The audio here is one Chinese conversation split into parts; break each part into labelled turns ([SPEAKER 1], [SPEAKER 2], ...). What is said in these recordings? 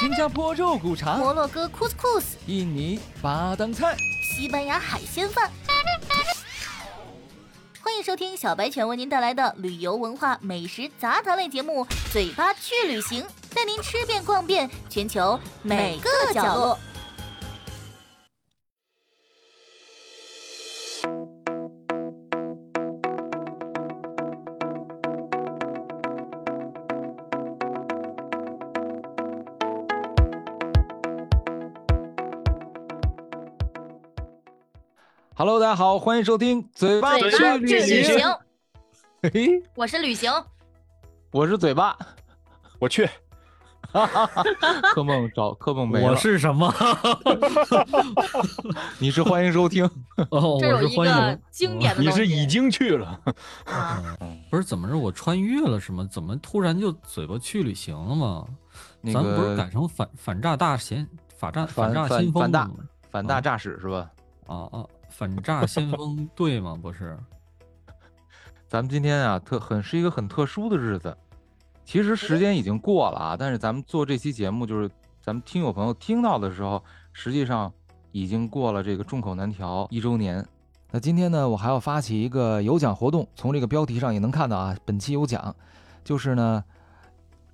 [SPEAKER 1] 新加坡肉骨茶、
[SPEAKER 2] 摩洛哥 couscous、
[SPEAKER 1] 印尼巴当菜、
[SPEAKER 2] 西班牙海鲜饭。欢迎收听小白犬为您带来的旅游文化美食杂谈类节目《嘴巴去旅行》，带您吃遍逛遍全球每个角落。
[SPEAKER 1] Hello，大家好，欢迎收听《嘴巴
[SPEAKER 2] 嘴巴去
[SPEAKER 1] 去旅
[SPEAKER 2] 旅
[SPEAKER 1] 行》
[SPEAKER 2] 行，
[SPEAKER 1] 嘿嘿。
[SPEAKER 2] 我是旅行，
[SPEAKER 3] 哦
[SPEAKER 1] 我是嘴巴，
[SPEAKER 4] 我去，
[SPEAKER 1] 柯梦找柯梦没了。
[SPEAKER 3] 我是什么？
[SPEAKER 1] 你是欢迎收听，
[SPEAKER 3] 哦，
[SPEAKER 2] 这
[SPEAKER 3] 我
[SPEAKER 2] 有
[SPEAKER 3] 是
[SPEAKER 2] 一
[SPEAKER 3] 欢
[SPEAKER 2] 个
[SPEAKER 3] 迎。
[SPEAKER 2] 经典的
[SPEAKER 4] 你
[SPEAKER 2] 东西。
[SPEAKER 4] 是已经去了，
[SPEAKER 2] 啊，
[SPEAKER 3] 不是怎么着？我穿越了是吗？怎么突然就嘴巴去旅行了吗？
[SPEAKER 1] 那
[SPEAKER 3] 咱们不是
[SPEAKER 1] 个
[SPEAKER 3] 改成反反诈大先反诈
[SPEAKER 1] 反
[SPEAKER 3] 诈
[SPEAKER 1] 反
[SPEAKER 3] 先锋
[SPEAKER 1] 反诈
[SPEAKER 3] 了吗？
[SPEAKER 1] 反大诈使是吧？
[SPEAKER 3] 啊啊，反诈先锋对吗？不是，
[SPEAKER 1] 咱们今天啊，特很是一个很特殊的日子。其实时间已经过了啊，但是咱们做这期节目，就是咱们听友朋友听到的时候，实际上已经过了这个众口难调一周年。那今天呢，我还要发起一个有奖活动，从这个标题上也能看到啊，本期有奖就是呢，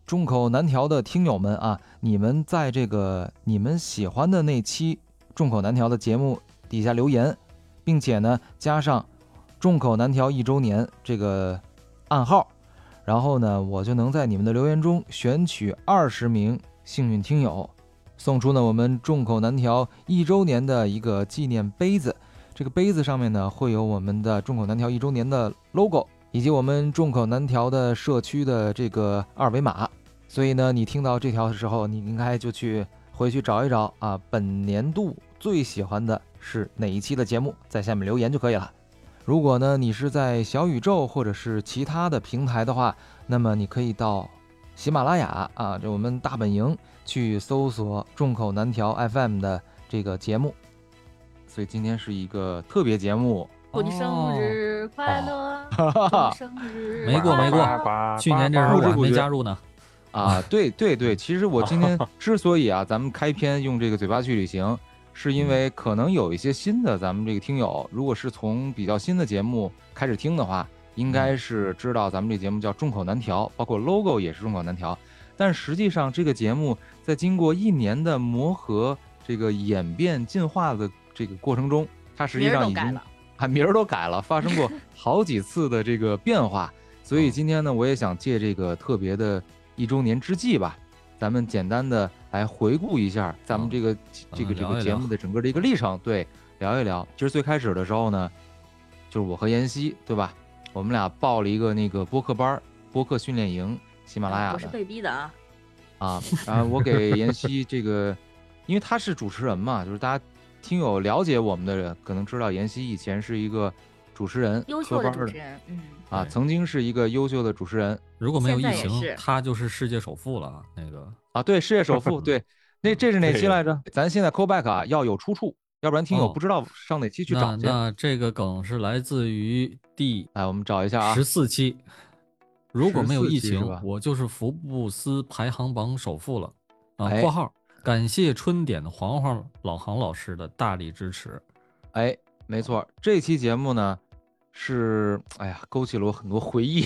[SPEAKER 1] 众口难调的听友们啊，你们在这个你们喜欢的那期众口难调的节目底下留言，并且呢加上众口难调一周年这个暗号，然后呢，我就能在你们的留言中选取二十名幸运听友，送出呢我们众口难调一周年的一个纪念杯子。这个杯子上面呢会有我们的众口难调一周年的 logo，以及我们众口难调的社区的这个二维码。所以呢，你听到这条的时候，你应该就去回去找一找啊，本年度最喜欢的是哪一期的节目，在下面留言就可以了。如果呢你是在小宇宙或者是其他的平台的话，那么你可以到喜马拉雅啊，这我们大本营去搜索“众口难调 FM” 的这个节目。所以今天是一个特别节目，
[SPEAKER 2] 祝你
[SPEAKER 1] 哦
[SPEAKER 2] 生日快乐，祝你生日
[SPEAKER 3] 哦没过没过
[SPEAKER 2] 快乐
[SPEAKER 3] 去年这时候我还
[SPEAKER 1] 不知
[SPEAKER 3] 没
[SPEAKER 1] 不觉
[SPEAKER 3] 加入呢。
[SPEAKER 1] 啊，对对对，其实我今天之所以啊，咱们开篇用这个嘴巴去旅行，是因为可能有一些新的咱们这个听友，如果是从比较新的节目开始听的话，应该是知道咱们这节目叫众口难调，包括 logo 也是众口难调。但实际上，这个节目在经过一年的磨合、这个演变、进化的这个过程中，它实际
[SPEAKER 2] 名儿
[SPEAKER 1] 上
[SPEAKER 2] 都
[SPEAKER 1] 已
[SPEAKER 2] 改
[SPEAKER 1] 经
[SPEAKER 2] 了
[SPEAKER 1] 啊名儿都改了，发 生过好几次的这个变化。所
[SPEAKER 3] 哦
[SPEAKER 1] 以今天呢，我也想借这个特别的一周年之际吧，咱们简单的来回顾一下咱们
[SPEAKER 3] 嗯
[SPEAKER 1] 这个、这个
[SPEAKER 3] 嗯
[SPEAKER 1] 这
[SPEAKER 3] 聊
[SPEAKER 1] 个
[SPEAKER 3] 一
[SPEAKER 1] 节
[SPEAKER 3] 聊
[SPEAKER 1] 目的整个的一个历程，对，聊一聊。其实最开始的时候呢，就是我和妍希，对吧？我们俩报了一个那个播客班儿、播客训练营，喜马拉
[SPEAKER 3] 哦
[SPEAKER 1] 雅
[SPEAKER 2] 我是
[SPEAKER 1] 的
[SPEAKER 2] 被逼的啊，
[SPEAKER 1] 啊。然后我给妍希这个，因为她是主持人嘛，就是大家听友了解我们的人可能知道，妍希以前是一个主持人，
[SPEAKER 2] 优
[SPEAKER 1] 科
[SPEAKER 2] 秀的
[SPEAKER 1] 班
[SPEAKER 2] 主
[SPEAKER 1] 儿
[SPEAKER 2] 持人，嗯，
[SPEAKER 1] 啊，
[SPEAKER 3] 对
[SPEAKER 1] 曾经是一个优秀的主持人。
[SPEAKER 3] 如果没有疫
[SPEAKER 2] 现在也是
[SPEAKER 3] 情，他就是世界首富了啊。那个
[SPEAKER 1] 啊，对，世界首 富，对，那这是哪期
[SPEAKER 4] 对
[SPEAKER 1] 来着？咱现在 call back 啊，要有出处，要不然听友
[SPEAKER 3] 哦
[SPEAKER 1] 不知道上哪期去
[SPEAKER 3] 那
[SPEAKER 1] 找去。啊
[SPEAKER 3] 那这个梗是来自于第
[SPEAKER 1] 来，我们找一下啊
[SPEAKER 3] 十，四期。如果没有疫
[SPEAKER 1] 14期
[SPEAKER 3] 情
[SPEAKER 1] 是吧，
[SPEAKER 3] 我就是福布斯排行榜首富了。啊，
[SPEAKER 1] 哎
[SPEAKER 3] 括号感谢春点的黄黄老航老师的大力支持。
[SPEAKER 1] 哎，没错，这期节目呢是，哎呀，勾起了我很多回忆。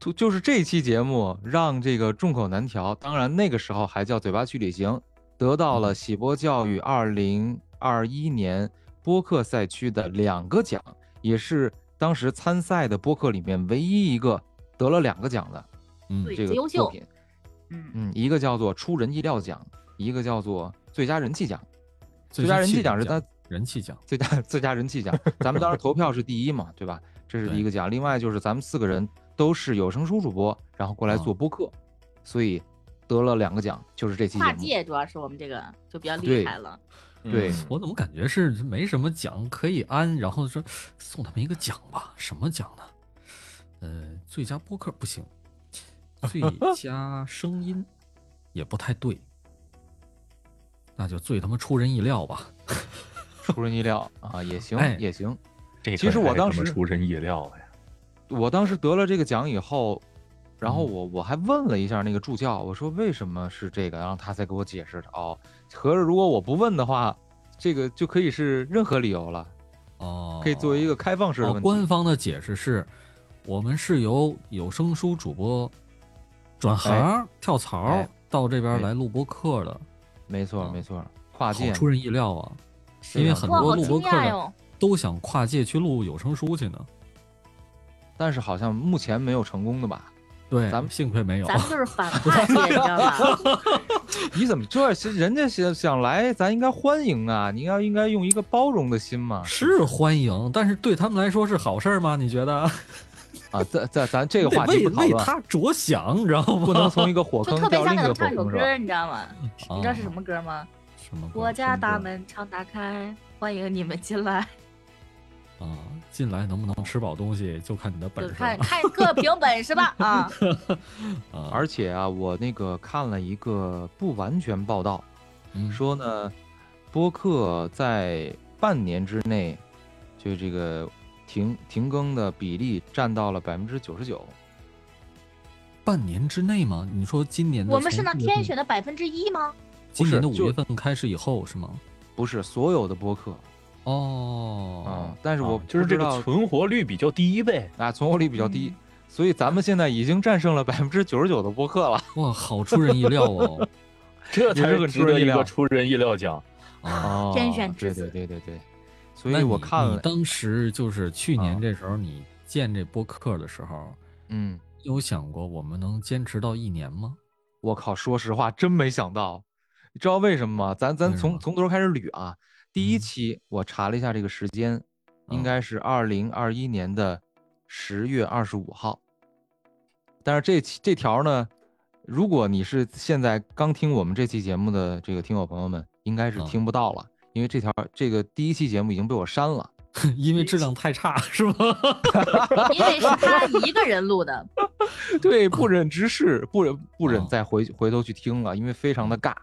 [SPEAKER 1] 就就是这期节目让这个众口难调，当然那个时候还叫嘴巴去旅行，得到
[SPEAKER 2] 嗯
[SPEAKER 1] 了喜播教育二零二一年播客赛区的两个奖，也是当时参赛的播客里面唯一一个得了两个奖的。
[SPEAKER 3] 嗯，
[SPEAKER 2] 对
[SPEAKER 1] 这个
[SPEAKER 2] 优
[SPEAKER 1] 作
[SPEAKER 2] 秀
[SPEAKER 1] 品，
[SPEAKER 2] 嗯，
[SPEAKER 1] 嗯，一个叫做出人意料奖，一个叫做最佳人气奖。最佳
[SPEAKER 3] 佳
[SPEAKER 1] 人
[SPEAKER 3] 气
[SPEAKER 1] 气奖是
[SPEAKER 3] 奖
[SPEAKER 1] 他
[SPEAKER 3] 人气奖，
[SPEAKER 1] 最佳 最佳人气奖，咱们当时投票是第一嘛，对吧？这是第一个奖。另外就是咱们四个人都是有声书主播，然后过来
[SPEAKER 3] 啊
[SPEAKER 1] 做播客，所以得了两个奖，就是这期节
[SPEAKER 2] 跨
[SPEAKER 1] 目。
[SPEAKER 2] 界主要是我们这个就比较厉
[SPEAKER 1] 对
[SPEAKER 2] 害了，
[SPEAKER 1] 对
[SPEAKER 4] 嗯
[SPEAKER 3] 我怎么感觉是没什么奖可以安，然后说送他们一个奖吧？什么奖呢？呃，最佳播客不行，最佳 声音也不太对，那就最他妈出人意料吧。
[SPEAKER 1] 出人意料啊，也行
[SPEAKER 3] 哎
[SPEAKER 1] 也行。
[SPEAKER 4] 这
[SPEAKER 1] 其实
[SPEAKER 4] 可
[SPEAKER 1] 我
[SPEAKER 4] 太
[SPEAKER 1] 当
[SPEAKER 4] 他妈
[SPEAKER 1] 时
[SPEAKER 4] 出人意料了呀，
[SPEAKER 1] 我当时得了这个奖以后，然
[SPEAKER 3] 嗯
[SPEAKER 1] 后我我还问了一下那个助教，我说为什么是这个，然后他才给我解释的。哦，合着如果我不问的话，这个就可以是任何理由了，
[SPEAKER 3] 哦，
[SPEAKER 1] 可以作为一个开放式的
[SPEAKER 3] 哦
[SPEAKER 1] 问，题。
[SPEAKER 3] 官方的解释是，我们是由有声书主播转行、跳槽、
[SPEAKER 1] 哎
[SPEAKER 3] 到这边
[SPEAKER 1] 哎
[SPEAKER 3] 来录播客的，
[SPEAKER 1] 没错
[SPEAKER 3] 哦
[SPEAKER 1] 没错，跨
[SPEAKER 3] 好
[SPEAKER 1] 界
[SPEAKER 3] 出人意料啊！
[SPEAKER 1] 是
[SPEAKER 3] 因为
[SPEAKER 1] 的
[SPEAKER 3] 很
[SPEAKER 2] 哇，
[SPEAKER 3] 多
[SPEAKER 2] 好
[SPEAKER 3] 录
[SPEAKER 2] 惊
[SPEAKER 3] 播课
[SPEAKER 2] 讶
[SPEAKER 3] 的
[SPEAKER 2] 哟、
[SPEAKER 3] 都想跨界去录有声书去呢。
[SPEAKER 1] 但是好像目前没有成功的吧？
[SPEAKER 3] 对，
[SPEAKER 1] 咱们
[SPEAKER 3] 幸亏没有
[SPEAKER 2] 咱。 们就是 反派界，你知道吧？
[SPEAKER 1] 你怎么这是人家想想来，咱应该欢迎啊！你要应该用一个包容的心嘛。
[SPEAKER 3] 是欢迎，但是对他们来说是好事儿吗？你觉得？
[SPEAKER 1] 啊，咱咱咱 这个
[SPEAKER 3] 得
[SPEAKER 1] 话题
[SPEAKER 3] 为
[SPEAKER 1] 不讨
[SPEAKER 3] 为
[SPEAKER 1] 论，
[SPEAKER 3] 他着想，你知道吗？
[SPEAKER 1] 不能从一个火
[SPEAKER 2] 就
[SPEAKER 1] 坑
[SPEAKER 2] 特别
[SPEAKER 1] 掉
[SPEAKER 2] 想
[SPEAKER 1] 另
[SPEAKER 2] 给
[SPEAKER 1] 一
[SPEAKER 2] 他
[SPEAKER 1] 个
[SPEAKER 2] 们唱
[SPEAKER 1] 火
[SPEAKER 2] 首
[SPEAKER 1] 坑上。
[SPEAKER 2] 歌，你知道吗？你知道是什么歌吗？
[SPEAKER 3] 什么歌？
[SPEAKER 2] 国家
[SPEAKER 3] 啊什么歌
[SPEAKER 2] 大门常打开，欢迎你们进来。
[SPEAKER 3] 啊，进来能不能吃饱东西，就看你 的本
[SPEAKER 2] 就
[SPEAKER 3] 事
[SPEAKER 2] 看
[SPEAKER 3] 了
[SPEAKER 2] 看各凭本事吧啊！
[SPEAKER 3] 啊。
[SPEAKER 1] 而且啊，我那个看了一个不完全报道，
[SPEAKER 3] 嗯
[SPEAKER 1] 说呢，播客在半年之内，就这个停停更的比例占到了百分之九十九。
[SPEAKER 3] 半年之内吗？你说今年的
[SPEAKER 2] 我们是
[SPEAKER 3] 从
[SPEAKER 2] 那
[SPEAKER 3] 六月
[SPEAKER 2] 天
[SPEAKER 3] 份
[SPEAKER 2] 选的百分之一吗？
[SPEAKER 3] 今年的
[SPEAKER 1] 不
[SPEAKER 3] 五
[SPEAKER 1] 是就
[SPEAKER 3] 月份开始以后是吗？
[SPEAKER 1] 不是所有的播客啊、
[SPEAKER 3] 哦，
[SPEAKER 1] 但是我
[SPEAKER 3] 啊
[SPEAKER 4] 就是
[SPEAKER 1] 不
[SPEAKER 4] 这
[SPEAKER 1] 知道
[SPEAKER 4] 个存活率比较低呗。
[SPEAKER 1] 啊，存活率比较低，
[SPEAKER 2] 嗯
[SPEAKER 1] 所以咱们现在已经战 胜了百分之九十九的播客了。
[SPEAKER 3] 哇，好出人意 料哦！
[SPEAKER 4] 这才
[SPEAKER 1] 也是
[SPEAKER 4] 是
[SPEAKER 1] 很
[SPEAKER 4] 值
[SPEAKER 1] 出人
[SPEAKER 4] 得
[SPEAKER 1] 意
[SPEAKER 4] 一
[SPEAKER 1] 料
[SPEAKER 4] 个出人意料奖。
[SPEAKER 3] 啊，
[SPEAKER 2] 天选之
[SPEAKER 1] 对对
[SPEAKER 2] 子
[SPEAKER 1] 对对对，所
[SPEAKER 3] 那
[SPEAKER 1] 以
[SPEAKER 3] 你
[SPEAKER 1] 我看
[SPEAKER 3] 你
[SPEAKER 1] 了，
[SPEAKER 3] 当时就是去
[SPEAKER 1] 啊
[SPEAKER 3] 年这时候，你建这播客的时候，
[SPEAKER 1] 嗯，
[SPEAKER 3] 你有想过我们能坚持到一年吗？
[SPEAKER 1] 我靠，说实话，真没想到，你知道为什么吗？咱咱
[SPEAKER 3] 为什
[SPEAKER 1] 从
[SPEAKER 3] 么
[SPEAKER 1] 从头开始捋啊。第一
[SPEAKER 3] 嗯
[SPEAKER 1] 期我查了一下这个时间，应
[SPEAKER 3] 啊
[SPEAKER 1] 该是二零二一年的十月二十五号。但是这期这条呢，如果你是现在刚听我们这期节目的这个听友朋友们，应该是
[SPEAKER 3] 啊
[SPEAKER 1] 听不到了，因为这条这个第一期节目已经被我删了。
[SPEAKER 3] 因为质量太差是吗？
[SPEAKER 2] 因为是 他一个人录的，
[SPEAKER 1] 对，不忍直视，不忍不忍
[SPEAKER 3] 啊
[SPEAKER 1] 再回回头去听了，因为非常的尬。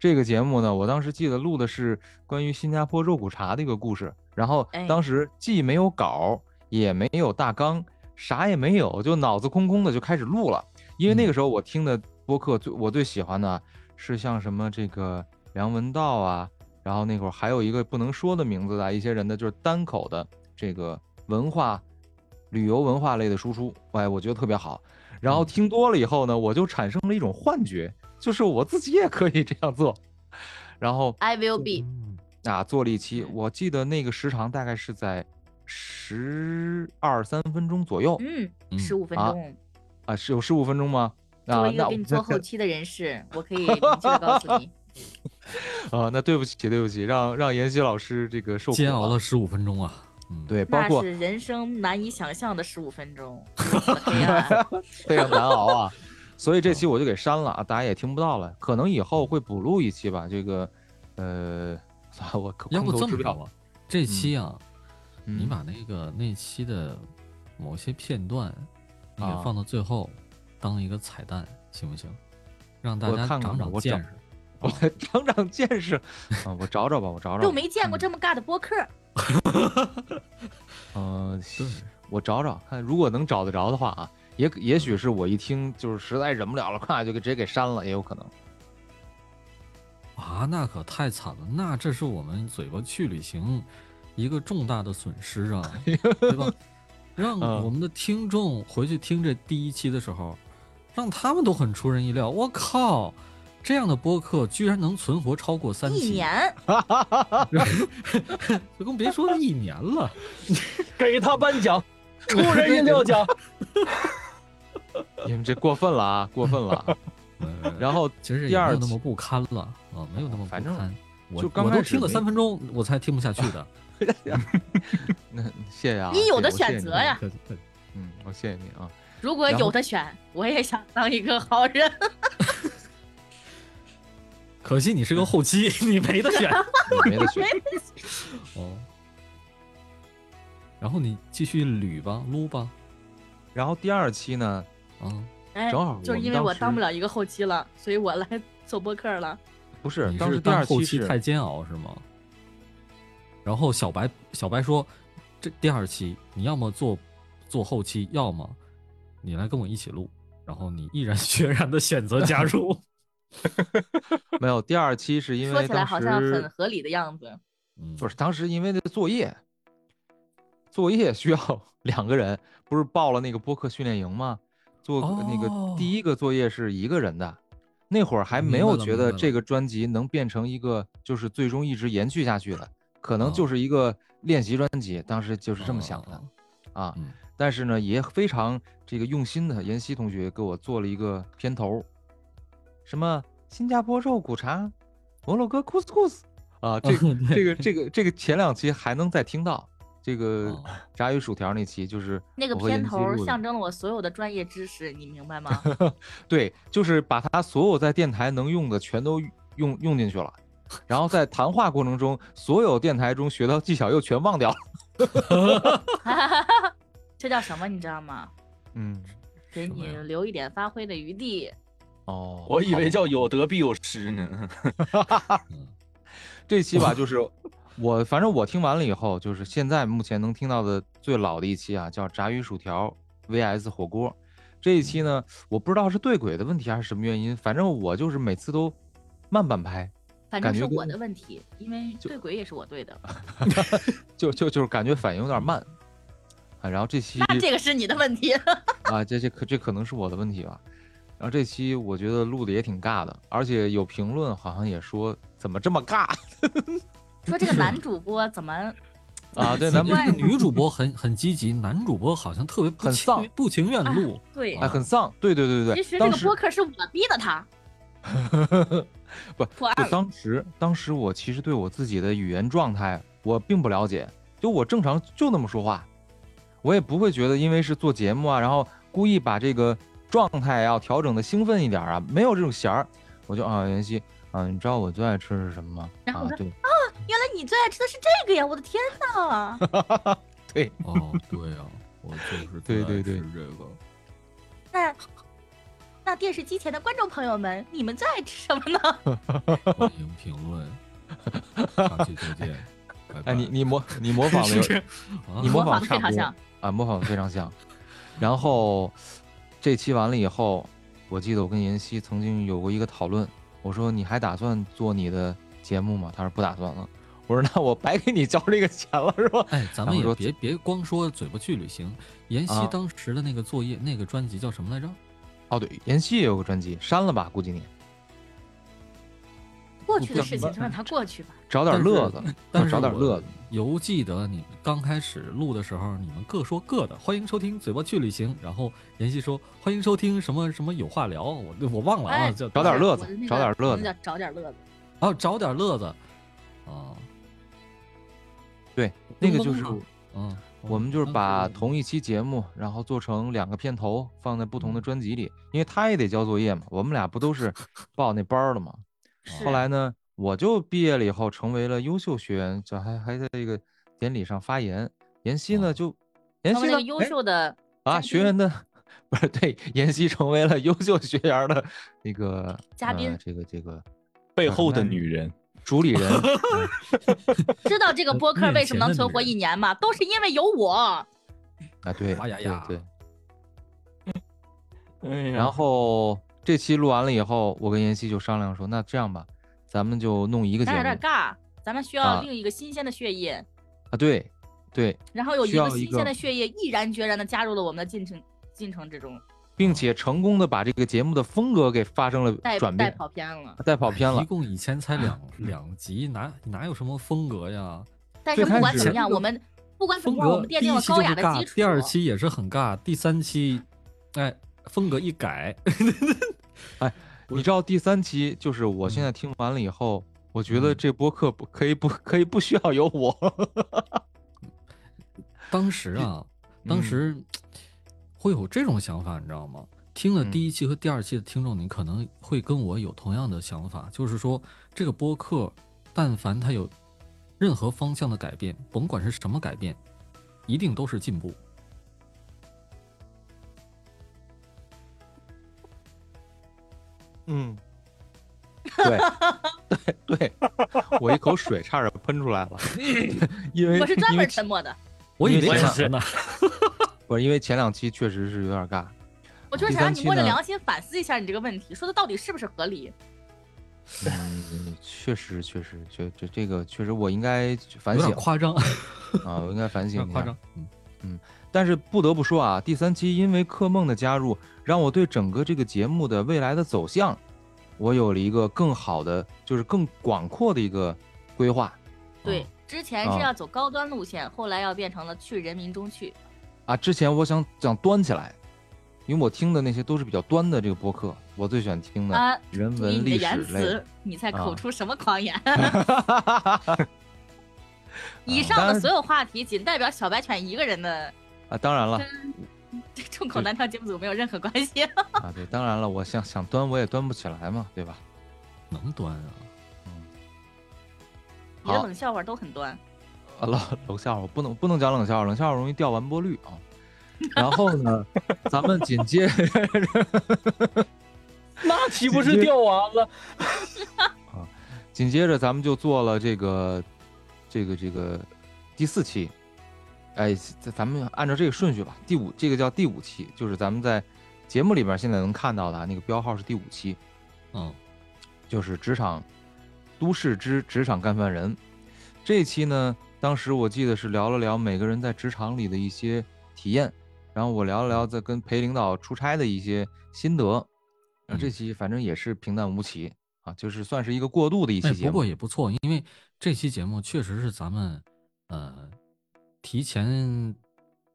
[SPEAKER 1] 这个节目呢，我当时记得录的是关于新加坡肉骨茶的一个故事，然后
[SPEAKER 2] 哎
[SPEAKER 1] 当时既没有稿，也没有大纲，啥也没有，就脑子空空的就开始录了。因为那
[SPEAKER 3] 嗯
[SPEAKER 1] 个时候我听的播客最我最喜欢的啊是像什么这个梁文道啊，然后那会儿还有一个不能说的名字的啊一些人的就是单口的这个文化旅游文化类的输出，哎，我觉得特别好。然后
[SPEAKER 3] 嗯
[SPEAKER 1] 听多了以后呢，我就产生了一种幻觉，就是我自己也可以这样做。然后
[SPEAKER 2] I will be。
[SPEAKER 1] 啊，做了一期，我记得那个时长大概是在十二三分钟左右
[SPEAKER 2] 嗯，
[SPEAKER 3] 嗯
[SPEAKER 2] 十五分
[SPEAKER 1] 啊
[SPEAKER 2] 钟。
[SPEAKER 1] 啊，是有十五分钟吗？
[SPEAKER 2] 作
[SPEAKER 1] 啊
[SPEAKER 2] 为，一
[SPEAKER 1] 那
[SPEAKER 2] 个
[SPEAKER 1] 我
[SPEAKER 2] 给你
[SPEAKER 1] 那
[SPEAKER 2] 做后期的人士，我可以明确的告诉你，
[SPEAKER 1] 啊，那对不起，对不起，让让妍希老师这个受苦
[SPEAKER 3] 煎熬
[SPEAKER 1] 了。
[SPEAKER 3] 了十五分钟啊！嗯，，
[SPEAKER 1] 对，包
[SPEAKER 2] 那
[SPEAKER 1] 括
[SPEAKER 2] 是人生难以想象的十五分 钟，如此的黑
[SPEAKER 5] 啊
[SPEAKER 2] 暗
[SPEAKER 1] 非常难 熬啊。所以这
[SPEAKER 3] 嗯
[SPEAKER 1] 期我就给删了啊，大家也听不到了，可能以后会补录一期吧。这个，呃， 算了，我空
[SPEAKER 3] 要不
[SPEAKER 1] 空头
[SPEAKER 3] 这
[SPEAKER 1] 支
[SPEAKER 3] 么着
[SPEAKER 1] 票，
[SPEAKER 3] 吧，这期啊，你
[SPEAKER 1] 嗯
[SPEAKER 3] 把那个那期的某些片段，你给
[SPEAKER 1] 啊
[SPEAKER 3] 放到最后，当一个彩蛋，行不行？让大
[SPEAKER 1] 我
[SPEAKER 3] 家
[SPEAKER 1] 看看
[SPEAKER 3] 长
[SPEAKER 1] 吧
[SPEAKER 3] 长
[SPEAKER 1] 我
[SPEAKER 3] 见
[SPEAKER 1] 找
[SPEAKER 3] 识。
[SPEAKER 1] 我来长长见识啊，我找找 吧，我找找
[SPEAKER 2] 又
[SPEAKER 1] 吧。
[SPEAKER 2] 没见过这么尬的播客。
[SPEAKER 1] 嗯，我找找看，如果能找得着的话啊，也也许是我一听就是实在忍不了了，咵就给直接给删了，也有 可能。
[SPEAKER 3] 啊，那可太惨了，那这是我们嘴巴去旅行一个重大的损失 啊，对吧？让
[SPEAKER 1] 哎嗯
[SPEAKER 3] 我们的听众回去听这第一期的时候，让他们都很出人意料。我靠，这样的播客居然能存活超过三
[SPEAKER 2] 一
[SPEAKER 3] 期，
[SPEAKER 2] 年，
[SPEAKER 1] 啊
[SPEAKER 3] 就更别说一年了。
[SPEAKER 4] 给他颁奖， 出人意料奖。
[SPEAKER 1] 你们这过分了啊，过分了 啊。
[SPEAKER 3] 呃
[SPEAKER 1] 然后
[SPEAKER 3] 其实
[SPEAKER 1] 第
[SPEAKER 3] 也没
[SPEAKER 1] 二
[SPEAKER 3] 有那
[SPEAKER 1] 期
[SPEAKER 3] 么不堪了啊，没有那么
[SPEAKER 1] 反
[SPEAKER 3] 不
[SPEAKER 1] 正
[SPEAKER 3] 堪。我
[SPEAKER 1] 就刚
[SPEAKER 3] 我都
[SPEAKER 1] 开始
[SPEAKER 3] 听了
[SPEAKER 1] 没
[SPEAKER 3] 三分钟，我才听不下去 的。
[SPEAKER 1] 那谢谢啊，
[SPEAKER 2] 你有的
[SPEAKER 1] 谢谢我
[SPEAKER 2] 选
[SPEAKER 1] 谢谢
[SPEAKER 2] 择
[SPEAKER 1] 你
[SPEAKER 2] 呀
[SPEAKER 3] 客气客气
[SPEAKER 1] 嗯，我谢谢你啊。
[SPEAKER 2] 如果
[SPEAKER 1] 然后
[SPEAKER 2] 有的选，我也想当一个好 人。
[SPEAKER 3] 可惜你是个后期， 你没得选。
[SPEAKER 1] 你没得选，
[SPEAKER 3] 哦，然后你继续捋吧，撸吧，
[SPEAKER 1] 然后第二期呢，
[SPEAKER 3] 啊，
[SPEAKER 2] 哎，
[SPEAKER 1] 正好
[SPEAKER 2] 就是
[SPEAKER 1] 我们
[SPEAKER 2] 因为我
[SPEAKER 1] 当时
[SPEAKER 2] 当不了一个后期了，所以我来 做播客了。
[SPEAKER 1] 不是
[SPEAKER 3] 你
[SPEAKER 1] 当时
[SPEAKER 3] 是
[SPEAKER 1] 第二
[SPEAKER 3] 当后
[SPEAKER 1] 期
[SPEAKER 3] 期
[SPEAKER 1] 是
[SPEAKER 3] 太煎熬是吗？然后小白小白说，这第二期你要么做做后期，要么你来跟我一起录，然后你毅然决然的选择加 入。
[SPEAKER 1] 没有第二期是因
[SPEAKER 5] 说
[SPEAKER 1] 为
[SPEAKER 5] 起来
[SPEAKER 1] 当
[SPEAKER 5] 好像很
[SPEAKER 1] 时
[SPEAKER 5] 合理的样子。
[SPEAKER 3] 嗯，
[SPEAKER 1] 不是当时因为那作业，作业需要 两个人，不是报了那个播客训练营吗？做那
[SPEAKER 3] 哦
[SPEAKER 1] 个第一个作业是一个人的，那会儿还
[SPEAKER 3] 明
[SPEAKER 1] 没
[SPEAKER 3] 白
[SPEAKER 1] 有
[SPEAKER 3] 了
[SPEAKER 1] 觉
[SPEAKER 3] 明
[SPEAKER 1] 得
[SPEAKER 3] 白
[SPEAKER 1] 这
[SPEAKER 3] 了
[SPEAKER 1] 个专辑能变成一个就是最终一直延续下去的，可能就
[SPEAKER 3] 哦
[SPEAKER 1] 是一个练习专辑，当时就是这么
[SPEAKER 3] 哦
[SPEAKER 1] 想的。
[SPEAKER 3] 哦
[SPEAKER 1] 啊
[SPEAKER 3] 嗯，
[SPEAKER 1] 但是呢，也非常这个用心的，妍希同学给我做了一个片头，什么新加坡肉骨茶、摩洛哥 couscous 啊，
[SPEAKER 4] 哦
[SPEAKER 1] 这个这个这个这个前两期还能再听到，这个
[SPEAKER 3] 哦
[SPEAKER 1] 炸鱼薯条那期就是
[SPEAKER 5] 那个
[SPEAKER 1] 我和
[SPEAKER 5] 片
[SPEAKER 1] 妍希
[SPEAKER 5] 头
[SPEAKER 1] 录的
[SPEAKER 5] 象征了我所有的专业知识，你明白 吗？
[SPEAKER 1] 对，就是把他所有在电台能用的全都用用进去 了。然后在谈话过程中，所有电台中学到技巧又全忘掉了。
[SPEAKER 5] 这叫什么？你知道吗？
[SPEAKER 1] 嗯，
[SPEAKER 5] 给
[SPEAKER 3] 什么
[SPEAKER 5] 你
[SPEAKER 3] 呀
[SPEAKER 5] 留一点发挥的余地。
[SPEAKER 1] 哦，
[SPEAKER 4] 我以
[SPEAKER 1] 好吧
[SPEAKER 4] 为叫有得必有失呢。
[SPEAKER 1] 这期吧，就是我反正我听完了以后，就是现在目前能听到的最老的一期啊，叫炸鱼薯条 VS 火锅。这一期呢，我不知道是对轨的问题还是什么原因，反正我就是每次都慢半拍，
[SPEAKER 5] 反
[SPEAKER 1] 感
[SPEAKER 5] 正是
[SPEAKER 1] 觉跟
[SPEAKER 5] 我的问题，因为
[SPEAKER 1] 就
[SPEAKER 5] 对鬼也是我对的。
[SPEAKER 1] 就就就是感觉反应有点慢啊。然后这期
[SPEAKER 5] 那这个是你的问题。
[SPEAKER 1] 啊，这这可这可能是我的问题吧。然后这期我觉得录的也挺尬的，而且有评论好像也说怎么这么尬
[SPEAKER 5] 说这个男主播怎么
[SPEAKER 1] 啊？对，咱们
[SPEAKER 5] 怪
[SPEAKER 3] 女主播很很积极，男主播好像特别不
[SPEAKER 1] 很
[SPEAKER 3] 情
[SPEAKER 1] 丧
[SPEAKER 3] 不情愿录。
[SPEAKER 5] 对？
[SPEAKER 1] 哎很丧，对对对
[SPEAKER 5] 其
[SPEAKER 1] 对对。
[SPEAKER 5] 实这
[SPEAKER 1] 当
[SPEAKER 5] 个
[SPEAKER 1] 时
[SPEAKER 5] 播客是我逼的他
[SPEAKER 1] 不
[SPEAKER 5] 破 案
[SPEAKER 1] 就
[SPEAKER 5] 了。
[SPEAKER 1] 当时，当时我其实对我自己的语言状态我并不了解，就我正常就那么说话，我也不会觉得因为是做节目啊，然后故意把这个状态啊要调整的兴奋一点啊，没有这种弦儿，我就啊，妍希啊，你知道我最爱吃是什么吗？
[SPEAKER 5] 然后
[SPEAKER 1] 啊
[SPEAKER 5] 我，
[SPEAKER 1] 对，
[SPEAKER 5] 原来你最爱吃的是这个呀！我的天 哪！
[SPEAKER 3] 哦，对呀、我就是
[SPEAKER 1] 对对对
[SPEAKER 3] 是这个。
[SPEAKER 5] 那那电视机前的观众朋友们，你们最爱吃什么呢？
[SPEAKER 3] 欢迎评 论，下期再见。拜拜
[SPEAKER 1] 哎，你你模你模仿的
[SPEAKER 3] 是
[SPEAKER 1] 有
[SPEAKER 3] 不是？啊
[SPEAKER 1] 你模
[SPEAKER 5] 模仿
[SPEAKER 1] 仿得
[SPEAKER 5] 的非
[SPEAKER 1] 差不
[SPEAKER 5] 常
[SPEAKER 1] 多
[SPEAKER 5] 像。
[SPEAKER 1] 啊，模仿得非常像。然后这期完了以后，我记得我跟妍希曾经有过一个讨论，我说你还打算做你的节目吗？她说不打算了。我说那我白给你交这个钱了是吧？
[SPEAKER 3] 哎，
[SPEAKER 1] 然
[SPEAKER 3] 咱
[SPEAKER 1] 后
[SPEAKER 3] 们也
[SPEAKER 1] 说
[SPEAKER 3] 别别光说嘴巴去旅行。妍希
[SPEAKER 1] 啊
[SPEAKER 3] 当时的那个作业，那个专辑叫什么来着？
[SPEAKER 1] 哦对，妍希也有个专辑，删了吧，估计你
[SPEAKER 5] 过去的事情就让它过去吧。
[SPEAKER 1] 找点
[SPEAKER 3] 但是
[SPEAKER 1] 乐子，
[SPEAKER 3] 但
[SPEAKER 1] 就是找点乐子。
[SPEAKER 3] 犹记得你刚开始录的时候，你们各说各的。欢迎收听《嘴巴去旅行》，然后妍希说欢迎收听什么什么有话聊，我我忘了啊，
[SPEAKER 5] 哎
[SPEAKER 3] 叫
[SPEAKER 1] 找点乐子
[SPEAKER 5] 我的那个
[SPEAKER 1] 找点乐子哦
[SPEAKER 5] 我们叫找点乐子。
[SPEAKER 3] 啊找点乐子啊，
[SPEAKER 1] 对，那个就
[SPEAKER 3] 懵
[SPEAKER 1] 是
[SPEAKER 3] 了嗯，
[SPEAKER 1] 我们就是
[SPEAKER 3] 当时
[SPEAKER 1] 把同一期节目，然后做成两个片头，放在不
[SPEAKER 3] 嗯
[SPEAKER 1] 同的专辑里，因为他也得交作业嘛，我们俩不都是报那班儿了吗？
[SPEAKER 5] 是
[SPEAKER 1] 后来呢，我就毕业了以后成为了优秀学员，就还还在这个典礼上发言。妍希呢，
[SPEAKER 3] 哦
[SPEAKER 1] 就妍
[SPEAKER 5] 成
[SPEAKER 1] 希
[SPEAKER 5] 为
[SPEAKER 1] 呢
[SPEAKER 5] 那个优
[SPEAKER 1] 哎
[SPEAKER 5] 秀的
[SPEAKER 1] 啊
[SPEAKER 5] 嘉
[SPEAKER 1] 学
[SPEAKER 5] 宾
[SPEAKER 1] 员的不是对，妍希成为了优秀学员儿的那个
[SPEAKER 5] 嘉宾
[SPEAKER 1] 呃这个这个
[SPEAKER 4] 背后的女人，
[SPEAKER 1] 主理 人。
[SPEAKER 5] 知道这个播 客为什么能存活
[SPEAKER 3] 面前的女人
[SPEAKER 5] 一年吗？都是因为有我。
[SPEAKER 1] 啊，对，
[SPEAKER 3] 哇呀
[SPEAKER 1] 对
[SPEAKER 3] 呀
[SPEAKER 1] 对。
[SPEAKER 4] 哎呀
[SPEAKER 1] 然后这期录完了以后，我跟妍希就商量说，那这样吧，咱们就弄一个节
[SPEAKER 5] 咱
[SPEAKER 1] 目
[SPEAKER 5] 有点
[SPEAKER 1] 啊，
[SPEAKER 5] 尬，咱们需
[SPEAKER 1] 啊
[SPEAKER 5] 要另一个新鲜的血液，
[SPEAKER 1] 对对，
[SPEAKER 5] 然后有一
[SPEAKER 1] 需要
[SPEAKER 5] 个
[SPEAKER 1] 一
[SPEAKER 5] 新
[SPEAKER 1] 个
[SPEAKER 5] 鲜的血液毅然决然的加入了我们的进程进程之中，
[SPEAKER 1] 并且成功的把这个节目的风格给发生了
[SPEAKER 5] 哦带
[SPEAKER 1] 转
[SPEAKER 5] 带
[SPEAKER 1] 变，
[SPEAKER 5] 跑偏了。
[SPEAKER 1] 带跑偏
[SPEAKER 3] 一
[SPEAKER 1] 了。
[SPEAKER 3] 共以前才 两两集，哪哪有什么风格呀？
[SPEAKER 5] 但
[SPEAKER 1] 最
[SPEAKER 5] 是
[SPEAKER 1] 开
[SPEAKER 5] 不管
[SPEAKER 1] 始
[SPEAKER 5] 怎么样，我们不管怎
[SPEAKER 3] 风
[SPEAKER 5] 么样，我
[SPEAKER 3] 格
[SPEAKER 5] 们奠
[SPEAKER 3] 第
[SPEAKER 5] 定
[SPEAKER 3] 一
[SPEAKER 5] 了
[SPEAKER 3] 期
[SPEAKER 5] 高
[SPEAKER 3] 就
[SPEAKER 5] 雅
[SPEAKER 3] 是
[SPEAKER 5] 的基
[SPEAKER 3] 尬，
[SPEAKER 5] 础。
[SPEAKER 3] 第二期也是很尬，第三期，哎，风格一改，
[SPEAKER 1] 你知道第三期就是我现在听完了以后，我觉得
[SPEAKER 3] 嗯
[SPEAKER 1] 这播客不可以不可以不需要有 我。
[SPEAKER 3] 当 时啊，当时
[SPEAKER 1] 嗯
[SPEAKER 3] 会有这种想法，你知道吗？听了
[SPEAKER 1] 嗯
[SPEAKER 3] 第一期和第二期的听众，你可能会跟我有同样的想法，就是说这个播客，但凡它有任何方向的改变，甭管是什么改变，一定都是进步。
[SPEAKER 1] 嗯，对 对对，我一口水差点喷出 来了，因为
[SPEAKER 5] 我是专
[SPEAKER 1] 因为
[SPEAKER 5] 门沉默的，
[SPEAKER 3] 我以
[SPEAKER 1] 因
[SPEAKER 3] 为
[SPEAKER 1] 为
[SPEAKER 4] 前
[SPEAKER 3] 讲呢，
[SPEAKER 1] 不是因为前两期确实是有点尬。
[SPEAKER 5] 我觉得
[SPEAKER 1] 第
[SPEAKER 5] 想让
[SPEAKER 1] 三
[SPEAKER 5] 你
[SPEAKER 1] 期
[SPEAKER 5] 摸着
[SPEAKER 1] 呢
[SPEAKER 5] 良心反思一下你这个问题，说的到底是不是合理？
[SPEAKER 1] 嗯，确实确实，确这这个确实我应该反
[SPEAKER 3] 有
[SPEAKER 1] 省
[SPEAKER 3] 点夸张，
[SPEAKER 1] 啊，我应该反
[SPEAKER 3] 有
[SPEAKER 1] 省
[SPEAKER 3] 点
[SPEAKER 1] 一
[SPEAKER 3] 夸
[SPEAKER 1] 下
[SPEAKER 3] 张。。嗯，
[SPEAKER 1] 但是不得不说啊，第三期因为柯梦的加入，让我对整个这个节目的未来的走向，我有了一个更好的，就是更广阔的一个规划。
[SPEAKER 5] 对，之前是
[SPEAKER 1] 啊
[SPEAKER 5] 要走高端路线，后来要变成了去人民中去。
[SPEAKER 1] 啊，之前我想想端起来，因为我听的那些都是比较端的这个播客，我最喜欢听的
[SPEAKER 5] 啊
[SPEAKER 1] 人
[SPEAKER 5] 注意
[SPEAKER 1] 文
[SPEAKER 5] 你的
[SPEAKER 1] 历史
[SPEAKER 5] 言
[SPEAKER 1] 类的。
[SPEAKER 5] 辞，你在
[SPEAKER 1] 啊
[SPEAKER 5] 口出什么狂言？以上
[SPEAKER 1] 啊当然
[SPEAKER 5] 的所有话题仅代表小白犬一个人的，
[SPEAKER 1] 啊，当然了
[SPEAKER 5] 对众口难调节目组没有任何关系。
[SPEAKER 1] 啊，对，当然了，我想想端我也端不起来嘛，对吧？
[SPEAKER 3] 能端啊，
[SPEAKER 5] 你的
[SPEAKER 1] 好
[SPEAKER 5] 冷笑话都很端，
[SPEAKER 1] 啊，冷 冷笑话我不能不能讲冷笑话，冷笑话容易掉完播率啊。然后呢，咱们紧接
[SPEAKER 4] 那岂不是掉完了？
[SPEAKER 1] 紧接着咱们就做了这个这个这个第四期，哎，咱咱们按照这个顺序吧。第五这个叫第五期，就是咱们在节目里边现在能看到的啊那个标号是第五期，
[SPEAKER 3] 嗯，
[SPEAKER 1] 就是职场都市之职场干饭人。这一期呢，当时我记得是聊了聊每个人在职场里的一些体验，然后我聊了聊在跟陪领导出差的一些心得。然后这
[SPEAKER 3] 嗯
[SPEAKER 1] 期反正也是平淡无奇啊，就是算是一个过渡的一
[SPEAKER 3] 哎，
[SPEAKER 1] 期节目
[SPEAKER 3] 不过。也不错，因为这期节目确实是咱们呃提前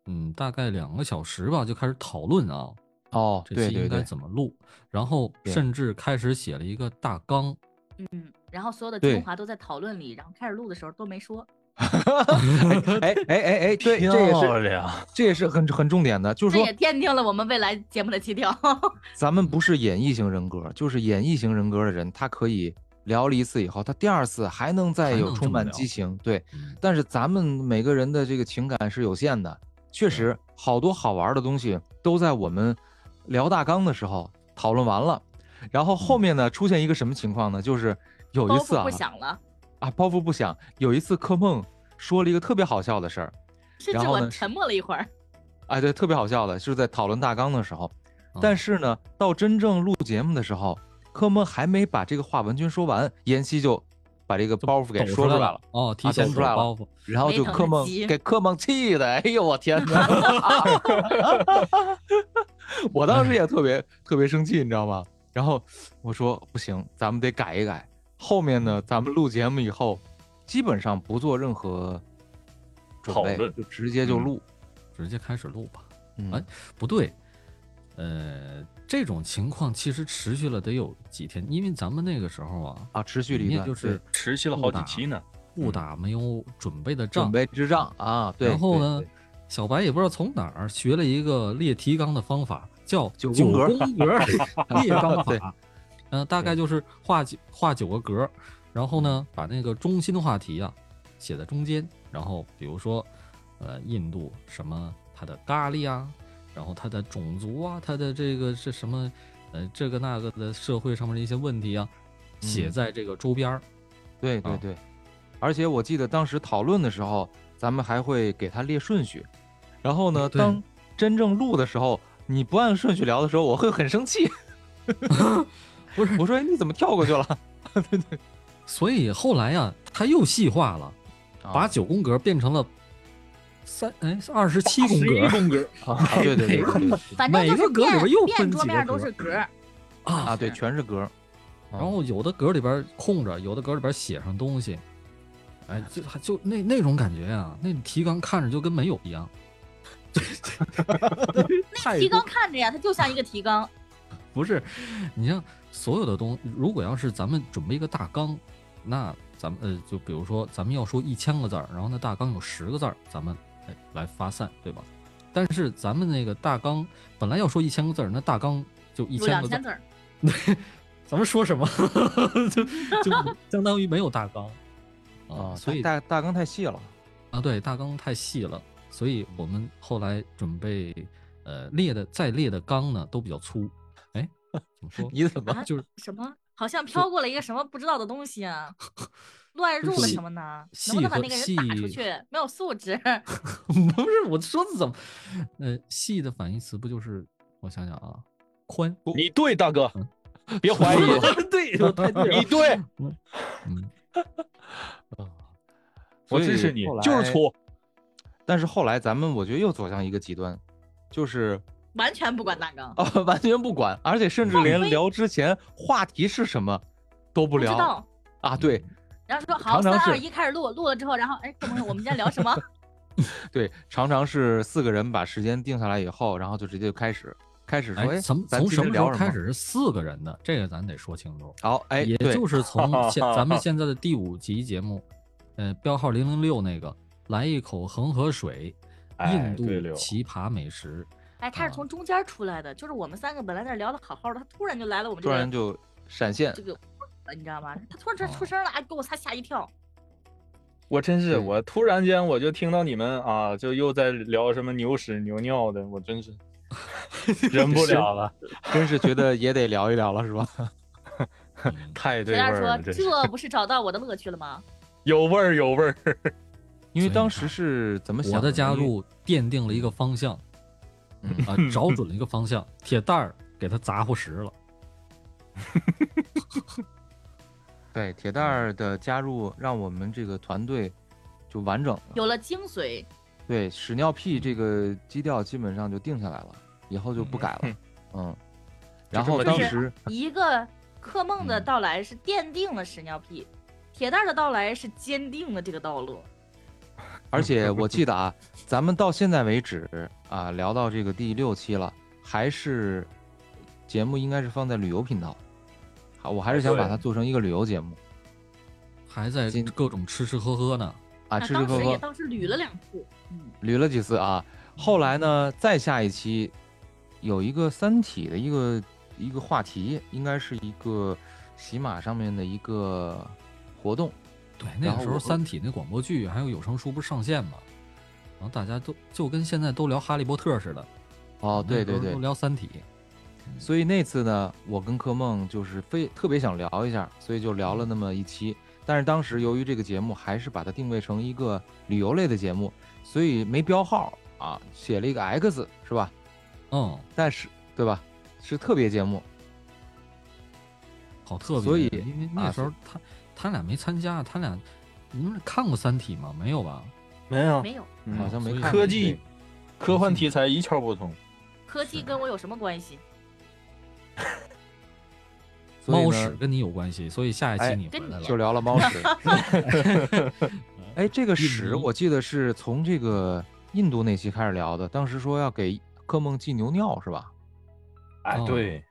[SPEAKER 3] 嗯大概两个小时吧就开始讨论啊，
[SPEAKER 1] 哦，
[SPEAKER 3] 这
[SPEAKER 1] 对
[SPEAKER 3] 期
[SPEAKER 1] 对
[SPEAKER 3] 应 该
[SPEAKER 1] 对，
[SPEAKER 3] 怎么录，然后
[SPEAKER 1] 对
[SPEAKER 3] 甚至开始写了一个大纲，
[SPEAKER 5] 嗯，然后所有的
[SPEAKER 1] 对
[SPEAKER 5] 精华都在讨论里，然后开始录的时候都没说。
[SPEAKER 1] 哎哎哎哎，对，这也
[SPEAKER 4] 漂
[SPEAKER 1] 是
[SPEAKER 4] 亮，
[SPEAKER 1] 这也是很很重点的，就是
[SPEAKER 5] 这
[SPEAKER 1] 说
[SPEAKER 5] 也奠定了我们未来节目的基调。
[SPEAKER 1] 咱们不是演绎型人格，就是演绎型人格的人，他可以聊了一次以后，他第二次还能再
[SPEAKER 3] 还
[SPEAKER 1] 有
[SPEAKER 3] 能这
[SPEAKER 1] 充
[SPEAKER 3] 么
[SPEAKER 1] 满
[SPEAKER 3] 聊
[SPEAKER 1] 激情，对。
[SPEAKER 3] 嗯，
[SPEAKER 1] 但是咱们每个人的这个情感是有限的，确实好多好玩的东西都在我们聊大纲的时候讨论完了，然后后面呢出现一个什么情况呢？就是 有
[SPEAKER 5] 包
[SPEAKER 1] 一次
[SPEAKER 5] 袱
[SPEAKER 1] 啊
[SPEAKER 5] 不响了，
[SPEAKER 1] 啊包袱不响，有一次柯梦说了一个特别好笑的事儿，
[SPEAKER 5] 甚
[SPEAKER 1] 然
[SPEAKER 5] 至
[SPEAKER 1] 后
[SPEAKER 5] 我
[SPEAKER 1] 呢
[SPEAKER 5] 沉默了一会儿。
[SPEAKER 1] 哎，对，特别好笑的，就是在讨论大纲的时候，
[SPEAKER 3] 嗯
[SPEAKER 1] 但是呢，到真正录节目的时候，科梦还没把这个话完全说完，妍希就把这个包袱给
[SPEAKER 3] 抖
[SPEAKER 1] 说出来了，啊
[SPEAKER 3] 哦，提前
[SPEAKER 1] 抖出来
[SPEAKER 3] 抖
[SPEAKER 1] 了
[SPEAKER 3] 包袱，
[SPEAKER 1] 然后
[SPEAKER 5] 没
[SPEAKER 1] 就
[SPEAKER 5] 等
[SPEAKER 1] 科
[SPEAKER 5] 得
[SPEAKER 1] 梦
[SPEAKER 5] 及
[SPEAKER 1] 给科梦气的，哎呦我天哪！ 我当时也特别特别生气，你知道吗？然后我说不行，咱们得改一改。后面呢，咱们录节目以后，基本上不做任何准
[SPEAKER 4] 讨
[SPEAKER 1] 备，
[SPEAKER 4] 论
[SPEAKER 1] 就直接就
[SPEAKER 3] 嗯
[SPEAKER 1] 录。
[SPEAKER 3] 直接开始录吧。
[SPEAKER 1] 嗯
[SPEAKER 3] 哎不对，呃，这种情况其实持续了得有几天，因为咱们那个时候啊，
[SPEAKER 1] 啊，持续了
[SPEAKER 3] 里
[SPEAKER 1] 一
[SPEAKER 3] 面
[SPEAKER 1] 段
[SPEAKER 3] 就
[SPEAKER 1] 对嗯
[SPEAKER 3] 是
[SPEAKER 4] 持续了好几期呢。
[SPEAKER 3] 不打没有准备的
[SPEAKER 1] 准
[SPEAKER 3] 仗，
[SPEAKER 1] 备之仗啊，对。
[SPEAKER 3] 然后
[SPEAKER 1] 对
[SPEAKER 3] 呢
[SPEAKER 1] 对，
[SPEAKER 3] 小白也不知道从哪儿学了一个列提纲的方法，叫
[SPEAKER 1] 九
[SPEAKER 3] 宫
[SPEAKER 1] 宫格
[SPEAKER 3] 格 列纲
[SPEAKER 1] 对
[SPEAKER 3] 法。嗯、大概就是画几画九个格，然后呢，把那个中心话题啊写在中间，然后比如说，呃，印度什么它的咖喱啊，然后它的种族啊，它的这个是什么，呃，这个那个的社会上面的一些问题啊，写
[SPEAKER 1] 嗯
[SPEAKER 3] 在这个周边儿。
[SPEAKER 1] 对对
[SPEAKER 3] 啊
[SPEAKER 1] 对，而且我记得当时讨论的时候，咱们还会给它列顺序。然后呢，
[SPEAKER 3] 嗯对
[SPEAKER 1] 当真正录的时候，你不按顺序聊的时候，我会很生气。
[SPEAKER 3] 不是
[SPEAKER 1] 我说哎你怎么跳过去了？
[SPEAKER 3] 所以后来呀、他又细化了。
[SPEAKER 1] 啊
[SPEAKER 3] 把九宫格变成了三哎二十七宫
[SPEAKER 4] 十一
[SPEAKER 3] 格
[SPEAKER 4] 宫格，
[SPEAKER 1] 啊，对对对对对
[SPEAKER 5] 反正
[SPEAKER 3] 每
[SPEAKER 5] 就
[SPEAKER 3] 个
[SPEAKER 5] 是
[SPEAKER 3] 格里边
[SPEAKER 5] 变
[SPEAKER 3] 又分
[SPEAKER 5] 变桌
[SPEAKER 3] 几个
[SPEAKER 5] 面都
[SPEAKER 3] 格
[SPEAKER 5] 是格。
[SPEAKER 3] 啊
[SPEAKER 1] 啊，，对，全是格。啊
[SPEAKER 3] 然后有的格里边空着，有的格里边写上东西，哎，就还就那那种感觉呀、那提纲看着就跟没有一样。
[SPEAKER 5] 那提纲看着呀，它就像一个提纲。
[SPEAKER 3] 不是，你像所有的东，如果要是咱们准备一个大纲，那咱们呃，就比如说咱们要说一千个字儿，然后那大纲有十个字儿，咱们哎来发散，对吧？但是咱们那个大纲本来要说一千个字儿，那大纲就一
[SPEAKER 5] 有
[SPEAKER 3] 千
[SPEAKER 5] 两
[SPEAKER 3] 个字儿
[SPEAKER 5] 千，字儿，
[SPEAKER 3] 咱们说什么 就就相当于没有大纲
[SPEAKER 1] 啊，
[SPEAKER 3] 所以
[SPEAKER 1] 大大纲太细了。？
[SPEAKER 3] 啊，对，大纲太细了，所以我们后来准备呃列的再列的纲呢都比较粗。哎，怎么说
[SPEAKER 1] 你怎么
[SPEAKER 5] 啊
[SPEAKER 3] 就是
[SPEAKER 5] 什么好像飘过了一个什么不知道的东西啊，乱入了什么呢？
[SPEAKER 3] 戏
[SPEAKER 5] 能不能把
[SPEAKER 3] 和
[SPEAKER 5] 那个人打出
[SPEAKER 3] 戏
[SPEAKER 5] 去？没有素质。
[SPEAKER 3] 不是我说的怎么？呃，细的反义词不就是我想想啊，宽，
[SPEAKER 4] 你对，大哥，别怀 疑，
[SPEAKER 3] 对，我太对
[SPEAKER 4] 你
[SPEAKER 3] 了，
[SPEAKER 4] 对，
[SPEAKER 3] 嗯，
[SPEAKER 4] 我
[SPEAKER 1] 所以
[SPEAKER 4] 支持你
[SPEAKER 1] 后，来
[SPEAKER 4] 就是粗。
[SPEAKER 1] 但是后来咱们我觉得又走向一个极端，就是
[SPEAKER 5] 完全不管大纲，
[SPEAKER 1] 啊、完全不管，而且甚至
[SPEAKER 5] 放
[SPEAKER 1] 连
[SPEAKER 5] 飞
[SPEAKER 1] 聊之前话题是什么都不
[SPEAKER 5] 不知
[SPEAKER 1] 聊
[SPEAKER 5] 道。
[SPEAKER 1] 啊。对
[SPEAKER 5] 然后说好，
[SPEAKER 1] 常
[SPEAKER 5] 三
[SPEAKER 1] 常
[SPEAKER 5] 二
[SPEAKER 1] 是
[SPEAKER 5] 一开始录，录了之后，然后哎，这朋友，我们今天聊什么？
[SPEAKER 1] 对，常常是四个人把时间定下来以后，然后就直接就开始开始说，
[SPEAKER 3] 哎，
[SPEAKER 1] 哎，
[SPEAKER 3] 从
[SPEAKER 1] 咱
[SPEAKER 3] 从
[SPEAKER 1] 今
[SPEAKER 3] 什
[SPEAKER 1] 天
[SPEAKER 3] 么时候
[SPEAKER 1] 聊什
[SPEAKER 3] 开？始是四个人的，这个咱得说清楚。
[SPEAKER 1] 好，哎，
[SPEAKER 3] 也
[SPEAKER 1] 对，
[SPEAKER 3] 就是从 现咱们现在的第五集节目，呃，标号零零六那个，来一口恒河水，
[SPEAKER 4] 哎
[SPEAKER 3] 印度
[SPEAKER 4] 对了
[SPEAKER 3] 奇葩美 食，
[SPEAKER 5] 哎，
[SPEAKER 1] 啊
[SPEAKER 5] 他是从中间出来的，就是我们三个本来在那聊的好好的，他突然就来了我们这
[SPEAKER 1] 突然
[SPEAKER 5] 个
[SPEAKER 1] 就闪现
[SPEAKER 5] 这，个，你知道吗？他突然这出声了，哎，给我仨吓一跳。
[SPEAKER 4] 我真是，
[SPEAKER 1] 嗯
[SPEAKER 4] 我突然间我就听到你们啊，就又在聊什么牛屎牛尿的，我 真是忍不了了，
[SPEAKER 1] 真是觉得也得聊一聊了，是 吧？
[SPEAKER 3] 嗯
[SPEAKER 4] 太
[SPEAKER 5] 谁
[SPEAKER 4] 对味
[SPEAKER 5] 家
[SPEAKER 4] 儿
[SPEAKER 5] 说
[SPEAKER 4] 了，真是
[SPEAKER 5] 这不是找到我的乐趣了吗？
[SPEAKER 4] 有味儿有味儿。
[SPEAKER 1] 因为
[SPEAKER 3] 所以
[SPEAKER 1] 当
[SPEAKER 3] 你
[SPEAKER 1] 时
[SPEAKER 3] 看
[SPEAKER 1] 是怎么想
[SPEAKER 3] 我的加
[SPEAKER 1] 呢因为
[SPEAKER 3] 入奠定了一个方向，
[SPEAKER 1] 嗯
[SPEAKER 3] 啊，找准了一个方向，铁蛋儿给他砸乎实了。
[SPEAKER 1] 对铁蛋儿的加入，让我们这个团队就完整了。
[SPEAKER 5] 有了精髓，
[SPEAKER 1] 对屎尿屁这个基调基本上就定下来了，以后就不改了。嗯，然
[SPEAKER 4] 这么
[SPEAKER 1] 后
[SPEAKER 4] 定
[SPEAKER 1] 当
[SPEAKER 5] 了
[SPEAKER 1] 时
[SPEAKER 5] 一个克梦的到来是奠定了屎尿屁，铁蛋儿的到来是坚定了这个道路。
[SPEAKER 1] 而且我记得啊，咱们到现在为止啊，聊到这个第六期了，还是节目应该是放在旅游频道。好，我还是想把它做成一个旅游节目
[SPEAKER 3] 还在
[SPEAKER 1] 今
[SPEAKER 3] 各种吃吃喝喝呢，
[SPEAKER 1] 啊，
[SPEAKER 5] 那
[SPEAKER 1] 吃吃
[SPEAKER 5] 当
[SPEAKER 1] 喝
[SPEAKER 5] 时也
[SPEAKER 1] 喝
[SPEAKER 5] 倒是捋了两次，嗯，
[SPEAKER 1] 捋了几次啊。后来呢，再下一期有一个《三体》的一个一个话题，应该是一个喜马上面的一个活动。
[SPEAKER 3] 对，那
[SPEAKER 1] 然
[SPEAKER 3] 个
[SPEAKER 1] 后
[SPEAKER 3] 时候《
[SPEAKER 1] 我
[SPEAKER 3] 三体》那广播剧还有有声书不是上线吗？然后大家都就跟现在都聊《哈利波特》似的，
[SPEAKER 1] 哦，对对
[SPEAKER 3] 那时候
[SPEAKER 1] 对
[SPEAKER 3] 都，聊《三体》。
[SPEAKER 1] 所以那次呢，我跟柯梦就是非特别想聊一下，所以就聊了
[SPEAKER 3] 嗯
[SPEAKER 1] 那么一期。但是当时由于这个节目还是把它定位成一个旅游类的节目，所以没标号啊，写了一个 X 是吧？
[SPEAKER 3] 嗯，
[SPEAKER 1] 但是对吧，是特别节目，
[SPEAKER 3] 好特别。
[SPEAKER 1] 所以
[SPEAKER 3] 因为那
[SPEAKER 1] 啊
[SPEAKER 3] 时候他他俩没参加，他俩你们看过《三体》吗？没有吧？
[SPEAKER 4] 没有
[SPEAKER 5] 没有
[SPEAKER 4] 嗯
[SPEAKER 1] 好像没
[SPEAKER 3] 所以
[SPEAKER 1] 看
[SPEAKER 4] 科
[SPEAKER 1] 过
[SPEAKER 4] 技
[SPEAKER 1] 对
[SPEAKER 4] 科幻题材一窍不通，
[SPEAKER 5] 科技跟我有什么关系？
[SPEAKER 1] 所以
[SPEAKER 3] 猫
[SPEAKER 1] 呢
[SPEAKER 3] 屎跟你有关系，所以下一期
[SPEAKER 1] 哎
[SPEAKER 3] 你回
[SPEAKER 5] 跟
[SPEAKER 3] 来
[SPEAKER 5] 你
[SPEAKER 3] 了。
[SPEAKER 1] 就聊了猫 屎。哎，这个
[SPEAKER 3] 印
[SPEAKER 1] 屎
[SPEAKER 3] 度
[SPEAKER 1] 我记得是从这个印度那期开始聊的，当时说要给柯梦寄牛尿是吧？
[SPEAKER 4] 哎
[SPEAKER 3] 哦，
[SPEAKER 4] 对，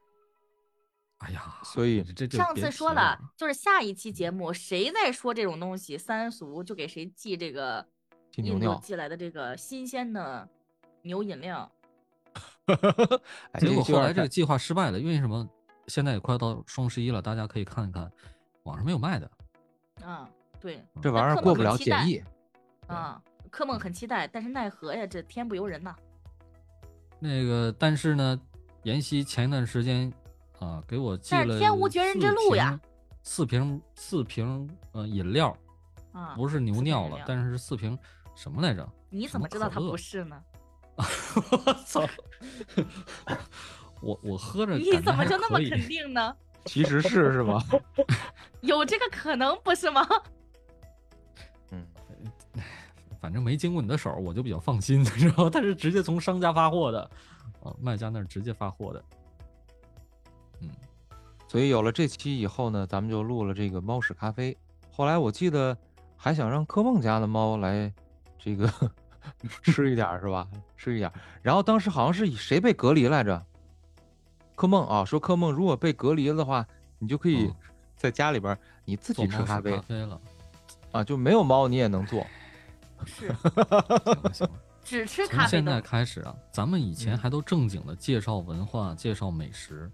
[SPEAKER 3] 哎呀，哎
[SPEAKER 1] 所以
[SPEAKER 3] 这这就
[SPEAKER 5] 上
[SPEAKER 3] 别
[SPEAKER 5] 次
[SPEAKER 3] 提
[SPEAKER 5] 说了，就是下一期节目谁再说这种东西三俗，就给谁寄这个
[SPEAKER 1] 寄牛
[SPEAKER 5] 印度
[SPEAKER 1] 尿，
[SPEAKER 5] 寄来的这个新鲜的牛饮料。
[SPEAKER 1] 哎
[SPEAKER 3] 结果后来这
[SPEAKER 1] 这
[SPEAKER 3] 个计划失败了，因为什么？现在也快到双十一了，大家可以看一看，网上没有卖的。
[SPEAKER 5] 啊，对，
[SPEAKER 1] 这玩意儿
[SPEAKER 5] 那柯
[SPEAKER 1] 过
[SPEAKER 5] 梦
[SPEAKER 1] 不
[SPEAKER 5] 很
[SPEAKER 1] 了
[SPEAKER 5] 期
[SPEAKER 1] 检
[SPEAKER 5] 待
[SPEAKER 1] 疫。
[SPEAKER 5] 啊，科梦很期待，但是奈何呀，这天不由人呐。
[SPEAKER 3] 那个，但是呢，妍希前一段时间啊，给我寄
[SPEAKER 5] 但是
[SPEAKER 3] 了
[SPEAKER 5] 天无绝人之
[SPEAKER 3] 四
[SPEAKER 5] 路呀
[SPEAKER 3] 瓶，四瓶四瓶呃饮料，
[SPEAKER 5] 啊，
[SPEAKER 3] 不是牛
[SPEAKER 5] 四瓶
[SPEAKER 3] 尿
[SPEAKER 5] 饮
[SPEAKER 3] 了
[SPEAKER 5] 料，
[SPEAKER 3] 但是是四瓶什么来 着？
[SPEAKER 5] 你
[SPEAKER 3] 什
[SPEAKER 5] 怎么
[SPEAKER 3] 么
[SPEAKER 5] 知道
[SPEAKER 3] 可
[SPEAKER 5] 它
[SPEAKER 3] 乐
[SPEAKER 5] 不是呢？
[SPEAKER 3] 我操！ 我我喝着
[SPEAKER 5] 你
[SPEAKER 3] 感觉
[SPEAKER 5] 怎么
[SPEAKER 3] 还
[SPEAKER 5] 就那么
[SPEAKER 3] 可以
[SPEAKER 5] 肯定呢？
[SPEAKER 1] 其实是 是吗？
[SPEAKER 5] 有这个可能不是吗？
[SPEAKER 1] 嗯，
[SPEAKER 3] 反正没经过你的手儿，我就比较放心， 然后它是直接从商家发货的，啊，卖家那儿直接发货的。
[SPEAKER 1] 所以有了这期以后呢，咱们就录了这个猫屎咖啡。后来我记得还想让柯梦家的猫来这个 吃一点儿是吧？吃一点儿。然后当时好像是以谁被隔离来着？柯梦啊，说柯梦如果被隔离了的话，你就可以
[SPEAKER 3] 嗯
[SPEAKER 1] 在家里边儿你自己
[SPEAKER 3] 做
[SPEAKER 1] 吃
[SPEAKER 3] 猫
[SPEAKER 1] 咖
[SPEAKER 3] 屎
[SPEAKER 1] 啡
[SPEAKER 3] 咖啡了，
[SPEAKER 1] 啊，就没有猫你也能做。
[SPEAKER 5] 是，
[SPEAKER 3] 行了 行了。
[SPEAKER 5] 只吃
[SPEAKER 3] 从
[SPEAKER 5] 咖啡
[SPEAKER 3] 现
[SPEAKER 5] 豆
[SPEAKER 3] 在。开始啊，咱们以前
[SPEAKER 1] 嗯
[SPEAKER 3] 还都正经的介绍文化、介绍美食，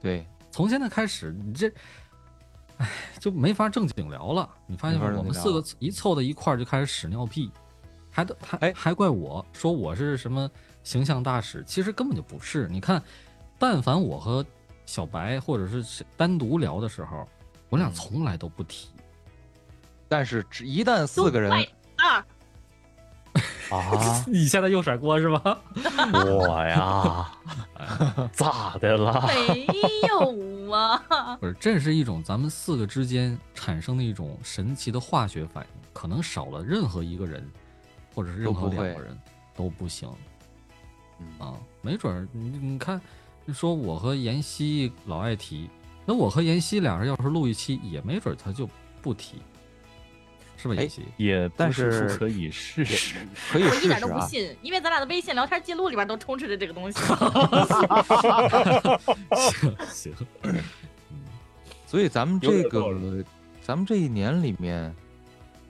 [SPEAKER 1] 对，
[SPEAKER 3] 从现在开始，你这，哎，就没法正经聊了。你发现
[SPEAKER 1] 没法
[SPEAKER 3] 吗
[SPEAKER 1] 正
[SPEAKER 3] 我们
[SPEAKER 1] 经
[SPEAKER 3] 四
[SPEAKER 1] 聊
[SPEAKER 3] 个一凑到一块儿就开始屎尿屁，还都还
[SPEAKER 1] 哎
[SPEAKER 3] 还怪我说我是什么形象大使，其实根本就不是。你看，但凡我和小白或者是谁单独聊的时候，我俩
[SPEAKER 1] 嗯
[SPEAKER 3] 从来都不提。，
[SPEAKER 1] 但是只一旦四个人
[SPEAKER 5] 啊，
[SPEAKER 4] 啊
[SPEAKER 3] 你现在又甩锅是吧？
[SPEAKER 4] 我 呀，咋的啦？
[SPEAKER 5] 没有 啊，
[SPEAKER 3] 不是，这是一种咱们四个之间产生的一种神奇的化学反应，可能少了任何一个人，或者是任何
[SPEAKER 1] 都不会
[SPEAKER 3] 两个人都不行
[SPEAKER 1] 嗯，
[SPEAKER 3] 啊。没准儿你你看，你说我和妍希老爱提，那我和妍希俩人要是录一期，也没准儿他就不提，是吧？
[SPEAKER 1] 哎
[SPEAKER 3] 妍希，
[SPEAKER 4] 也不
[SPEAKER 1] 但
[SPEAKER 4] 是
[SPEAKER 1] 是
[SPEAKER 4] 不可以试试。
[SPEAKER 1] 可以
[SPEAKER 5] 我一
[SPEAKER 1] 试
[SPEAKER 5] 点都
[SPEAKER 1] 试
[SPEAKER 5] 不
[SPEAKER 1] 啊。
[SPEAKER 5] 信，因为咱俩的微信聊天记录里边都充斥着这个 东西。
[SPEAKER 3] 行行，
[SPEAKER 1] 所以咱们
[SPEAKER 4] 有
[SPEAKER 1] 这
[SPEAKER 4] 点道
[SPEAKER 1] 个，咱们这一年里面，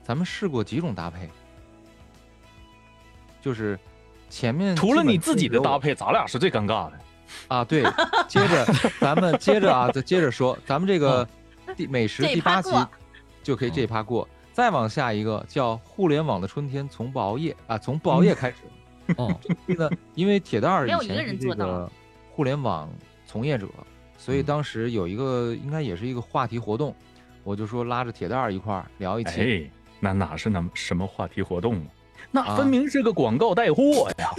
[SPEAKER 1] 咱们试过几种搭配，就是前面
[SPEAKER 4] 除
[SPEAKER 1] 嗯
[SPEAKER 4] 了
[SPEAKER 1] 基本
[SPEAKER 4] 你自己的搭
[SPEAKER 1] 都
[SPEAKER 4] 配，咱俩是最尴尬的。
[SPEAKER 1] 啊，对，接 着咱们接着啊，再接着说，咱们这个
[SPEAKER 4] 嗯
[SPEAKER 1] 第美食
[SPEAKER 5] 这一
[SPEAKER 1] 第
[SPEAKER 5] 趴
[SPEAKER 1] 八集
[SPEAKER 5] 过
[SPEAKER 1] 就可以这一趴过，再往下一个叫《互联网的春天》，从不熬夜啊，从不熬
[SPEAKER 4] 嗯
[SPEAKER 1] 夜开始。
[SPEAKER 3] 哦，
[SPEAKER 1] 这个呢，因为铁蛋儿
[SPEAKER 5] 没
[SPEAKER 1] 以
[SPEAKER 5] 有一个
[SPEAKER 1] 前是
[SPEAKER 5] 人
[SPEAKER 1] 这
[SPEAKER 5] 做到
[SPEAKER 1] 个互联网从业者，所以
[SPEAKER 3] 嗯
[SPEAKER 1] 当时有一个应该也是一个话题活动，我就说拉着铁蛋儿一块儿聊一期。
[SPEAKER 4] 哎，那哪是那么什么话题活动啊？那
[SPEAKER 1] 啊
[SPEAKER 4] 分明是个广告带货 呀，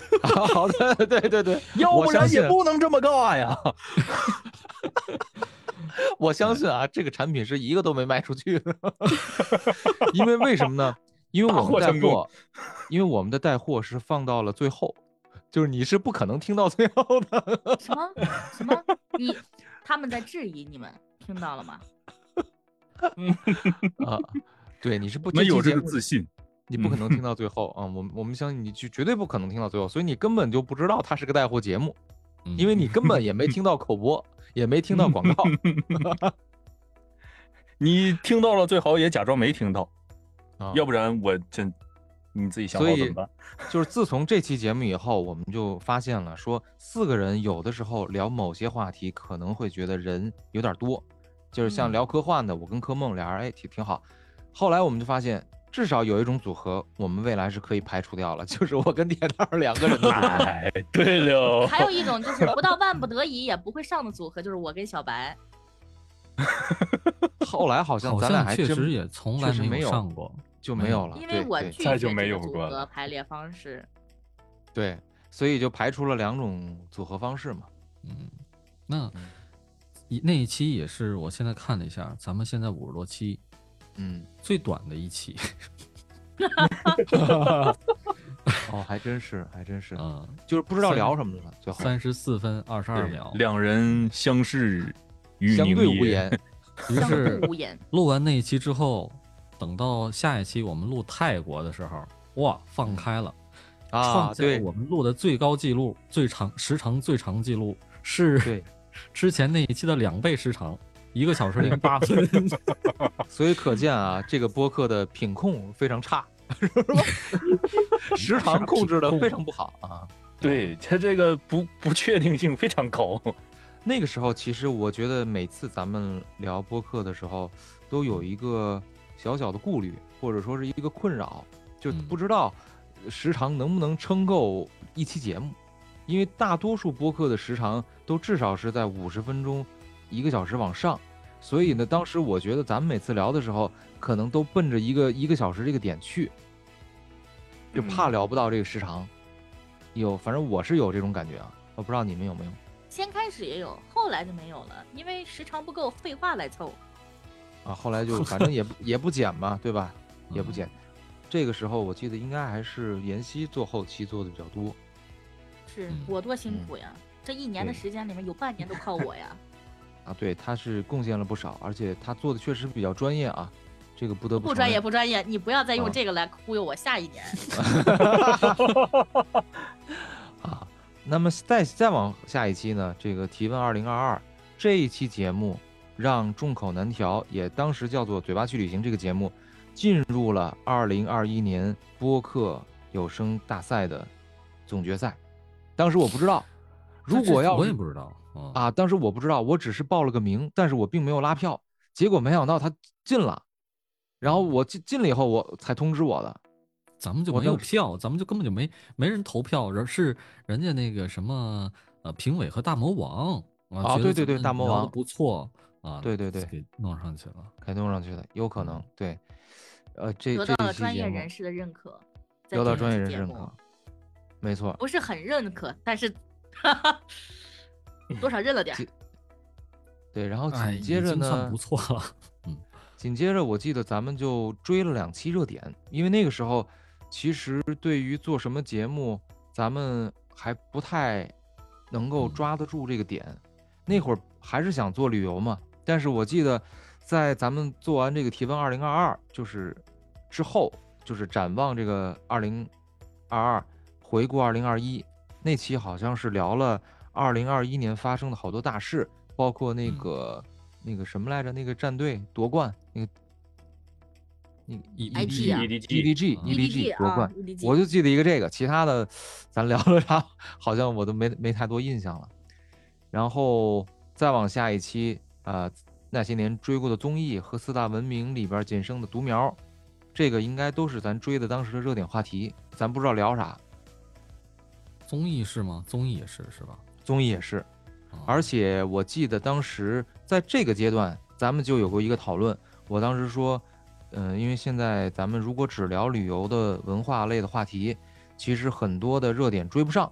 [SPEAKER 1] 好的，对对对，
[SPEAKER 4] 要
[SPEAKER 1] 我
[SPEAKER 4] 不
[SPEAKER 1] 相
[SPEAKER 4] 然也
[SPEAKER 1] 信
[SPEAKER 4] 不能这么尬呀。
[SPEAKER 1] 我相信啊，这个产品是一个都没卖出去的， 因为为什么呢？因为我们带
[SPEAKER 4] 大获成功
[SPEAKER 1] 货，因为我们的带货是放到了最后，就是你是不可能听到最后的。
[SPEAKER 5] 什么什么？你他们在质疑你们，听到了吗？
[SPEAKER 1] 啊，对，你是不
[SPEAKER 4] 我们有这个
[SPEAKER 1] 信，
[SPEAKER 4] 自信，
[SPEAKER 1] 你不可
[SPEAKER 3] 嗯
[SPEAKER 1] 能听到最后啊。我们我们相信你就绝对不可能听到最后，所以你根本就不知道它是个带货节目， 因为
[SPEAKER 3] 你
[SPEAKER 1] 你根本也没听到口播，也没听到 广告。
[SPEAKER 4] 你听到了最好也假装没听到，
[SPEAKER 1] 啊
[SPEAKER 4] 要不然我真你自己想好
[SPEAKER 1] 所以
[SPEAKER 4] 怎么办。
[SPEAKER 1] 就是自从这期节目以后，我们就发现了，说四个人有的时候聊某些话题，可能会觉得人有点多，就是像
[SPEAKER 5] 嗯
[SPEAKER 1] 聊科幻的，我跟柯梦俩人，哎，挺挺好。后来我们就发现，至少有一种组合，我们未来是可以排除掉了， 就是我跟铁蛋儿两个 人的。
[SPEAKER 4] 哎，对
[SPEAKER 3] 哦
[SPEAKER 4] 了，
[SPEAKER 5] 还有一种就是不到万不得已也不会上的组合，就是我跟小白。
[SPEAKER 1] 后来好像
[SPEAKER 3] 好
[SPEAKER 1] 咱俩
[SPEAKER 3] 像
[SPEAKER 1] 还
[SPEAKER 3] 确实
[SPEAKER 1] 真
[SPEAKER 3] 也嗯从
[SPEAKER 1] 确
[SPEAKER 3] 来
[SPEAKER 1] 实没有
[SPEAKER 3] 有上过，
[SPEAKER 1] 就没有了，
[SPEAKER 5] 因
[SPEAKER 1] 对
[SPEAKER 5] 为我
[SPEAKER 1] 对
[SPEAKER 5] 拒
[SPEAKER 4] 再
[SPEAKER 5] 绝
[SPEAKER 4] 就没
[SPEAKER 5] 这
[SPEAKER 4] 有
[SPEAKER 5] 个组
[SPEAKER 4] 过了
[SPEAKER 5] 合排列方式。
[SPEAKER 1] 对，所以就排除了两种组合方式嘛。
[SPEAKER 3] 嗯，那
[SPEAKER 1] 嗯
[SPEAKER 3] 一那一期也是，我现在看了一下，咱们现在五十多期，
[SPEAKER 1] 嗯，
[SPEAKER 3] 最短的 一期，
[SPEAKER 1] 哦，还真是，还真是，
[SPEAKER 3] 嗯，
[SPEAKER 1] 就是不知道
[SPEAKER 3] 三
[SPEAKER 1] 聊什么了，最后
[SPEAKER 3] 三十四分二十二
[SPEAKER 4] 对
[SPEAKER 3] 秒。
[SPEAKER 4] 两人相视与
[SPEAKER 1] 相
[SPEAKER 4] 凝
[SPEAKER 1] 对无
[SPEAKER 4] 噎。
[SPEAKER 1] 言。
[SPEAKER 3] 于
[SPEAKER 5] 相
[SPEAKER 3] 是
[SPEAKER 5] 顾无言，
[SPEAKER 3] 录完那一期之后，等到下一期我们录泰国的时候，哇，放开了，
[SPEAKER 1] 嗯啊，
[SPEAKER 3] 创下了
[SPEAKER 1] 对
[SPEAKER 3] 我们录的最高记录，最长时长最长记录是
[SPEAKER 1] 对，
[SPEAKER 3] 之前那一期的两倍时长，一个小时零八分。
[SPEAKER 1] 所以可见啊，这个播客的品控非常差， 是吧？时长控制的非常不好啊。
[SPEAKER 4] 对他这个不不确定性非常高。
[SPEAKER 1] 嗯那个时候，其实我觉得每次咱们聊播客的时候，都有一个小小的顾虑，或者说是一个困扰，就
[SPEAKER 3] 嗯
[SPEAKER 1] 不知道时长能不能撑够一期节目，因为大多数播客的时长都至少是在五十分钟、一个小时往上。所以呢，当时我觉得咱们每次聊的时候，可能都奔着一个一个小时这个点去，就怕聊不到这个时长。有，反正我是有这种感觉啊，我不知道你们有没有。
[SPEAKER 5] 先开始也有，后来就没有了，因为时长不够，废话来凑。
[SPEAKER 1] 啊，后来就反正也不也不剪嘛，对吧？也
[SPEAKER 3] 嗯
[SPEAKER 1] 不剪。这个时候我记得应该还是妍希做后期做的比较多，
[SPEAKER 5] 是
[SPEAKER 3] 嗯
[SPEAKER 5] 我多辛苦呀！这一年的
[SPEAKER 1] 对
[SPEAKER 5] 时间里面，有半年都靠我 呀。
[SPEAKER 1] 啊，对，她是贡献了不少，而且她做的确实比较专业啊，这个不得
[SPEAKER 5] 不
[SPEAKER 1] 承
[SPEAKER 5] 专业，
[SPEAKER 1] 认。
[SPEAKER 5] 不专业，你不要再
[SPEAKER 1] 啊
[SPEAKER 5] 用这个来忽悠我下一年。
[SPEAKER 1] 啊。那么再再往下一期呢，这个提问二零二二这一期节目，让众口难调，也当时叫做《嘴巴去旅行》这个节目，进入了二零二一年播客有声大赛的总决赛。当时我不知道， 如果要
[SPEAKER 3] 我
[SPEAKER 1] 是
[SPEAKER 3] 也不知道啊
[SPEAKER 1] 啊，当时我不知道，我只是报了个名，但是我并没有拉票。结果没想到他进了，然后我进进了以后，我才通知我的。
[SPEAKER 3] 咱们就
[SPEAKER 1] 我
[SPEAKER 3] 没有
[SPEAKER 1] 当时
[SPEAKER 3] 票，咱们就根本就没没人投票，而是人家那个什么呃评委和大魔王啊，
[SPEAKER 1] 啊
[SPEAKER 3] 觉得
[SPEAKER 1] 对对对
[SPEAKER 3] 咱们
[SPEAKER 1] 大魔
[SPEAKER 3] 聊得
[SPEAKER 1] 王
[SPEAKER 3] 不错啊，
[SPEAKER 1] 对对对
[SPEAKER 3] 给弄上去了。
[SPEAKER 1] 给弄上去的，有可能对。呃，这
[SPEAKER 5] 得
[SPEAKER 1] 这
[SPEAKER 5] 到
[SPEAKER 1] 一
[SPEAKER 5] 了
[SPEAKER 1] 期
[SPEAKER 5] 专
[SPEAKER 1] 节
[SPEAKER 5] 业
[SPEAKER 1] 目
[SPEAKER 5] 人士的认可。在
[SPEAKER 1] 要到
[SPEAKER 5] 电
[SPEAKER 1] 专业
[SPEAKER 5] 视
[SPEAKER 1] 人士
[SPEAKER 5] 节
[SPEAKER 1] 认
[SPEAKER 5] 目
[SPEAKER 1] 可，没错。
[SPEAKER 5] 不是很认可，但 是多少认了点儿
[SPEAKER 1] 这。对，然后
[SPEAKER 3] 哎，
[SPEAKER 1] 哦紧接
[SPEAKER 3] 已
[SPEAKER 1] 着
[SPEAKER 3] 经算
[SPEAKER 1] 呢
[SPEAKER 3] 不，错了。
[SPEAKER 1] 紧接着我记得咱们就追了两期热点，因为那个时候其实对于做什么节目，咱们还不太能够
[SPEAKER 3] 嗯
[SPEAKER 1] 抓得住这个点。那会儿还是想做旅游嘛，但是我记得在咱们做完这个提问二零二二，就是之后，就是展望这个二零二二，回顾二零二一那期，好像是聊了二零二一年发生的好多大事，包括那
[SPEAKER 3] 嗯
[SPEAKER 1] 个、那个什么来着，那个战队夺冠，那个那个，E
[SPEAKER 3] EDG
[SPEAKER 5] 啊
[SPEAKER 4] EDG
[SPEAKER 1] EDG
[SPEAKER 3] 啊
[SPEAKER 1] EDG 夺
[SPEAKER 5] 啊
[SPEAKER 1] 冠，
[SPEAKER 5] ，EDG，
[SPEAKER 1] 我就记得一个这个，其他的咱聊了啥，好像我都没没太多印象了。然后再往下一期，呃，那些年追过的综艺和四大文明里边仅剩的独苗，这个应该都是咱追的当时的热点话题。咱不知道聊啥，
[SPEAKER 3] 综艺是吗？综艺也是是吧？
[SPEAKER 1] 综艺也是。
[SPEAKER 3] 啊
[SPEAKER 1] 而且我记得当时在这个阶段，咱们就有过一个讨论。我当时说，嗯、因为现在咱们如果只聊旅游的文化类的话题，其实很多的热点追不上。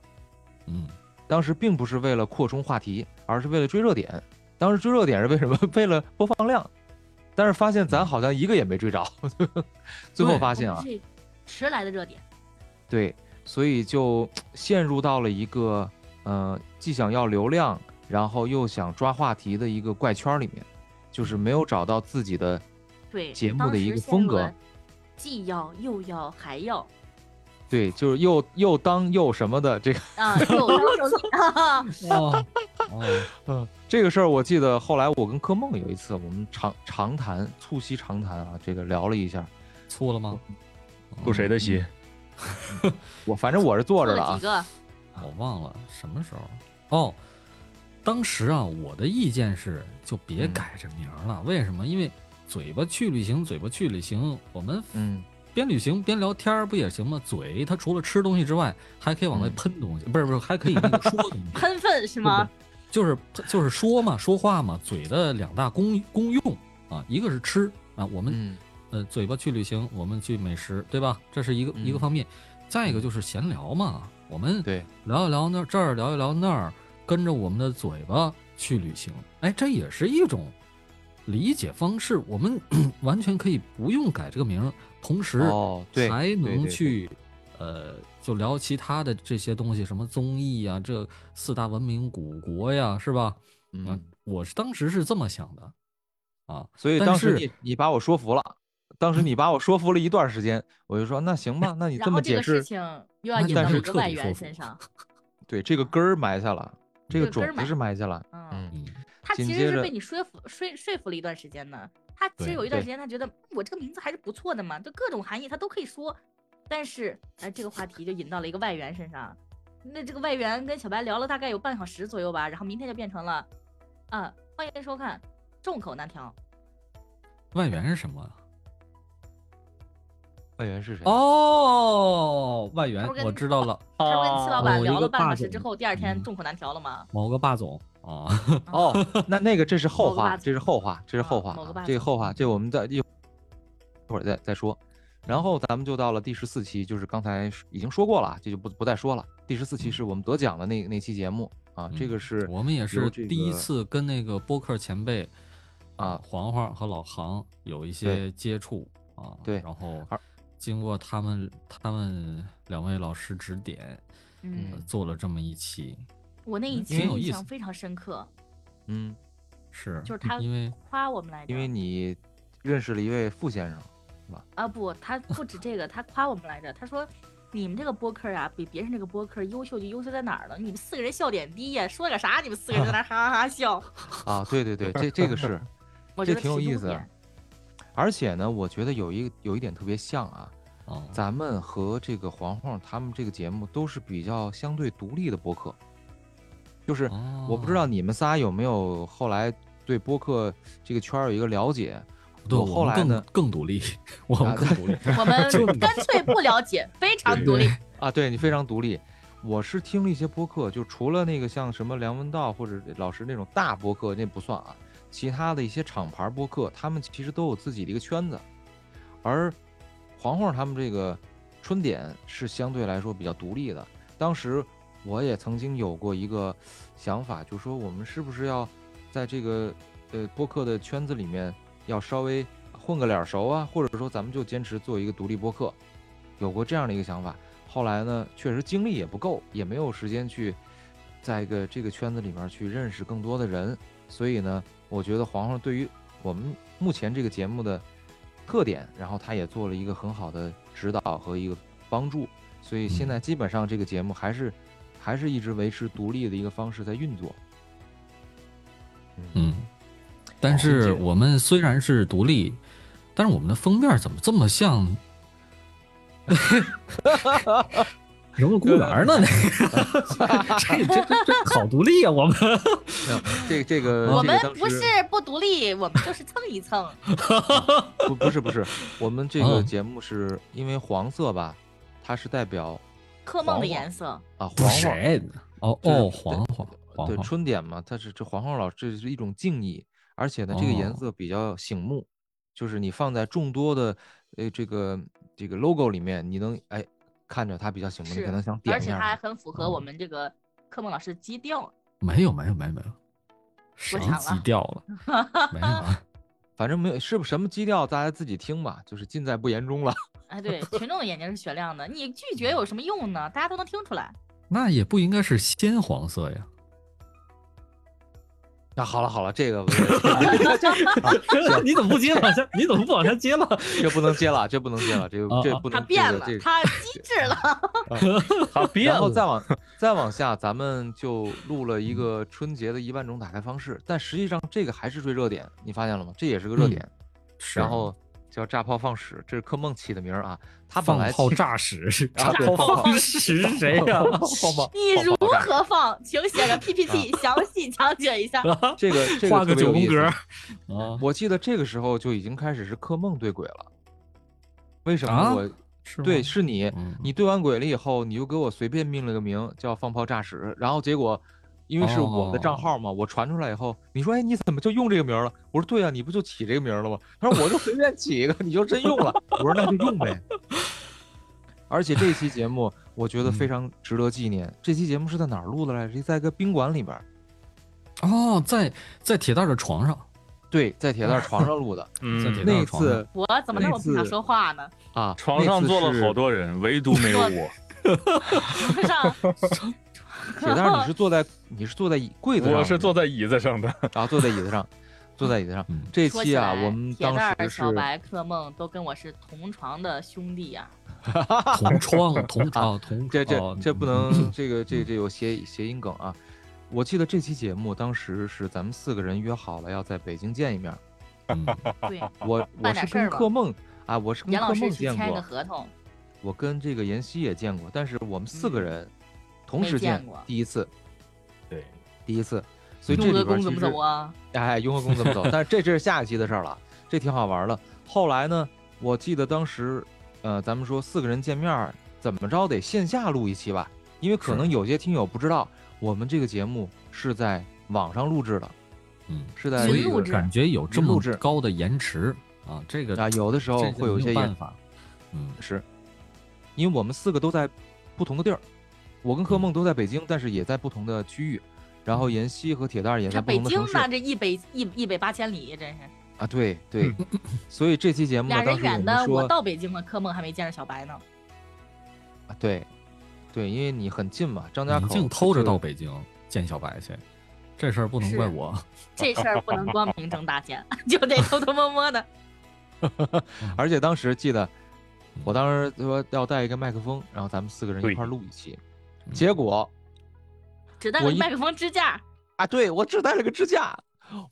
[SPEAKER 3] 嗯，
[SPEAKER 1] 当时并不是为了扩充话题，而是为了追热点。当时追热点是为什么？ 为了播放量。但是发现咱好像一个也没追着， 最后
[SPEAKER 3] 对
[SPEAKER 1] 发
[SPEAKER 5] 我
[SPEAKER 1] 现
[SPEAKER 5] 们
[SPEAKER 1] 啊，
[SPEAKER 5] 是迟来的热点，
[SPEAKER 1] 对，所以就陷入到了一个呃，既想要流量，然后又想抓话题的一个怪圈里面，就是没有找到自己的。
[SPEAKER 5] 对
[SPEAKER 1] 节目
[SPEAKER 5] 当
[SPEAKER 1] 的一
[SPEAKER 5] 时
[SPEAKER 1] 个
[SPEAKER 5] 陷
[SPEAKER 1] 风
[SPEAKER 5] 入
[SPEAKER 1] 格
[SPEAKER 5] 了既要又要还要
[SPEAKER 1] 对，就是又又当又什么的这个，
[SPEAKER 5] 啊，又要又要
[SPEAKER 3] 哦哦，
[SPEAKER 1] 嗯，这个事儿我记得后来我跟柯梦有一次我们长长谈促膝长谈啊，这个聊了一下，
[SPEAKER 3] 错了吗？
[SPEAKER 4] 顾谁的心？
[SPEAKER 1] 我反正我是坐
[SPEAKER 5] 做
[SPEAKER 1] 着的
[SPEAKER 5] 了
[SPEAKER 1] 啊
[SPEAKER 5] 几， 个，，
[SPEAKER 3] 我忘了什么时候。哦，当时啊，我的意见是就别
[SPEAKER 1] 嗯
[SPEAKER 3] 改这名儿了。为什么？因为嘴巴去旅行，嘴巴去旅行，我们
[SPEAKER 1] 嗯，
[SPEAKER 3] 边旅行边聊天儿不也行吗？嘴它除了吃东西之外，还可以往外
[SPEAKER 1] 嗯
[SPEAKER 3] 喷东西，不是不是，还可以那个说东西
[SPEAKER 5] 喷粪是吗？
[SPEAKER 3] 就是就是说嘛，说话嘛，嘴的两大功功用啊，一个是吃啊，我们
[SPEAKER 1] 嗯
[SPEAKER 3] 呃，嘴巴去旅行，我们去美食，对吧？这是一个、一个
[SPEAKER 1] 嗯
[SPEAKER 3] 方面。再一个就是闲聊嘛，我们
[SPEAKER 1] 对
[SPEAKER 3] 聊一聊那这儿，聊一聊那儿，跟着我们的嘴巴去旅行。哎，这也是一种理解方式。我们 完全可以不用改这个名儿，同时
[SPEAKER 1] 哦对
[SPEAKER 3] 还
[SPEAKER 1] 对对
[SPEAKER 3] 能
[SPEAKER 1] 对
[SPEAKER 3] 去呃，就聊其他的这些东西，什么综艺呀、这四大文明古国呀，是吧？啊
[SPEAKER 1] 嗯，，
[SPEAKER 3] 我是当时是这么想的啊。
[SPEAKER 1] 所以
[SPEAKER 3] 但
[SPEAKER 1] 当时
[SPEAKER 3] 是
[SPEAKER 1] 你你把我说服了，当时你把我说服了一段时间，我就说那行吧，那你
[SPEAKER 5] 然
[SPEAKER 1] 这
[SPEAKER 5] 后
[SPEAKER 1] 么
[SPEAKER 5] 这
[SPEAKER 1] 解
[SPEAKER 5] 个事
[SPEAKER 1] 释，
[SPEAKER 5] 情又要
[SPEAKER 3] 那
[SPEAKER 5] 引
[SPEAKER 1] 但
[SPEAKER 5] 到
[SPEAKER 1] 是
[SPEAKER 5] 一个
[SPEAKER 3] 彻
[SPEAKER 5] 外
[SPEAKER 3] 底
[SPEAKER 5] 援
[SPEAKER 3] 说服
[SPEAKER 5] 身上，
[SPEAKER 1] 对这个根儿埋下了，这个
[SPEAKER 5] 这个根儿
[SPEAKER 1] 种子是埋下了，
[SPEAKER 5] 嗯，
[SPEAKER 1] 嗯，
[SPEAKER 5] 他
[SPEAKER 1] 紧
[SPEAKER 5] 其
[SPEAKER 1] 接
[SPEAKER 5] 实是
[SPEAKER 1] 着
[SPEAKER 5] 被你说服说说服了一段时间呢。他其实
[SPEAKER 3] 对
[SPEAKER 5] 有一段
[SPEAKER 1] 对
[SPEAKER 5] 时间，他觉得嗯我这个名字还是不错的嘛，就各种含义他都可以说。但是，哎，这个话题就引到了一个外援身上。那这个外援跟小白聊了大概有半小时左右吧，然后明天就变成了，啊，欢迎收看《众口难调
[SPEAKER 3] 外援是什么？啊
[SPEAKER 1] 外援是谁？
[SPEAKER 3] 哦，外
[SPEAKER 5] 他
[SPEAKER 3] 援
[SPEAKER 5] 不是，跟
[SPEAKER 3] 我知道了，》。
[SPEAKER 1] 嗯
[SPEAKER 5] 他不是跟戚老
[SPEAKER 3] 哦
[SPEAKER 5] 板
[SPEAKER 3] 有一
[SPEAKER 5] 聊
[SPEAKER 3] 个
[SPEAKER 5] 了半
[SPEAKER 3] 霸
[SPEAKER 5] 小时
[SPEAKER 3] 总
[SPEAKER 5] 之后，第二天
[SPEAKER 3] 嗯
[SPEAKER 5] 《众口难调》了吗？
[SPEAKER 3] 某个霸总啊，
[SPEAKER 1] 哦，那那个这是后
[SPEAKER 5] 某个霸
[SPEAKER 1] 话，
[SPEAKER 5] 总
[SPEAKER 1] 这是后话，这是后话
[SPEAKER 5] 某个
[SPEAKER 1] 啊，
[SPEAKER 5] 霸
[SPEAKER 1] 这个
[SPEAKER 5] 总嗯
[SPEAKER 1] 后话，这我们再一会儿再再说。然后咱们就到了第十四期，就是刚才已经说过了啊，这就不不再说了。第十四期是我们得奖的那那期节目啊，这个是
[SPEAKER 3] 嗯我们也
[SPEAKER 1] 由
[SPEAKER 3] 是
[SPEAKER 1] 这
[SPEAKER 3] 第一
[SPEAKER 1] 个
[SPEAKER 3] 次跟那个播客前辈
[SPEAKER 1] 啊
[SPEAKER 3] 黄黄和老杭有一些
[SPEAKER 1] 对
[SPEAKER 3] 接触啊，
[SPEAKER 1] 对
[SPEAKER 3] 然后
[SPEAKER 1] 而
[SPEAKER 3] 经过他们他们两位老师指点，
[SPEAKER 5] 嗯
[SPEAKER 3] 呃
[SPEAKER 1] 嗯
[SPEAKER 3] 做了这么一期，
[SPEAKER 5] 我那一
[SPEAKER 3] 嗯
[SPEAKER 5] 期
[SPEAKER 3] 挺有意
[SPEAKER 5] 印象
[SPEAKER 3] 思
[SPEAKER 5] 非常深刻，
[SPEAKER 1] 嗯，
[SPEAKER 3] 是
[SPEAKER 5] 就是他
[SPEAKER 3] 因为
[SPEAKER 5] 夸我们来着。
[SPEAKER 1] 因为你认识了一位傅先生，
[SPEAKER 5] 啊不，他不止这个，他夸我们来着，他说你们这个播客啊，比别人这个播客优秀就优秀在哪儿了？你们四个人笑点低呀、说点啥？你们四个人在那儿哈哈哈笑，
[SPEAKER 1] 啊，对对对，这这个是，
[SPEAKER 5] 我
[SPEAKER 1] 这
[SPEAKER 5] 觉得
[SPEAKER 1] 挺有
[SPEAKER 5] 是
[SPEAKER 1] 意
[SPEAKER 5] 优
[SPEAKER 1] 思的啊
[SPEAKER 5] 点。
[SPEAKER 1] 而且呢，我觉得有一个有一点特别像啊，
[SPEAKER 5] 嗯
[SPEAKER 3] 啊，
[SPEAKER 1] 咱们和这个黄黄他们这个节目都是比较相对独立的播客，就是
[SPEAKER 5] 嗯
[SPEAKER 1] 我不知
[SPEAKER 3] 哦
[SPEAKER 1] 道你们仨有没有后来对播客这个圈儿有一个了解。
[SPEAKER 3] 对
[SPEAKER 1] 我
[SPEAKER 3] 们
[SPEAKER 1] 后来
[SPEAKER 3] 更
[SPEAKER 1] 呢
[SPEAKER 3] 更独立，我们
[SPEAKER 1] 啊
[SPEAKER 3] 更
[SPEAKER 1] 对
[SPEAKER 3] 独立，
[SPEAKER 5] 我们
[SPEAKER 3] 这个
[SPEAKER 5] 干脆不了解，非常独立。
[SPEAKER 1] 啊，对你非常独立。我是听了一些播客，就除了那个像什么梁文道或者老师那种大播客那不算啊，其他的一些厂牌播客，他们其实都有自己的一个圈子。而黄黄他们这个春点是相对来说比较独立的。当时我也曾经有过一个想法，就说我们是不是要在这个呃播客的圈子里面要稍微混个脸熟啊，或者说咱们就坚持做一个独立播客，有过这样的一个想法。后来呢，确实精力也不够，也没有时间去在一个这个圈子里面去认识更多的人，所以呢，我觉得黄黄对于我们目前这个节目的特点，然后他也做了一个很好的指导和一个帮助，所以现在基本上这个节目还是、还是一直维持独立的一个方式在运作。哦
[SPEAKER 3] 嗯，但是我们虽然是独立，但是我们的封面怎么这 么像人物 公园呢？ 这这这这好独立啊！我们
[SPEAKER 1] 没有啊这个这个，
[SPEAKER 5] 我
[SPEAKER 1] 这
[SPEAKER 5] 们
[SPEAKER 1] 个当
[SPEAKER 5] 不
[SPEAKER 1] 时
[SPEAKER 5] 是不独立，我们就是蹭一 蹭。
[SPEAKER 1] 不不是不是，我们这个
[SPEAKER 3] 嗯
[SPEAKER 1] 节目是因为黄色吧，它是代表
[SPEAKER 5] 科梦
[SPEAKER 1] 黄
[SPEAKER 5] 的
[SPEAKER 1] 黄
[SPEAKER 5] 颜色，
[SPEAKER 1] 啊黄
[SPEAKER 3] 不
[SPEAKER 1] 黄
[SPEAKER 3] 谁哦
[SPEAKER 1] 就是
[SPEAKER 3] 哦黄黄黄
[SPEAKER 1] 对
[SPEAKER 3] 黄
[SPEAKER 1] 春点嘛，它是这黄花老师这是一种敬意，而且呢，这个颜
[SPEAKER 3] 哦
[SPEAKER 1] 色比较醒目，就是你放在众多的呃这个这个 logo 里面，你能哎看着它比较醒目，你
[SPEAKER 5] 是
[SPEAKER 1] 可能想点
[SPEAKER 5] 而
[SPEAKER 1] 一
[SPEAKER 5] 且
[SPEAKER 1] 下嗯
[SPEAKER 5] 它还
[SPEAKER 1] 它。
[SPEAKER 5] 很符合我们这个科梦老师的基调。
[SPEAKER 3] 没有没有没有没有，谁
[SPEAKER 5] 抢了
[SPEAKER 3] 急掉了？没 有啊，
[SPEAKER 1] 反正没有是不什么基调，大家自己听吧，就是尽在不言中了。
[SPEAKER 5] 哎，对，群众的眼睛是雪亮的，你拒绝有什么用呢？大家都能听出来。
[SPEAKER 3] 那也不应该是鲜黄色呀。
[SPEAKER 1] 那好了好了，这 个不是
[SPEAKER 3] 你怎么不接往 下？你怎么不往下接了？
[SPEAKER 1] 这不能接了，这不能接了，这
[SPEAKER 3] 啊
[SPEAKER 1] 个这
[SPEAKER 3] 啊
[SPEAKER 1] 不能
[SPEAKER 5] 他变
[SPEAKER 1] 这个
[SPEAKER 5] 了
[SPEAKER 1] 这，个
[SPEAKER 5] 他 机智了。
[SPEAKER 4] 他变
[SPEAKER 1] 然后
[SPEAKER 4] 了，
[SPEAKER 1] 再往再往下，咱们就录了
[SPEAKER 3] 嗯
[SPEAKER 1] 一个春节的一万种打开方式，但实际上这个还是最热点，你发现了吗？这也是个热
[SPEAKER 3] 嗯
[SPEAKER 1] 点。
[SPEAKER 3] 是
[SPEAKER 1] 然后叫炸炮放屎，这是柯梦起的名儿啊。他本
[SPEAKER 3] 放
[SPEAKER 1] 来
[SPEAKER 3] 炮
[SPEAKER 1] 起
[SPEAKER 3] 炸 屎，
[SPEAKER 1] 啊
[SPEAKER 3] 炸
[SPEAKER 1] 对
[SPEAKER 3] 炮
[SPEAKER 1] 放
[SPEAKER 3] 放屎是谁
[SPEAKER 1] 放
[SPEAKER 3] 呀？
[SPEAKER 1] 啊炮
[SPEAKER 5] 你如何放？请写个 PPT，详细讲解一下。
[SPEAKER 1] 这个 这
[SPEAKER 3] 画
[SPEAKER 1] 啊个特别
[SPEAKER 3] 个九
[SPEAKER 1] 有
[SPEAKER 3] 宫
[SPEAKER 1] 意
[SPEAKER 3] 格
[SPEAKER 1] 思。
[SPEAKER 3] 啊，
[SPEAKER 1] 我记得这个时候就已经开始是柯梦对鬼了。为什
[SPEAKER 3] 啊
[SPEAKER 1] 么我
[SPEAKER 3] 是吗
[SPEAKER 1] 对，是你，
[SPEAKER 3] 嗯
[SPEAKER 1] 你对完鬼了以后，你就给我随便命了个名叫放炮炸屎，然后结果因为是我的
[SPEAKER 3] 哦
[SPEAKER 1] 账号嘛，我传出来以后，你说哎你怎么就用这个名儿了？我说对啊，你不就起这个名儿了吗？他说我就随便起一个，你就真用 了。我说那就用呗。而且这期节目我觉得
[SPEAKER 3] 嗯
[SPEAKER 1] 非常值得纪念。这期节目是在哪儿录的来着？是在一个宾馆里边儿，
[SPEAKER 3] 哦，在在铁蛋儿的床上，
[SPEAKER 1] 对，在铁蛋儿床上录的。
[SPEAKER 3] 在
[SPEAKER 4] 嗯
[SPEAKER 3] 铁，蛋
[SPEAKER 1] 那
[SPEAKER 3] 儿床上
[SPEAKER 1] 次
[SPEAKER 5] 我怎么那么不想说话呢？
[SPEAKER 1] 啊，
[SPEAKER 4] 床上坐了好多人，唯独没有我，
[SPEAKER 5] 床 上
[SPEAKER 1] 那次是铁蛋儿，你是坐在你是坐在椅柜子上，
[SPEAKER 4] 我是坐在椅子上的。
[SPEAKER 1] 然后坐在椅子上，坐在椅子上
[SPEAKER 3] 嗯。
[SPEAKER 1] 这
[SPEAKER 5] 说起
[SPEAKER 1] 期啊，
[SPEAKER 5] 来，
[SPEAKER 1] 我们
[SPEAKER 5] 铁蛋
[SPEAKER 1] 当
[SPEAKER 5] 儿、
[SPEAKER 1] 时
[SPEAKER 5] 小
[SPEAKER 1] 是
[SPEAKER 5] 白、柯梦都跟我是同床的兄弟啊呀、
[SPEAKER 3] 同窗同啊同
[SPEAKER 1] 这
[SPEAKER 3] 哦
[SPEAKER 1] 这这不
[SPEAKER 3] 嗯
[SPEAKER 1] 能，这个这这有谐谐音梗啊！我记得这期节目当时是咱们四个人约好了要在北京见一面儿，
[SPEAKER 3] 嗯
[SPEAKER 1] 啊
[SPEAKER 5] 对，
[SPEAKER 1] 我我
[SPEAKER 5] 哦办点
[SPEAKER 1] 是
[SPEAKER 5] 事儿
[SPEAKER 1] 跟
[SPEAKER 5] 吧
[SPEAKER 1] 柯梦啊，我是跟
[SPEAKER 5] 严
[SPEAKER 1] 柯
[SPEAKER 5] 老师
[SPEAKER 1] 梦
[SPEAKER 5] 去
[SPEAKER 1] 见
[SPEAKER 5] 签个
[SPEAKER 1] 过，
[SPEAKER 5] 合同，
[SPEAKER 1] 我跟这个妍希也见过，但是我们四个
[SPEAKER 5] 嗯
[SPEAKER 1] 人同
[SPEAKER 5] 没
[SPEAKER 1] 时
[SPEAKER 5] 见
[SPEAKER 1] 见
[SPEAKER 5] 过，
[SPEAKER 1] 第一次
[SPEAKER 4] 对，
[SPEAKER 1] 第一次，所以这
[SPEAKER 5] 用
[SPEAKER 1] 里
[SPEAKER 5] 个工
[SPEAKER 1] 边其
[SPEAKER 5] 怎么
[SPEAKER 1] 实
[SPEAKER 5] 走啊？
[SPEAKER 1] 哎，雍和宫怎么走？ 但是这这是下一期的事儿了，这挺好玩儿的。后来呢，我记得当时，呃，咱们说四个人见面儿，怎么着得线下录一期吧，因为可
[SPEAKER 3] 是
[SPEAKER 1] 能有些听友不知道，我们这个节目是在网上录制的，
[SPEAKER 3] 嗯，
[SPEAKER 1] 是在
[SPEAKER 5] 所
[SPEAKER 3] 所
[SPEAKER 5] 以
[SPEAKER 1] 这
[SPEAKER 5] 录
[SPEAKER 1] 个
[SPEAKER 3] 以
[SPEAKER 5] 制
[SPEAKER 3] 感觉有这
[SPEAKER 1] 云录
[SPEAKER 3] 么
[SPEAKER 1] 制
[SPEAKER 3] 高的延迟啊，这个
[SPEAKER 1] 啊，有的时候
[SPEAKER 3] 这个
[SPEAKER 1] 会有一
[SPEAKER 3] 没
[SPEAKER 1] 些
[SPEAKER 3] 办
[SPEAKER 1] 延
[SPEAKER 3] 法，嗯
[SPEAKER 1] 迟，因为我们四个都在不同的地儿，我跟
[SPEAKER 3] 嗯
[SPEAKER 1] 柯梦都在北京，但是也在不同的区域，然后妍希和铁蛋儿也
[SPEAKER 5] 这
[SPEAKER 1] 在不
[SPEAKER 5] 北
[SPEAKER 1] 同的
[SPEAKER 5] 京
[SPEAKER 1] 城市
[SPEAKER 5] 呢，这一北一一北八千里，真是
[SPEAKER 1] 啊，对 对，所以这期节目呢
[SPEAKER 5] 俩人
[SPEAKER 1] 嗯当时我
[SPEAKER 5] 远的
[SPEAKER 1] 们，
[SPEAKER 5] 我
[SPEAKER 1] 说。
[SPEAKER 5] 到北京了，柯梦还没见着小白呢。
[SPEAKER 1] 啊，对，对，因为你很近嘛，张家
[SPEAKER 3] 你
[SPEAKER 1] 口
[SPEAKER 3] 净偷着
[SPEAKER 1] 这个
[SPEAKER 3] 到北京见小白去，这事儿不能怪
[SPEAKER 5] 是
[SPEAKER 3] 我。
[SPEAKER 5] 这事儿不能光明正大见， 就得偷偷摸摸的。
[SPEAKER 1] 而且当时记得，
[SPEAKER 3] 嗯
[SPEAKER 1] 我当时说要带一个麦克风，然后咱们四个人一
[SPEAKER 4] 对
[SPEAKER 1] 块儿录一期，
[SPEAKER 3] 嗯
[SPEAKER 1] 结果
[SPEAKER 5] 只带
[SPEAKER 1] 我
[SPEAKER 5] 了
[SPEAKER 1] 一
[SPEAKER 5] 麦克风支架，
[SPEAKER 1] 啊，对我只带了个支架，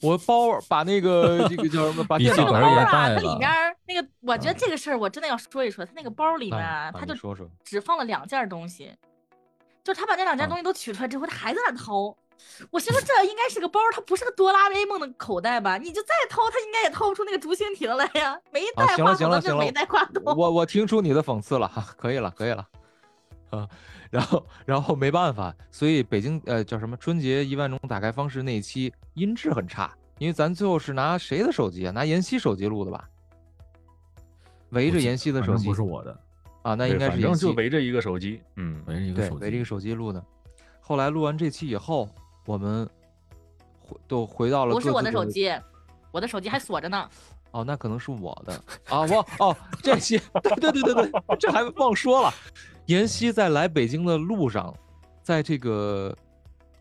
[SPEAKER 1] 我包把那个这个叫什么，把
[SPEAKER 3] 笔
[SPEAKER 1] 电
[SPEAKER 3] 记
[SPEAKER 5] 那
[SPEAKER 1] 脑
[SPEAKER 5] 个
[SPEAKER 3] 本
[SPEAKER 5] 包
[SPEAKER 3] 儿
[SPEAKER 5] 啊，
[SPEAKER 3] 也带
[SPEAKER 5] 它里
[SPEAKER 3] 了
[SPEAKER 5] 面儿那个，我觉得这个事儿我真的要说一说，它那个包里面
[SPEAKER 1] 嗯啊
[SPEAKER 5] 啊，
[SPEAKER 1] 啊
[SPEAKER 5] 它
[SPEAKER 1] 你
[SPEAKER 5] 就
[SPEAKER 1] 说说
[SPEAKER 5] 只放了两件儿东西，就是他把那两件
[SPEAKER 1] 啊
[SPEAKER 5] 东西都取出来之后，他还在那儿掏。我心说这应该是个包，它不是个哆啦 A 梦的口袋吧？你就再掏，它应该也掏不出那个竹蜻蜓来呀。没带
[SPEAKER 1] 啊行了
[SPEAKER 5] 话
[SPEAKER 1] 行
[SPEAKER 5] 筒，它
[SPEAKER 1] 了
[SPEAKER 5] 就
[SPEAKER 1] 行了
[SPEAKER 5] 没带话筒。
[SPEAKER 1] 我我听出你的讽刺了，哈，可以了，可以了，啊，然后然后没办法，所以北京呃叫什么春节一万种打开方式那一期音质很差，因为咱最后是拿谁的手机啊？拿妍希手机录的吧？围
[SPEAKER 3] 不
[SPEAKER 1] 着
[SPEAKER 3] 记
[SPEAKER 1] 妍
[SPEAKER 3] 得
[SPEAKER 1] 希的
[SPEAKER 3] 反
[SPEAKER 1] 手
[SPEAKER 3] 正
[SPEAKER 1] 机
[SPEAKER 3] 不是我的，
[SPEAKER 1] 啊，那
[SPEAKER 4] 对
[SPEAKER 1] 应该是
[SPEAKER 4] 反
[SPEAKER 1] 延
[SPEAKER 4] 正
[SPEAKER 1] 期
[SPEAKER 4] 就围着一个手机，嗯，
[SPEAKER 3] 围着一个
[SPEAKER 1] 对
[SPEAKER 3] 手
[SPEAKER 1] 围着一个
[SPEAKER 3] 机，
[SPEAKER 1] 手机录的。后来录完这期以后，我们回都回到了
[SPEAKER 5] 不是
[SPEAKER 1] 各
[SPEAKER 5] 我
[SPEAKER 1] 自
[SPEAKER 5] 的手机，我的手机还锁着呢。
[SPEAKER 1] 哦，那可能是我的啊，我哦，这期对对对对，这还忘说了。妍希在来北京的路上，在这个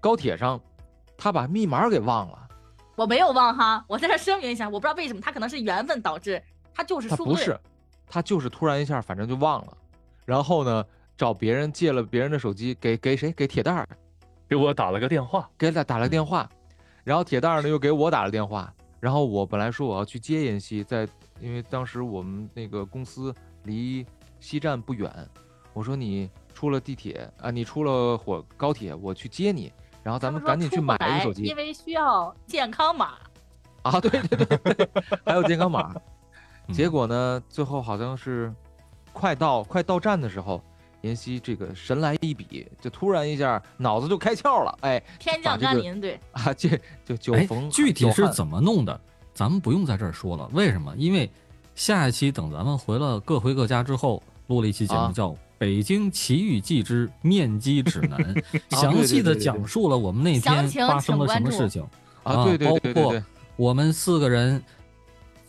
[SPEAKER 1] 高铁上，她把密码给忘了。
[SPEAKER 5] 我没有忘哈，我在这声明一下，我不知道为什么，他可能是缘分导致，他就是
[SPEAKER 1] 她
[SPEAKER 5] 说
[SPEAKER 1] 不
[SPEAKER 5] 对
[SPEAKER 1] 是，她就是突然一下，反正就忘了。然后呢，找别人借了别人的手机，给给谁？给铁蛋儿，
[SPEAKER 4] 给我打了个电话，
[SPEAKER 1] 给他打了
[SPEAKER 5] 嗯
[SPEAKER 1] 个电话。然后铁蛋儿呢又给我打了电话。然后我本来说我要去接妍希，在因为当时我们那个公司离西站不远，我说你出了地铁啊，你出了火高铁，我去接你，然后咱
[SPEAKER 5] 他
[SPEAKER 1] 们
[SPEAKER 5] 说
[SPEAKER 1] 赶紧
[SPEAKER 5] 出
[SPEAKER 1] 去
[SPEAKER 5] 不
[SPEAKER 1] 买一个
[SPEAKER 5] 来
[SPEAKER 1] 手机
[SPEAKER 5] 因为需要健康码。
[SPEAKER 1] 啊！对对对对，还有健康码。 结
[SPEAKER 3] 嗯
[SPEAKER 1] 果呢，最后好像是快到快到站的时候，妍希这个神来一笔，就突然一下脑子就开窍了，哎
[SPEAKER 5] 天
[SPEAKER 1] 把
[SPEAKER 5] 降
[SPEAKER 1] 这
[SPEAKER 5] 甘
[SPEAKER 1] 个
[SPEAKER 5] 霖，对，
[SPEAKER 1] 啊，这就酒
[SPEAKER 3] 哎
[SPEAKER 1] 逢，
[SPEAKER 3] 具体
[SPEAKER 1] 酒
[SPEAKER 3] 是
[SPEAKER 1] 酣
[SPEAKER 3] 怎么弄的，咱们不用在这儿说了。为什么？因为下一期等咱们回了各回各家之后，录了一期节
[SPEAKER 1] 啊
[SPEAKER 3] 目叫《北京奇遇记之面基指南》，
[SPEAKER 1] 啊
[SPEAKER 3] 详
[SPEAKER 1] 对
[SPEAKER 3] 细
[SPEAKER 1] 对
[SPEAKER 3] 的
[SPEAKER 1] 对对
[SPEAKER 3] 讲述了我们那
[SPEAKER 5] 详
[SPEAKER 3] 天
[SPEAKER 5] 情
[SPEAKER 3] 发生
[SPEAKER 5] 请
[SPEAKER 3] 了什
[SPEAKER 5] 关
[SPEAKER 3] 么
[SPEAKER 5] 注
[SPEAKER 3] 事情。
[SPEAKER 1] 啊？对对对对
[SPEAKER 3] 包
[SPEAKER 1] 对
[SPEAKER 3] 括
[SPEAKER 1] 对，
[SPEAKER 3] 我们四个人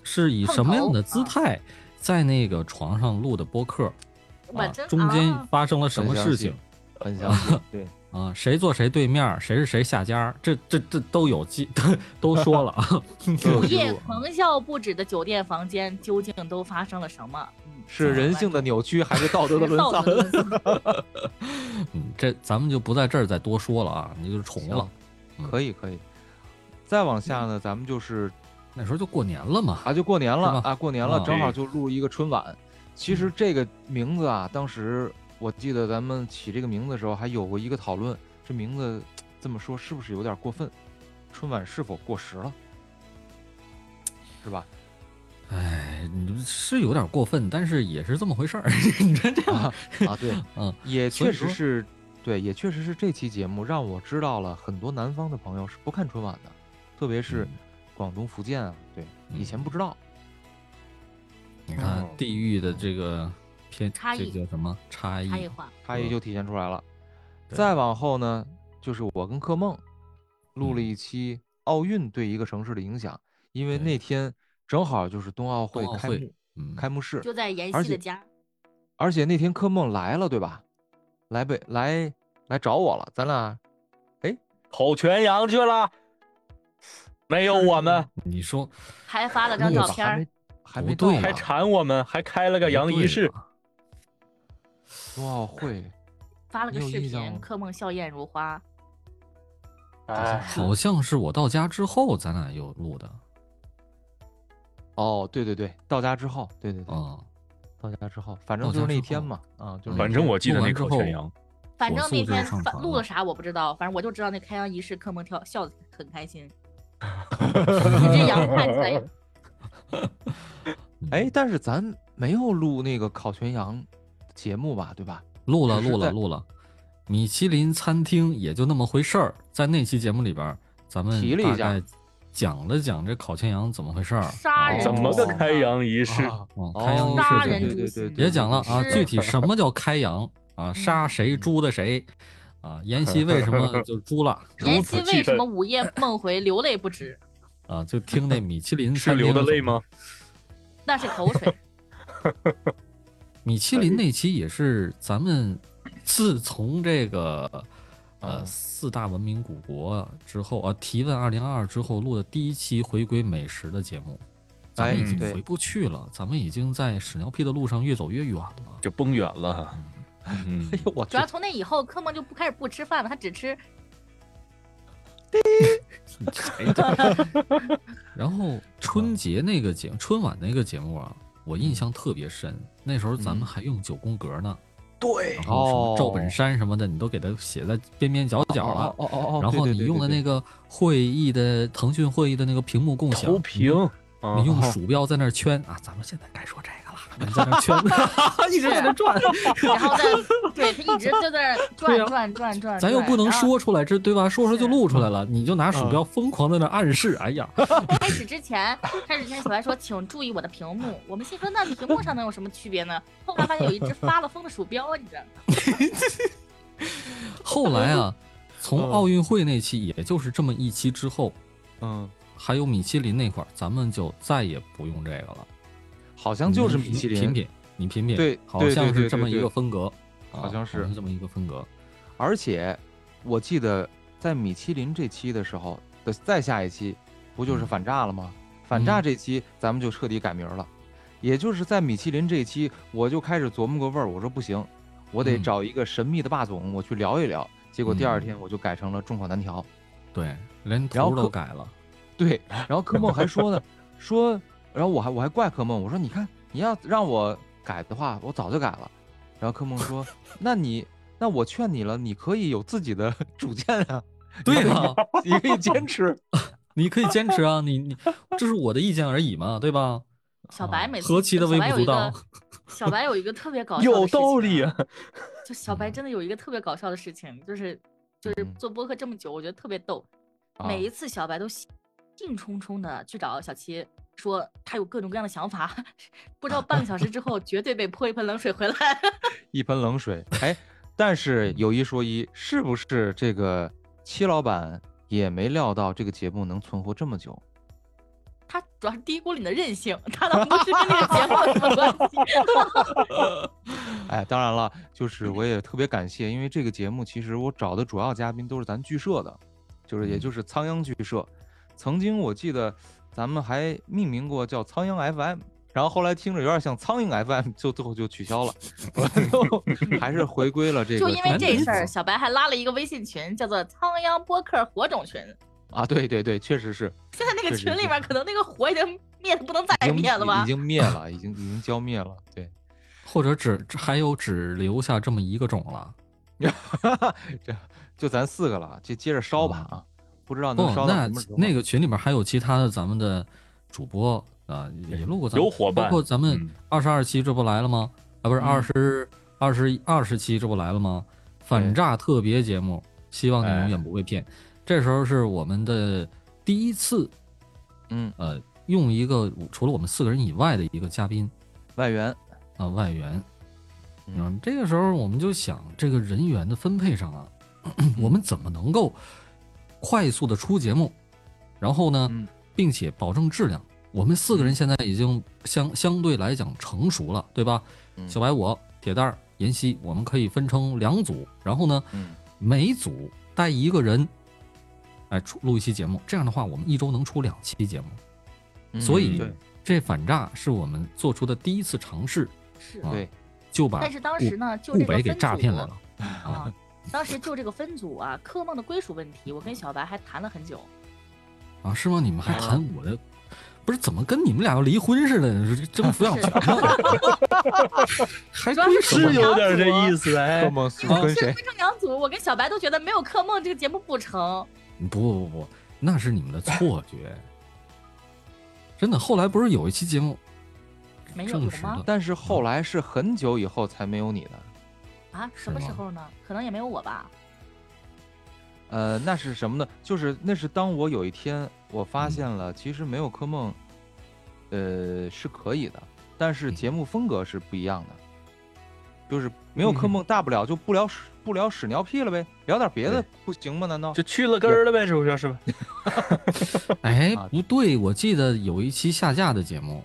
[SPEAKER 3] 是以
[SPEAKER 5] 碰
[SPEAKER 3] 什么样
[SPEAKER 5] 头
[SPEAKER 3] 的姿
[SPEAKER 5] 啊
[SPEAKER 3] 态在那个床上录的播客？
[SPEAKER 5] 我
[SPEAKER 3] 啊
[SPEAKER 5] 真
[SPEAKER 3] 中间
[SPEAKER 5] 啊
[SPEAKER 3] 发生了什么
[SPEAKER 1] 很详
[SPEAKER 3] 事
[SPEAKER 1] 细
[SPEAKER 3] 情
[SPEAKER 1] 很详细。对，
[SPEAKER 3] 啊？谁坐谁对面儿，谁是谁下家儿？这这这都有记， 都说了啊。
[SPEAKER 1] 都
[SPEAKER 5] 午
[SPEAKER 1] 有记
[SPEAKER 5] 夜
[SPEAKER 1] 录
[SPEAKER 5] 狂笑不止的酒店房间究竟都发生了什么？嗯，
[SPEAKER 1] 是人性的扭曲还是道德的
[SPEAKER 5] 还是
[SPEAKER 1] 沦
[SPEAKER 5] 道
[SPEAKER 1] 丧？
[SPEAKER 5] 德沦丧。
[SPEAKER 3] 嗯，这咱们就不在这儿再多说了啊，你就是重了。嗯
[SPEAKER 1] 可以可以。再往下呢，咱们就是
[SPEAKER 3] 那时候就过年了嘛，
[SPEAKER 1] 啊，就过年了
[SPEAKER 3] 是吧
[SPEAKER 1] 啊，过年了，
[SPEAKER 3] 啊
[SPEAKER 1] 正好
[SPEAKER 4] 对
[SPEAKER 1] 就录一个春晚。其实这个名字啊，当时我记得咱们起这个名字的时候还有过一个讨论，这名字这么说是不是有点过分？春晚是否过时了？是吧？
[SPEAKER 3] 哎，你是有点过分，但是也是这么回事儿。 你这这样，
[SPEAKER 1] 啊 啊，对，
[SPEAKER 3] 嗯，
[SPEAKER 1] 也
[SPEAKER 3] 所以
[SPEAKER 1] 确实
[SPEAKER 3] 说
[SPEAKER 1] 是，对，也确实是这期节目让我知道了很多南方的朋友是不看春晚的，特别是
[SPEAKER 3] 嗯
[SPEAKER 1] 广东、福建啊，对，以前嗯不知道。
[SPEAKER 3] 你看
[SPEAKER 4] 哦
[SPEAKER 3] 地域的这个偏，
[SPEAKER 5] 差
[SPEAKER 3] 这
[SPEAKER 5] 异
[SPEAKER 3] 叫什么差
[SPEAKER 1] 嗯
[SPEAKER 3] 异？
[SPEAKER 5] 差异化，
[SPEAKER 1] 差异就体现出来了。
[SPEAKER 3] 嗯对
[SPEAKER 1] 再往后呢，就是我跟柯梦
[SPEAKER 3] 嗯
[SPEAKER 1] 录了一期奥运对一个城市的影响，因为
[SPEAKER 3] 对
[SPEAKER 1] 那天正好就是冬奥会
[SPEAKER 3] 冬奥
[SPEAKER 1] 开
[SPEAKER 3] 会
[SPEAKER 1] 幕
[SPEAKER 3] 嗯，
[SPEAKER 1] 开幕式，
[SPEAKER 5] 就在妍
[SPEAKER 1] 而
[SPEAKER 5] 希的
[SPEAKER 1] 且
[SPEAKER 5] 家。
[SPEAKER 1] 而且那天柯梦来了，对吧？来北来来找我了，咱俩
[SPEAKER 4] 跑全羊去了，没有我们，
[SPEAKER 3] 你说
[SPEAKER 5] 还发了张
[SPEAKER 3] 那
[SPEAKER 5] 照
[SPEAKER 3] 个
[SPEAKER 5] 片
[SPEAKER 1] 还
[SPEAKER 5] 儿
[SPEAKER 1] 没，还
[SPEAKER 3] 不
[SPEAKER 1] 没
[SPEAKER 3] 对
[SPEAKER 1] 到
[SPEAKER 3] 呀
[SPEAKER 4] 还
[SPEAKER 1] 呢
[SPEAKER 4] 馋我们，还开了个
[SPEAKER 3] 不
[SPEAKER 4] 羊
[SPEAKER 3] 对啊
[SPEAKER 4] 仪式，
[SPEAKER 3] 吧
[SPEAKER 1] 冬奥会，
[SPEAKER 5] 发了个
[SPEAKER 1] 你有
[SPEAKER 5] 视
[SPEAKER 1] 印象
[SPEAKER 5] 频，
[SPEAKER 1] 吗
[SPEAKER 5] 柯梦笑靥如花。
[SPEAKER 4] 哎，
[SPEAKER 5] 嗯
[SPEAKER 3] 好像是我到家之后，咱俩又录的
[SPEAKER 1] 哦，对对对，到家之后，对对对，
[SPEAKER 3] 啊。
[SPEAKER 1] 到家之后，反正
[SPEAKER 3] 到
[SPEAKER 1] 就是
[SPEAKER 3] 家
[SPEAKER 1] 那
[SPEAKER 3] 之
[SPEAKER 1] 天
[SPEAKER 3] 后
[SPEAKER 1] 嘛，啊，就是
[SPEAKER 3] 嗯
[SPEAKER 1] 那
[SPEAKER 4] 反正
[SPEAKER 1] 天
[SPEAKER 4] 我记得
[SPEAKER 3] 录完
[SPEAKER 4] 那
[SPEAKER 3] 之
[SPEAKER 4] 口
[SPEAKER 3] 后
[SPEAKER 4] 全羊，
[SPEAKER 5] 反
[SPEAKER 3] 火
[SPEAKER 5] 正
[SPEAKER 3] 速
[SPEAKER 5] 那
[SPEAKER 3] 就
[SPEAKER 5] 天
[SPEAKER 3] 上
[SPEAKER 5] 发
[SPEAKER 3] 传
[SPEAKER 5] 录
[SPEAKER 3] 了
[SPEAKER 5] 了啥我不知道，反正我就知道那开阳仪式，柯梦跳笑得很开 心。你这羊看起来
[SPEAKER 3] 嗯
[SPEAKER 1] 哎，，但是咱没有录那个烤全羊节目吧，对吧？
[SPEAKER 3] 录了
[SPEAKER 1] 只是
[SPEAKER 3] 录了
[SPEAKER 1] 在
[SPEAKER 3] 录了，米其林餐厅也就那么回事儿。在那期节目里边儿，咱们
[SPEAKER 1] 提了一
[SPEAKER 3] 大
[SPEAKER 1] 下
[SPEAKER 3] 概讲了讲这烤全羊怎么回事儿，
[SPEAKER 5] 杀人
[SPEAKER 4] 怎么个
[SPEAKER 5] 哦
[SPEAKER 4] 开羊仪式？
[SPEAKER 1] 啊
[SPEAKER 3] 嗯，开羊
[SPEAKER 1] 哦
[SPEAKER 3] 仪
[SPEAKER 5] 杀
[SPEAKER 3] 式
[SPEAKER 5] 人
[SPEAKER 3] 怎么
[SPEAKER 5] 诛
[SPEAKER 1] 对对
[SPEAKER 5] 心
[SPEAKER 1] 对
[SPEAKER 3] 别讲了啊，
[SPEAKER 5] 是嗯
[SPEAKER 3] 具体什么叫开羊啊，杀谁诛的谁啊，妍希为什么就诛了
[SPEAKER 5] 妍希
[SPEAKER 4] 如此
[SPEAKER 5] 为
[SPEAKER 4] 气
[SPEAKER 5] 什
[SPEAKER 4] 愤
[SPEAKER 5] 么午夜梦回流泪不止？
[SPEAKER 3] 啊，就听那米其林
[SPEAKER 4] 是
[SPEAKER 3] 餐厅
[SPEAKER 4] 流的
[SPEAKER 3] 怎
[SPEAKER 4] 泪
[SPEAKER 3] 么
[SPEAKER 4] 吗？
[SPEAKER 5] 那是口水。
[SPEAKER 3] 米其林那期也是咱们自从这个呃四大文明古国之后啊，提问二零二二之后录的第一期回归美食的节目，咱们
[SPEAKER 1] 哎
[SPEAKER 3] 已经
[SPEAKER 1] 对
[SPEAKER 3] 回不去了，咱们已经在屎尿屁的路上越走越远了。
[SPEAKER 4] 就崩远了哈。嗯
[SPEAKER 1] 哎，呦我
[SPEAKER 5] 主要从那以后，柯梦就不开始不吃饭了，他只吃
[SPEAKER 3] 然后春节那个节春晚那个节目啊，我印象特别深，那时候咱们还用九宫格呢，
[SPEAKER 4] 对
[SPEAKER 3] 然后什么赵本
[SPEAKER 1] 哦
[SPEAKER 3] 山什么的，你都给它写在边边角角了。
[SPEAKER 1] 哦哦哦哦，
[SPEAKER 3] 然后你用的那
[SPEAKER 1] 个
[SPEAKER 3] 个会议的腾讯会议的那个屏幕共享，
[SPEAKER 4] 投屏，啊
[SPEAKER 3] 你用鼠标在那儿圈啊，咱们现在该说这 个了，你在那儿圈， 一直在那儿转，
[SPEAKER 5] 然后再对他一直就在那儿转转转转，
[SPEAKER 3] 咱又
[SPEAKER 5] 转
[SPEAKER 3] 不能。
[SPEAKER 5] 然后
[SPEAKER 3] 说出来，这对吧？说出来就是露出来了，你就拿
[SPEAKER 1] 嗯
[SPEAKER 3] 鼠标疯狂在那儿暗示，哎呀，
[SPEAKER 5] 开始之前，开始之前小白说请注意我的屏幕，我们心说那屏幕上能有什么区别呢？后来发现有一 只发了疯的鼠标，你知道吗？
[SPEAKER 3] 后来
[SPEAKER 1] 嗯
[SPEAKER 3] 啊，从奥运会那期，也就是这么一期之后，
[SPEAKER 4] 嗯，
[SPEAKER 3] 还有米其林那块儿，咱们就再也不用这个了。
[SPEAKER 1] 好像嗯就是米其林，
[SPEAKER 3] 品品，你品品，
[SPEAKER 1] 对
[SPEAKER 3] 好
[SPEAKER 1] 对对
[SPEAKER 3] 像
[SPEAKER 1] 对
[SPEAKER 3] 是这
[SPEAKER 1] 对
[SPEAKER 3] 么一
[SPEAKER 1] 对
[SPEAKER 3] 个风格，啊
[SPEAKER 1] 好像是
[SPEAKER 3] 这么一个风格。
[SPEAKER 1] 而且我记得在米其林这期的时候的再下一期，不就是反诈了吗？反诈这期咱们就彻底改名了，也就是在米其林这期，我就开始琢磨个味儿，我说不行，我得
[SPEAKER 3] 嗯
[SPEAKER 1] 找一个神秘的霸总，我去聊一聊。结果第二
[SPEAKER 3] 嗯
[SPEAKER 1] 天我就改成了众口难调。
[SPEAKER 3] 对，连
[SPEAKER 1] 然
[SPEAKER 3] 头
[SPEAKER 1] 后
[SPEAKER 3] 都
[SPEAKER 1] 可
[SPEAKER 3] 改了。
[SPEAKER 1] 对，然后柯梦还说呢，说，然后我还我还怪柯梦，我说你看你要让我改的话，我早就改了。然后柯梦说，那你那我劝你了，你可以有自己的 主见啊，
[SPEAKER 3] 对
[SPEAKER 1] 呀，
[SPEAKER 3] 啊，
[SPEAKER 1] 你可以坚持。
[SPEAKER 3] 你可以坚持啊，你你这是我的意见而已嘛，对吧？
[SPEAKER 5] 小白
[SPEAKER 3] 啊
[SPEAKER 5] 每次
[SPEAKER 3] 何其的
[SPEAKER 5] 小
[SPEAKER 3] 微
[SPEAKER 5] 白
[SPEAKER 3] 不
[SPEAKER 5] 有
[SPEAKER 3] 足
[SPEAKER 5] 一个
[SPEAKER 3] 道。
[SPEAKER 5] 小白有一个特别搞笑，
[SPEAKER 4] 有道理啊。。
[SPEAKER 5] 就小白真的有一个特别搞笑的事情，就是 就是
[SPEAKER 1] 嗯
[SPEAKER 5] 做播客这么久，我觉得特别逗。
[SPEAKER 1] 啊
[SPEAKER 5] 每一次小白都兴兴冲冲的去找小七，说他有各种各样的想法， 不知道半个小时之后绝对被泼一盆冷水回来。
[SPEAKER 1] 一盆冷水，哎，但是有一说一，是不是这个戚老板也没料到这个节目能存活这么久？
[SPEAKER 5] 他主要是低估了你的韧性， 他倒不是跟那个节目有什么 关系。
[SPEAKER 1] 哎，当然了，就是我也特别感谢，因为这个节目其实我找的主要嘉宾都是咱剧社的，就是也
[SPEAKER 3] 嗯
[SPEAKER 1] 就是仓央剧社。曾经我记得咱们还命名过叫仓央 FM，然后后来听着有点像苍蝇 FM，就最后就取消了， 然后还是回归了这个
[SPEAKER 5] 就
[SPEAKER 1] 主
[SPEAKER 5] 因
[SPEAKER 1] 题。
[SPEAKER 5] 为这
[SPEAKER 3] 男
[SPEAKER 5] 事
[SPEAKER 3] 子
[SPEAKER 5] 儿，小白还拉了一个微信群，叫做“仓央播客火种群
[SPEAKER 1] 啊，对对对，确实是”。
[SPEAKER 5] 现在那
[SPEAKER 1] 确
[SPEAKER 5] 个
[SPEAKER 1] 实
[SPEAKER 5] 群
[SPEAKER 1] 是
[SPEAKER 5] 里面，可能那个火已经灭的不能再
[SPEAKER 1] 已经
[SPEAKER 5] 灭了
[SPEAKER 1] 已
[SPEAKER 5] 吧？
[SPEAKER 1] 经灭了，已经已经浇灭了。对，
[SPEAKER 3] 或者只只还有只留下这么一个种了，
[SPEAKER 1] 这就咱四个了，就接着烧吧啊！不知道
[SPEAKER 3] 不
[SPEAKER 1] 能，烧到
[SPEAKER 3] 哦那
[SPEAKER 1] 什么时候。
[SPEAKER 3] 那个群里面还有其他的咱们的主播啊，也也录过咱们
[SPEAKER 4] 有伙伴
[SPEAKER 3] 包括咱们
[SPEAKER 4] 嗯
[SPEAKER 3] 二十二期这不来了吗？啊，
[SPEAKER 1] 嗯
[SPEAKER 3] 不是二十二十二十期这不来了吗？反诈特别节目，希望你永
[SPEAKER 1] 哎
[SPEAKER 3] 远不被骗。这时候是我们的第一次，
[SPEAKER 1] 嗯，
[SPEAKER 3] 呃，用一个除了我们四个人以外的一个嘉宾
[SPEAKER 1] 外援，
[SPEAKER 3] 啊、外援。
[SPEAKER 1] 嗯
[SPEAKER 3] 嗯，这个时候我们就想，这个人员的分配上啊，我们怎么能够快速的出节目，然后呢
[SPEAKER 1] 嗯，
[SPEAKER 3] 并且保证质量？我们四个人现在已经相相对来讲成熟了，对吧？
[SPEAKER 1] 嗯
[SPEAKER 3] 小白、我、铁蛋儿、妍希，我们可以分成两组，然后呢，
[SPEAKER 1] 嗯
[SPEAKER 3] 每组带一个人，哎，出录一期节目。这样的话，我们一周能出两期节目。
[SPEAKER 1] 嗯
[SPEAKER 3] 所以啊
[SPEAKER 1] 对
[SPEAKER 3] 这反诈是我们做出的第一次尝试，
[SPEAKER 5] 是
[SPEAKER 3] 啊
[SPEAKER 1] 对，
[SPEAKER 3] 就把
[SPEAKER 5] 但是当
[SPEAKER 3] 顾
[SPEAKER 5] 时呢，就
[SPEAKER 3] 顾
[SPEAKER 5] 这个
[SPEAKER 3] 北给
[SPEAKER 5] 分
[SPEAKER 3] 诈骗
[SPEAKER 5] 组
[SPEAKER 3] 来了。
[SPEAKER 5] 啊，当时就这个分组啊，科梦的归属问题，我跟小白还谈了很久。
[SPEAKER 3] 啊，是吗？你们还
[SPEAKER 1] 啊
[SPEAKER 3] 谈我的？不是怎么跟你们俩要离婚似的？这 争抚养权呢？还
[SPEAKER 5] 主要是
[SPEAKER 3] 归属
[SPEAKER 5] 是
[SPEAKER 3] 我
[SPEAKER 4] 是有点这
[SPEAKER 5] 两
[SPEAKER 4] 意
[SPEAKER 5] 组
[SPEAKER 4] 思哎
[SPEAKER 1] 科。梦是
[SPEAKER 3] 啊
[SPEAKER 5] 现在
[SPEAKER 1] 跟谁？
[SPEAKER 5] 分成两组，我跟小白都觉得没有科梦这个节目不成。
[SPEAKER 3] 不不不，那是你们的错觉。真的，后来不是有一期节 目
[SPEAKER 5] 没有
[SPEAKER 3] 证
[SPEAKER 5] 有
[SPEAKER 3] 实
[SPEAKER 5] 吗
[SPEAKER 3] 了？
[SPEAKER 1] 但是后来是很久以后才没有你的，
[SPEAKER 5] 啊，什么
[SPEAKER 3] 是
[SPEAKER 5] 时
[SPEAKER 3] 吗
[SPEAKER 5] 候呢？可能也没有我吧。
[SPEAKER 1] 呃，那是什么呢？就是那是当我有一天我
[SPEAKER 3] 嗯
[SPEAKER 1] 发现了，其实没有科梦，呃，是可以的，但是
[SPEAKER 3] 嗯
[SPEAKER 1] 节目风格是不一样的，就是没有
[SPEAKER 3] 嗯
[SPEAKER 1] 科梦，大不了就不聊屎不聊屎尿屁了呗，聊点别的不行吗？难道
[SPEAKER 4] 就去了根儿了呗，这不就是吧？
[SPEAKER 3] 哎
[SPEAKER 1] 啊，
[SPEAKER 3] 不对，我记得有一期下架的节目，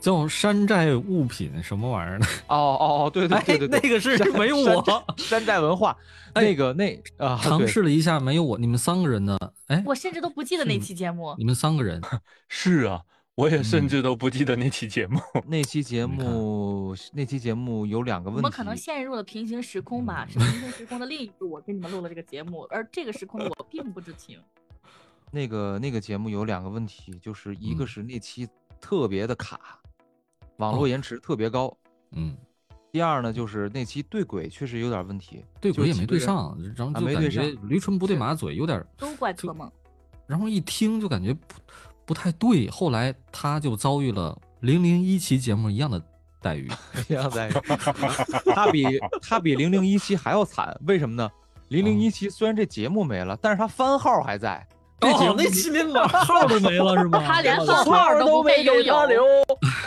[SPEAKER 3] 叫《山寨物品》什么玩意儿的？
[SPEAKER 1] 哦哦哦，对对对对对，
[SPEAKER 3] 哎那个是没有我，
[SPEAKER 1] 山寨文化，
[SPEAKER 3] 哎
[SPEAKER 1] 那个那啊，
[SPEAKER 3] 尝
[SPEAKER 1] 对
[SPEAKER 3] 试了一下没有我，你们三个人呢？哎，
[SPEAKER 5] 我甚至都不记得那期节目。
[SPEAKER 3] 你们三个人，
[SPEAKER 4] 是啊，我也甚至都不记得那期节目。
[SPEAKER 1] 那期节
[SPEAKER 3] 你看
[SPEAKER 1] 目，那期节目有两个
[SPEAKER 5] 我
[SPEAKER 1] 问题，
[SPEAKER 5] 们可能陷入了平行时
[SPEAKER 3] 嗯
[SPEAKER 5] 空吧，是平行时空的另一部，我给你们录了这个节目，而这个时空我并不知情。
[SPEAKER 1] 那个那个节目有两个问题，就是一个
[SPEAKER 3] 嗯
[SPEAKER 1] 是那期特别的卡，网络
[SPEAKER 3] 哦
[SPEAKER 1] 延迟特别高；
[SPEAKER 3] 嗯，
[SPEAKER 1] 第二呢，就是那期对轨确实有点问题，
[SPEAKER 3] 对
[SPEAKER 1] 就
[SPEAKER 3] 鬼也
[SPEAKER 1] 是
[SPEAKER 3] 没
[SPEAKER 1] 几
[SPEAKER 3] 对
[SPEAKER 1] 个人，
[SPEAKER 3] 上，然后
[SPEAKER 1] 啊
[SPEAKER 3] 就
[SPEAKER 1] 没
[SPEAKER 3] 感
[SPEAKER 1] 对
[SPEAKER 3] 觉
[SPEAKER 1] 上
[SPEAKER 3] 驴唇不对
[SPEAKER 1] 是
[SPEAKER 3] 马嘴，有点儿，
[SPEAKER 5] 都怪
[SPEAKER 3] 就
[SPEAKER 5] 科梦，
[SPEAKER 3] 然后一听就感觉不不不太对，后来他就遭遇了零零一期节目一样的待 遇。
[SPEAKER 1] 一 样待遇。他比他比零零一七还要惨，为什么呢？零零一七虽然这节目没了，但是他番号还在。这节目
[SPEAKER 3] 哦那期 连码号都没啊了是吗？
[SPEAKER 5] 他连
[SPEAKER 3] 我
[SPEAKER 5] 号号都不配拥有。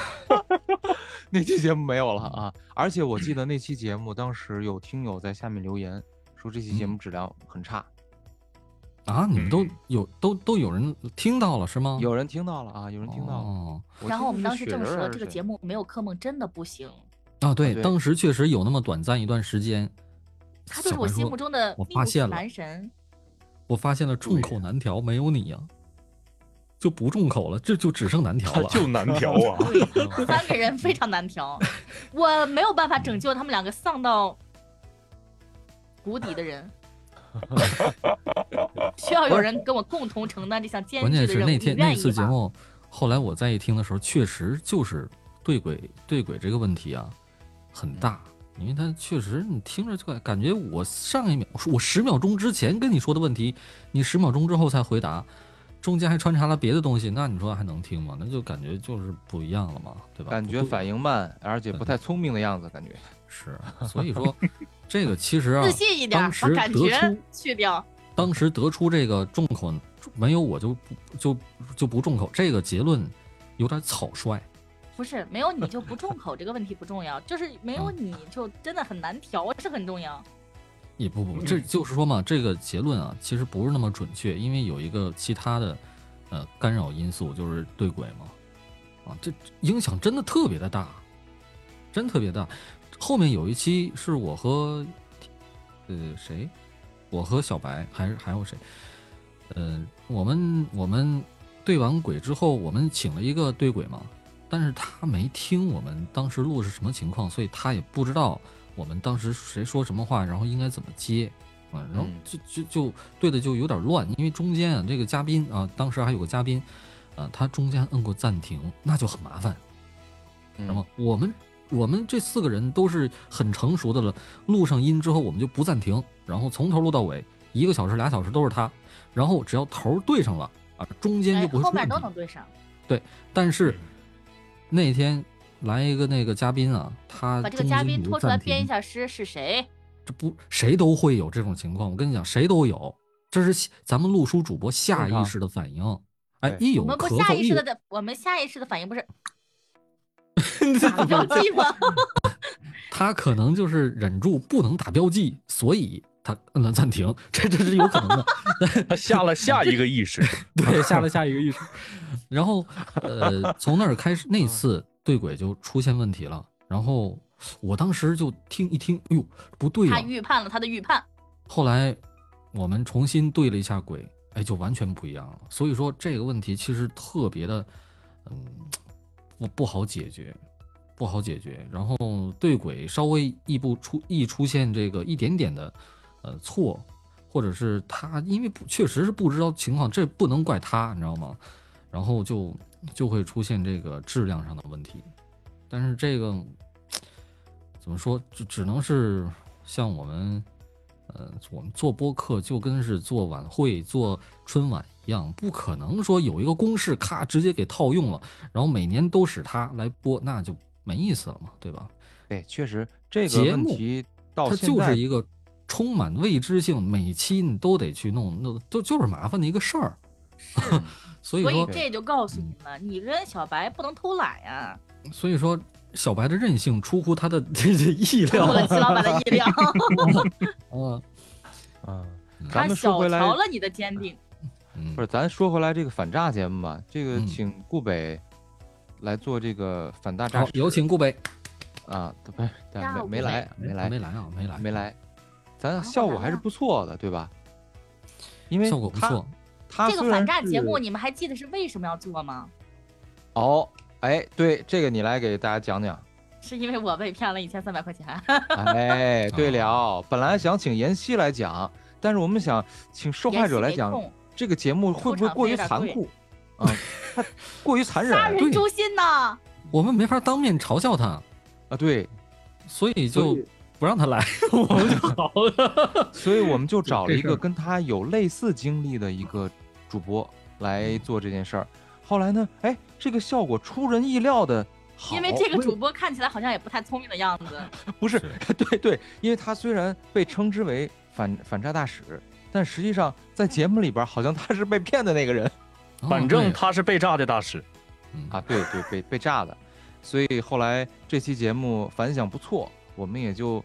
[SPEAKER 1] 那期节目没有了啊！而且我记得那期节目，当时有听友在下面留言说这期节
[SPEAKER 3] 嗯
[SPEAKER 1] 目质量很差，
[SPEAKER 3] 啊，你们都有都都有人听到了是吗？
[SPEAKER 1] 有人听到了啊，有人听到了。
[SPEAKER 3] 哦
[SPEAKER 2] 然后我们当时证实了
[SPEAKER 1] 了
[SPEAKER 2] 这个节目没有科梦真的不行，
[SPEAKER 3] 啊，对，
[SPEAKER 1] 对
[SPEAKER 3] 当时确实有那么短暂一段时间，
[SPEAKER 5] 他就是
[SPEAKER 3] 小
[SPEAKER 5] 我
[SPEAKER 3] 白
[SPEAKER 5] 心
[SPEAKER 3] 说
[SPEAKER 5] 目中的
[SPEAKER 3] 我
[SPEAKER 5] 密
[SPEAKER 3] 发
[SPEAKER 5] 无
[SPEAKER 3] 现了
[SPEAKER 5] 男神。
[SPEAKER 3] 我发现了众口难调，没有你呀、啊就不众口了，这就只剩难调 了。
[SPEAKER 4] 就难调啊！
[SPEAKER 5] 对，三个人非常难 调，我没有办法拯救他们两个丧到谷底的 人，需要有人跟我共同承担这项艰
[SPEAKER 3] 关
[SPEAKER 5] 巨
[SPEAKER 3] 键
[SPEAKER 5] 的
[SPEAKER 3] 是
[SPEAKER 5] 任务。
[SPEAKER 3] 那
[SPEAKER 5] 你
[SPEAKER 3] 天
[SPEAKER 5] 愿
[SPEAKER 3] 那
[SPEAKER 5] 意
[SPEAKER 3] 次节
[SPEAKER 5] 吗，
[SPEAKER 3] 目，后来我再一听的时候，确实就是对轨对轨这个问题啊很
[SPEAKER 5] 嗯
[SPEAKER 3] 大，因为它确实你听着就感感觉我上一秒我十秒钟之前跟你说的问题，你十秒钟之后才回答，中间还穿插了别的东西，那你说还能听吗？那就感觉就是不一样了嘛，对吧？
[SPEAKER 1] 感
[SPEAKER 3] 不
[SPEAKER 1] 觉
[SPEAKER 3] 对嗯
[SPEAKER 1] 反应慢，而且不太聪明的样子，感觉。
[SPEAKER 3] 是，所以说这个其实啊，
[SPEAKER 5] 自信一点
[SPEAKER 3] 当
[SPEAKER 5] 儿，把
[SPEAKER 3] 时
[SPEAKER 5] 感
[SPEAKER 3] 得
[SPEAKER 5] 觉
[SPEAKER 3] 出
[SPEAKER 5] 去掉。
[SPEAKER 3] 当时得出这个众口没有我就不就就不众口这个结论有点草率。
[SPEAKER 5] 不是没有你就不众口这个问题不重要，就是没
[SPEAKER 3] 嗯
[SPEAKER 5] 有你就真的很难调，这很重要。
[SPEAKER 3] 也不不，这就是说嘛，这个结论啊，其实不是那么准确，因为有一个其他的呃干扰因素，就是对轨嘛，啊，这影响真的特别的大，真特别大。后面有一期是我和呃谁，我和小白还是还有谁，呃，我们我们对完轨之后，我们请了一个对轨嘛，但是他没听我们当时录是什么情况，所以他也不知道我们当时谁说什么话，然后应该怎么接，啊，然后
[SPEAKER 1] 嗯
[SPEAKER 3] 就就就对的就有点乱，因为中间啊这个嘉宾啊，当时还有个嘉宾，啊，他中间摁过暂停，那就很麻烦。
[SPEAKER 1] 嗯
[SPEAKER 3] 那么我们我们这四个人都是很成熟的了，录上音之后我们就不暂停，然后从头录到尾，一个小时俩小时都是他，然后只要头儿对上了啊，中间
[SPEAKER 5] 哎
[SPEAKER 3] 就不会
[SPEAKER 5] 后
[SPEAKER 3] 出
[SPEAKER 5] 面
[SPEAKER 3] 问
[SPEAKER 5] 都
[SPEAKER 3] 题。
[SPEAKER 5] 能对上，
[SPEAKER 3] 但是那天来一个那个嘉宾啊，他
[SPEAKER 5] 把这个
[SPEAKER 3] 中
[SPEAKER 5] 嘉
[SPEAKER 3] 间
[SPEAKER 5] 宾
[SPEAKER 3] 有个
[SPEAKER 5] 拖出来
[SPEAKER 3] 暂停
[SPEAKER 5] 编一下诗是谁？
[SPEAKER 3] 这不谁都会有这种情况，我跟你讲，谁都有，这是下咱们录书主播下意识的反应。哎，
[SPEAKER 1] 对
[SPEAKER 3] 一有
[SPEAKER 5] 我们不
[SPEAKER 3] 咳
[SPEAKER 5] 下
[SPEAKER 3] 嗽，
[SPEAKER 5] 意
[SPEAKER 3] 一
[SPEAKER 5] 识
[SPEAKER 3] 有
[SPEAKER 5] 的的，我们下意识的反应不 是打标记吗？
[SPEAKER 3] 他可能就是忍住不能打标记，所以他摁了暂停， 这这是有可能的。
[SPEAKER 4] 他下了下一个意识，
[SPEAKER 3] 对，下了下一个意识。然后，呃，从那儿开始，那次对轨就出现问题了。然后我当时就听一听，哎呦，不对
[SPEAKER 5] 他
[SPEAKER 3] 呀、
[SPEAKER 5] 预判了他的预判。
[SPEAKER 3] 后来我们重新对了一下轨，哎，就完全不一样了。所以说这个问题其实特别的，嗯，不不好解决，不好解决。然后对轨稍微一不出一出现这个一点点的呃错，或者是他因为不确实是不知道情况，这不能怪他，你知道吗？然后就就会出现这个质量上的问题。但是这个怎么说，就只能是像我们，呃，我们做播客就跟是做晚会、做春晚一样，不可能说有一个公式咔直接给套用了，然后每年都使它来播，那就没意思了嘛，对吧？
[SPEAKER 1] 对，哎确实这个
[SPEAKER 3] 节
[SPEAKER 1] 问
[SPEAKER 3] 目
[SPEAKER 1] 题到
[SPEAKER 3] 它
[SPEAKER 1] 现
[SPEAKER 3] 就
[SPEAKER 1] 在
[SPEAKER 3] 是一个充满未知性，每期你都得去弄，那就就是麻烦的一个嗯事儿。
[SPEAKER 1] 嗯
[SPEAKER 3] 所以
[SPEAKER 5] 所以
[SPEAKER 3] 说，
[SPEAKER 5] 这也就告诉你们，你跟小白不能偷懒 呀、
[SPEAKER 3] 所以说小白的任性出乎他的这这意
[SPEAKER 5] 出
[SPEAKER 3] 料
[SPEAKER 5] 乎了
[SPEAKER 3] 啊
[SPEAKER 5] 齐老板的 意料，。
[SPEAKER 3] 嗯
[SPEAKER 1] 嗯，咱
[SPEAKER 5] 他
[SPEAKER 1] 们
[SPEAKER 5] 小
[SPEAKER 1] 说回来，
[SPEAKER 5] 瞧了你的坚定。
[SPEAKER 3] 嗯
[SPEAKER 1] 不是，咱说回来这个反诈节目吧，这个
[SPEAKER 3] 嗯
[SPEAKER 1] 请顾北来做这个反大诈
[SPEAKER 3] 好，有请顾北。
[SPEAKER 1] 啊，不是，但
[SPEAKER 5] 下
[SPEAKER 1] 没
[SPEAKER 5] 午
[SPEAKER 1] 没来，没来，
[SPEAKER 3] 没来啊，没来，
[SPEAKER 1] 没来，咱
[SPEAKER 5] 啊
[SPEAKER 1] 效
[SPEAKER 5] 我
[SPEAKER 1] 果
[SPEAKER 5] 来
[SPEAKER 1] 还是
[SPEAKER 5] 了
[SPEAKER 1] 不错的，对吧？因为
[SPEAKER 3] 效果不
[SPEAKER 1] 他
[SPEAKER 3] 错。。
[SPEAKER 1] 他
[SPEAKER 5] 这个
[SPEAKER 1] 虽
[SPEAKER 5] 反
[SPEAKER 1] 然
[SPEAKER 5] 诈节
[SPEAKER 1] 是
[SPEAKER 5] 目，你们还记得是为什么要做吗？
[SPEAKER 1] 哦，哎，对，这个你来给大家 讲讲。
[SPEAKER 5] 是因为我被骗了一千三百块钱。
[SPEAKER 1] 哎，对了，
[SPEAKER 3] 哦
[SPEAKER 1] 本来想请妍希来讲，但是我们想请受害者来
[SPEAKER 5] 延禧没
[SPEAKER 1] 讲，
[SPEAKER 5] 空，
[SPEAKER 1] 这个节目会不
[SPEAKER 5] 出
[SPEAKER 1] 会
[SPEAKER 5] 场
[SPEAKER 1] 过
[SPEAKER 5] 费
[SPEAKER 1] 于
[SPEAKER 5] 有点
[SPEAKER 1] 残
[SPEAKER 5] 贵
[SPEAKER 1] 酷啊？他过于残忍
[SPEAKER 5] 杀人
[SPEAKER 3] 啊对
[SPEAKER 5] 诛心呐！
[SPEAKER 3] 我们没法当面嘲笑他，
[SPEAKER 1] 啊！对，
[SPEAKER 3] 所以
[SPEAKER 1] 所
[SPEAKER 3] 就
[SPEAKER 1] 以
[SPEAKER 3] 不让他来，我们就好了。
[SPEAKER 1] 所以我们就找了
[SPEAKER 3] 这
[SPEAKER 1] 一
[SPEAKER 3] 事
[SPEAKER 1] 个
[SPEAKER 3] 儿嗯
[SPEAKER 1] 跟他有类似经历的一个主播来做这件事儿。后来呢，哎，这个效果出人意料的好，
[SPEAKER 5] 因为这个
[SPEAKER 1] 为
[SPEAKER 5] 主播看起来好像也不太聪明的样子，
[SPEAKER 1] 不是，
[SPEAKER 3] 是
[SPEAKER 1] 对对，因为他虽然被称之为反反诈大使，但实际上在节目里边儿好像他是被骗的那个人
[SPEAKER 3] 哦
[SPEAKER 4] 反正
[SPEAKER 3] 对
[SPEAKER 4] 他是被炸的大使。
[SPEAKER 3] 嗯
[SPEAKER 1] 啊，对对，被被炸的，所以后来这期节目反响不错，我们也就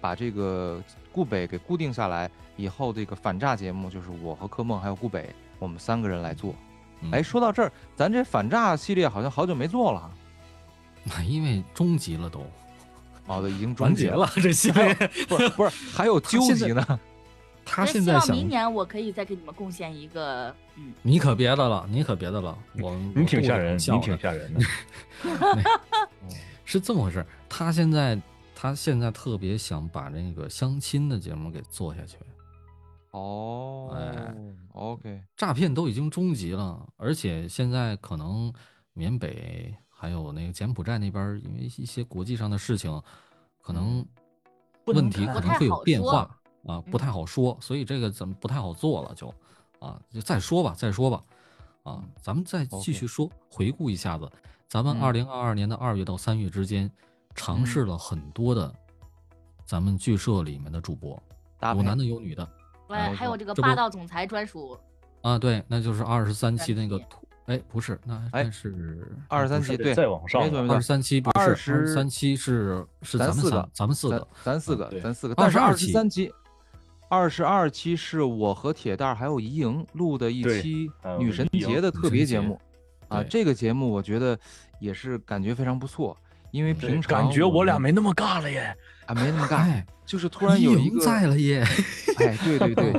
[SPEAKER 1] 把这个顾北给固定下来，以后这个反诈节目就是我和柯梦还有顾北我们三个人来做。哎，
[SPEAKER 3] 嗯
[SPEAKER 1] 说到这儿，咱这反诈系列好像好久没做了，
[SPEAKER 3] 因为终极了都，
[SPEAKER 1] 哦，对，已经终
[SPEAKER 3] 完
[SPEAKER 1] 结
[SPEAKER 3] 结，了这系列。
[SPEAKER 1] 不是不是， 还有纠
[SPEAKER 3] 现在
[SPEAKER 1] 集呢。
[SPEAKER 3] 他
[SPEAKER 5] 那
[SPEAKER 3] 现
[SPEAKER 5] 希
[SPEAKER 3] 在
[SPEAKER 5] 望
[SPEAKER 3] 想，
[SPEAKER 5] 明年我可以再给你们贡献一个，嗯，
[SPEAKER 3] 你可别的了，你可别的了，我
[SPEAKER 4] 你挺吓人，
[SPEAKER 3] 我肚子
[SPEAKER 4] 你
[SPEAKER 3] 上笑
[SPEAKER 4] 挺
[SPEAKER 3] 的
[SPEAKER 4] 吓人的。
[SPEAKER 3] 是这么回事儿。他现在他现在特别想把那个相亲的节目给做下去，
[SPEAKER 1] 哦，OK，
[SPEAKER 3] 诈骗都已经终极了，而且现在可能缅北还有那个柬埔寨那边儿，因为一些国际上的事情，
[SPEAKER 1] 嗯
[SPEAKER 3] 可能
[SPEAKER 4] 不能
[SPEAKER 3] 问题
[SPEAKER 4] 看
[SPEAKER 3] 可能会有变
[SPEAKER 5] 不太
[SPEAKER 3] 化
[SPEAKER 4] 嗯
[SPEAKER 3] 啊，不太好说，所以这个咱们不太好做了，就啊，就再说吧，再说吧，啊，
[SPEAKER 4] 嗯
[SPEAKER 3] 咱们再继
[SPEAKER 1] OK
[SPEAKER 3] 续说，回顾一下子，咱们
[SPEAKER 1] 嗯
[SPEAKER 3] 二零二二年的二月到三月之间，尝试了很多的咱们剧社里面的主播，
[SPEAKER 1] 搭配
[SPEAKER 3] 有男的有女的，
[SPEAKER 5] 我
[SPEAKER 1] 哎
[SPEAKER 5] 还有这个
[SPEAKER 3] 这
[SPEAKER 5] 霸
[SPEAKER 3] 不
[SPEAKER 5] 道总裁专属，
[SPEAKER 3] 啊，对，那就是二十三期
[SPEAKER 5] 期
[SPEAKER 3] 那个土，哎，不是，那
[SPEAKER 1] 哎
[SPEAKER 3] 那是
[SPEAKER 1] 23期
[SPEAKER 4] 还得
[SPEAKER 1] 对
[SPEAKER 4] 再往上
[SPEAKER 1] 没错
[SPEAKER 4] 了
[SPEAKER 1] 没错
[SPEAKER 3] 二十，三期不是
[SPEAKER 1] 20
[SPEAKER 3] 二十三期是是
[SPEAKER 1] 咱
[SPEAKER 3] 咱们
[SPEAKER 1] 四
[SPEAKER 3] 三
[SPEAKER 1] 个
[SPEAKER 3] 咱们四个，
[SPEAKER 1] 咱咱四个
[SPEAKER 4] 对，
[SPEAKER 1] 咱四个，
[SPEAKER 3] 22
[SPEAKER 1] 但是二十
[SPEAKER 3] 期
[SPEAKER 1] 三期，二十二期是我和铁蛋儿还有怡莹录的一
[SPEAKER 4] 对
[SPEAKER 1] 期
[SPEAKER 4] 还有
[SPEAKER 1] 女神
[SPEAKER 4] 怡莹
[SPEAKER 1] 节的
[SPEAKER 3] 女
[SPEAKER 1] 特别节
[SPEAKER 3] 神节
[SPEAKER 1] 目，啊，
[SPEAKER 3] 对
[SPEAKER 1] 这个节目我觉得也是感觉非常不错，因为
[SPEAKER 3] 嗯对
[SPEAKER 1] 平常
[SPEAKER 4] 感觉我俩
[SPEAKER 1] 们
[SPEAKER 4] 没那么尬了 耶。
[SPEAKER 1] 啊没那么尬，
[SPEAKER 3] 哎，
[SPEAKER 1] 就是突然有
[SPEAKER 3] 一
[SPEAKER 1] 一
[SPEAKER 3] 赢
[SPEAKER 1] 个
[SPEAKER 3] 在 了耶，
[SPEAKER 1] 哎，对对对，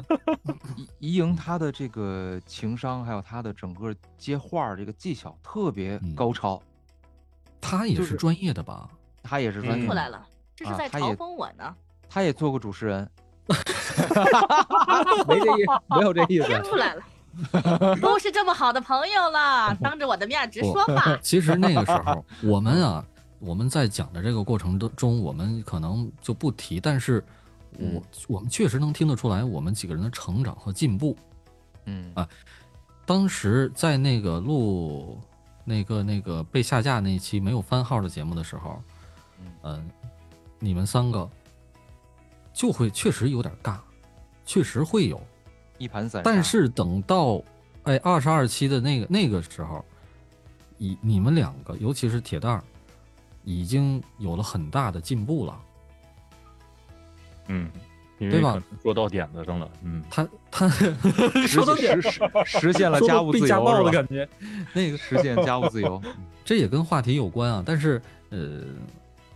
[SPEAKER 1] 怡怡莹她的这个情商，还有她的整个接话儿这个技巧特别
[SPEAKER 3] 嗯
[SPEAKER 1] 高超，
[SPEAKER 3] 他也
[SPEAKER 1] 就是是
[SPEAKER 3] 专业的吧？，
[SPEAKER 1] 她也是专
[SPEAKER 4] 嗯
[SPEAKER 1] 业
[SPEAKER 5] 出
[SPEAKER 1] 的，
[SPEAKER 5] 来了，这是
[SPEAKER 1] 啊
[SPEAKER 5] 在
[SPEAKER 1] 他也
[SPEAKER 5] 嘲讽我 呢，
[SPEAKER 1] 她也做过主持人，没这意，没有这意
[SPEAKER 5] 听
[SPEAKER 1] 思，
[SPEAKER 5] 出来了，都是这么好的朋友了，当着我的面直说吧
[SPEAKER 3] 其实那个时候我
[SPEAKER 1] 嗯
[SPEAKER 3] 们啊，我们在讲的这个过程中，我们可能就不提，但是
[SPEAKER 1] 嗯
[SPEAKER 3] 我我们确实能听得出来，我们几个人的成长和进步。
[SPEAKER 1] 嗯
[SPEAKER 3] 啊当时在那个录那个那个被下架那期没有番号的节目的时候，
[SPEAKER 1] 嗯
[SPEAKER 3] 嗯，你们三个就会确实有点尬，确实会有。
[SPEAKER 1] 一盘散沙，
[SPEAKER 3] 但是等到哎二十二期的那个那个时候，以你们两个，尤其是铁蛋儿，已经有了很大的进步了。
[SPEAKER 4] 嗯，因
[SPEAKER 3] 对
[SPEAKER 4] 为
[SPEAKER 3] 吧
[SPEAKER 4] 可能说到点子上了。嗯，
[SPEAKER 3] 他他
[SPEAKER 1] 实
[SPEAKER 3] 说到
[SPEAKER 1] 实实实现了
[SPEAKER 4] 说
[SPEAKER 1] 家
[SPEAKER 4] 到
[SPEAKER 1] 务
[SPEAKER 4] 被
[SPEAKER 1] 自
[SPEAKER 4] 家
[SPEAKER 1] 由
[SPEAKER 4] 暴
[SPEAKER 1] 是
[SPEAKER 4] 的
[SPEAKER 1] 吧
[SPEAKER 4] 感觉。
[SPEAKER 3] 那 个
[SPEAKER 1] 实现家务自由，
[SPEAKER 3] 这也跟话题有关啊，但是呃，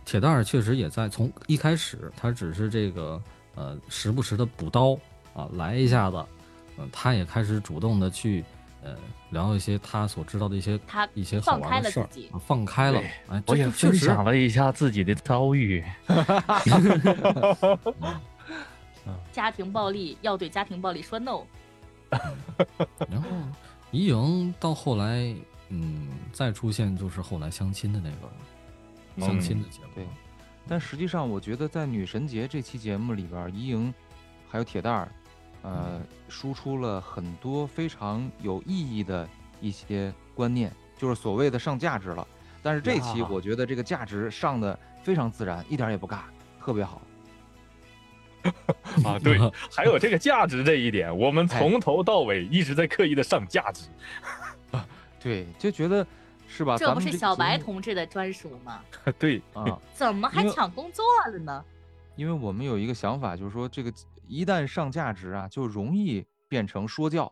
[SPEAKER 3] 铁蛋儿确实也在从一开始，他只是这个呃时不时的补刀啊，来一下子，嗯、他也开始主动的去呃聊一些他所知道的一些
[SPEAKER 5] 他
[SPEAKER 3] 一些好
[SPEAKER 5] 放开
[SPEAKER 3] 玩的
[SPEAKER 5] 了
[SPEAKER 3] 事儿
[SPEAKER 5] 自己
[SPEAKER 3] 啊，放开了
[SPEAKER 4] 对，
[SPEAKER 3] 哎，
[SPEAKER 4] 我
[SPEAKER 3] 这
[SPEAKER 4] 也
[SPEAKER 3] 这确
[SPEAKER 4] 分
[SPEAKER 3] 实
[SPEAKER 4] 享了一下自己的遭遇。
[SPEAKER 5] 家庭暴力要对家庭暴力说 no，
[SPEAKER 3] 然后
[SPEAKER 5] 嗯
[SPEAKER 3] 怡莹到后来，嗯，再出现就是后来相亲的那个
[SPEAKER 4] 嗯
[SPEAKER 3] 相亲的节目，
[SPEAKER 1] 对但实际上，我觉得在女神节这期节目里边儿，怡莹还有铁蛋儿，
[SPEAKER 4] 嗯
[SPEAKER 1] 呃，输出了很多非常有意义的一些观念，就是所谓的上价值了。但是这期
[SPEAKER 4] 哇
[SPEAKER 1] 我觉得这个价值上的非常自然，一点儿也不尬，特别好。
[SPEAKER 4] 啊， 对，
[SPEAKER 3] 嗯
[SPEAKER 4] 还有这个价值这一点，我们从头到尾一直在刻意的上价值。
[SPEAKER 1] 对，就觉得是吧？
[SPEAKER 5] 这
[SPEAKER 1] 啊咱
[SPEAKER 5] 不
[SPEAKER 1] 们
[SPEAKER 5] 是
[SPEAKER 1] 个
[SPEAKER 5] 小
[SPEAKER 1] 节
[SPEAKER 5] 白
[SPEAKER 1] 目
[SPEAKER 5] 同志的专属吗？
[SPEAKER 4] 哎对，
[SPEAKER 1] 啊，
[SPEAKER 5] 怎么还
[SPEAKER 1] 因为
[SPEAKER 5] 抢工作了呢？
[SPEAKER 1] 因为我们有一个想法，就是说这个一旦上价值啊，就容易变成说教。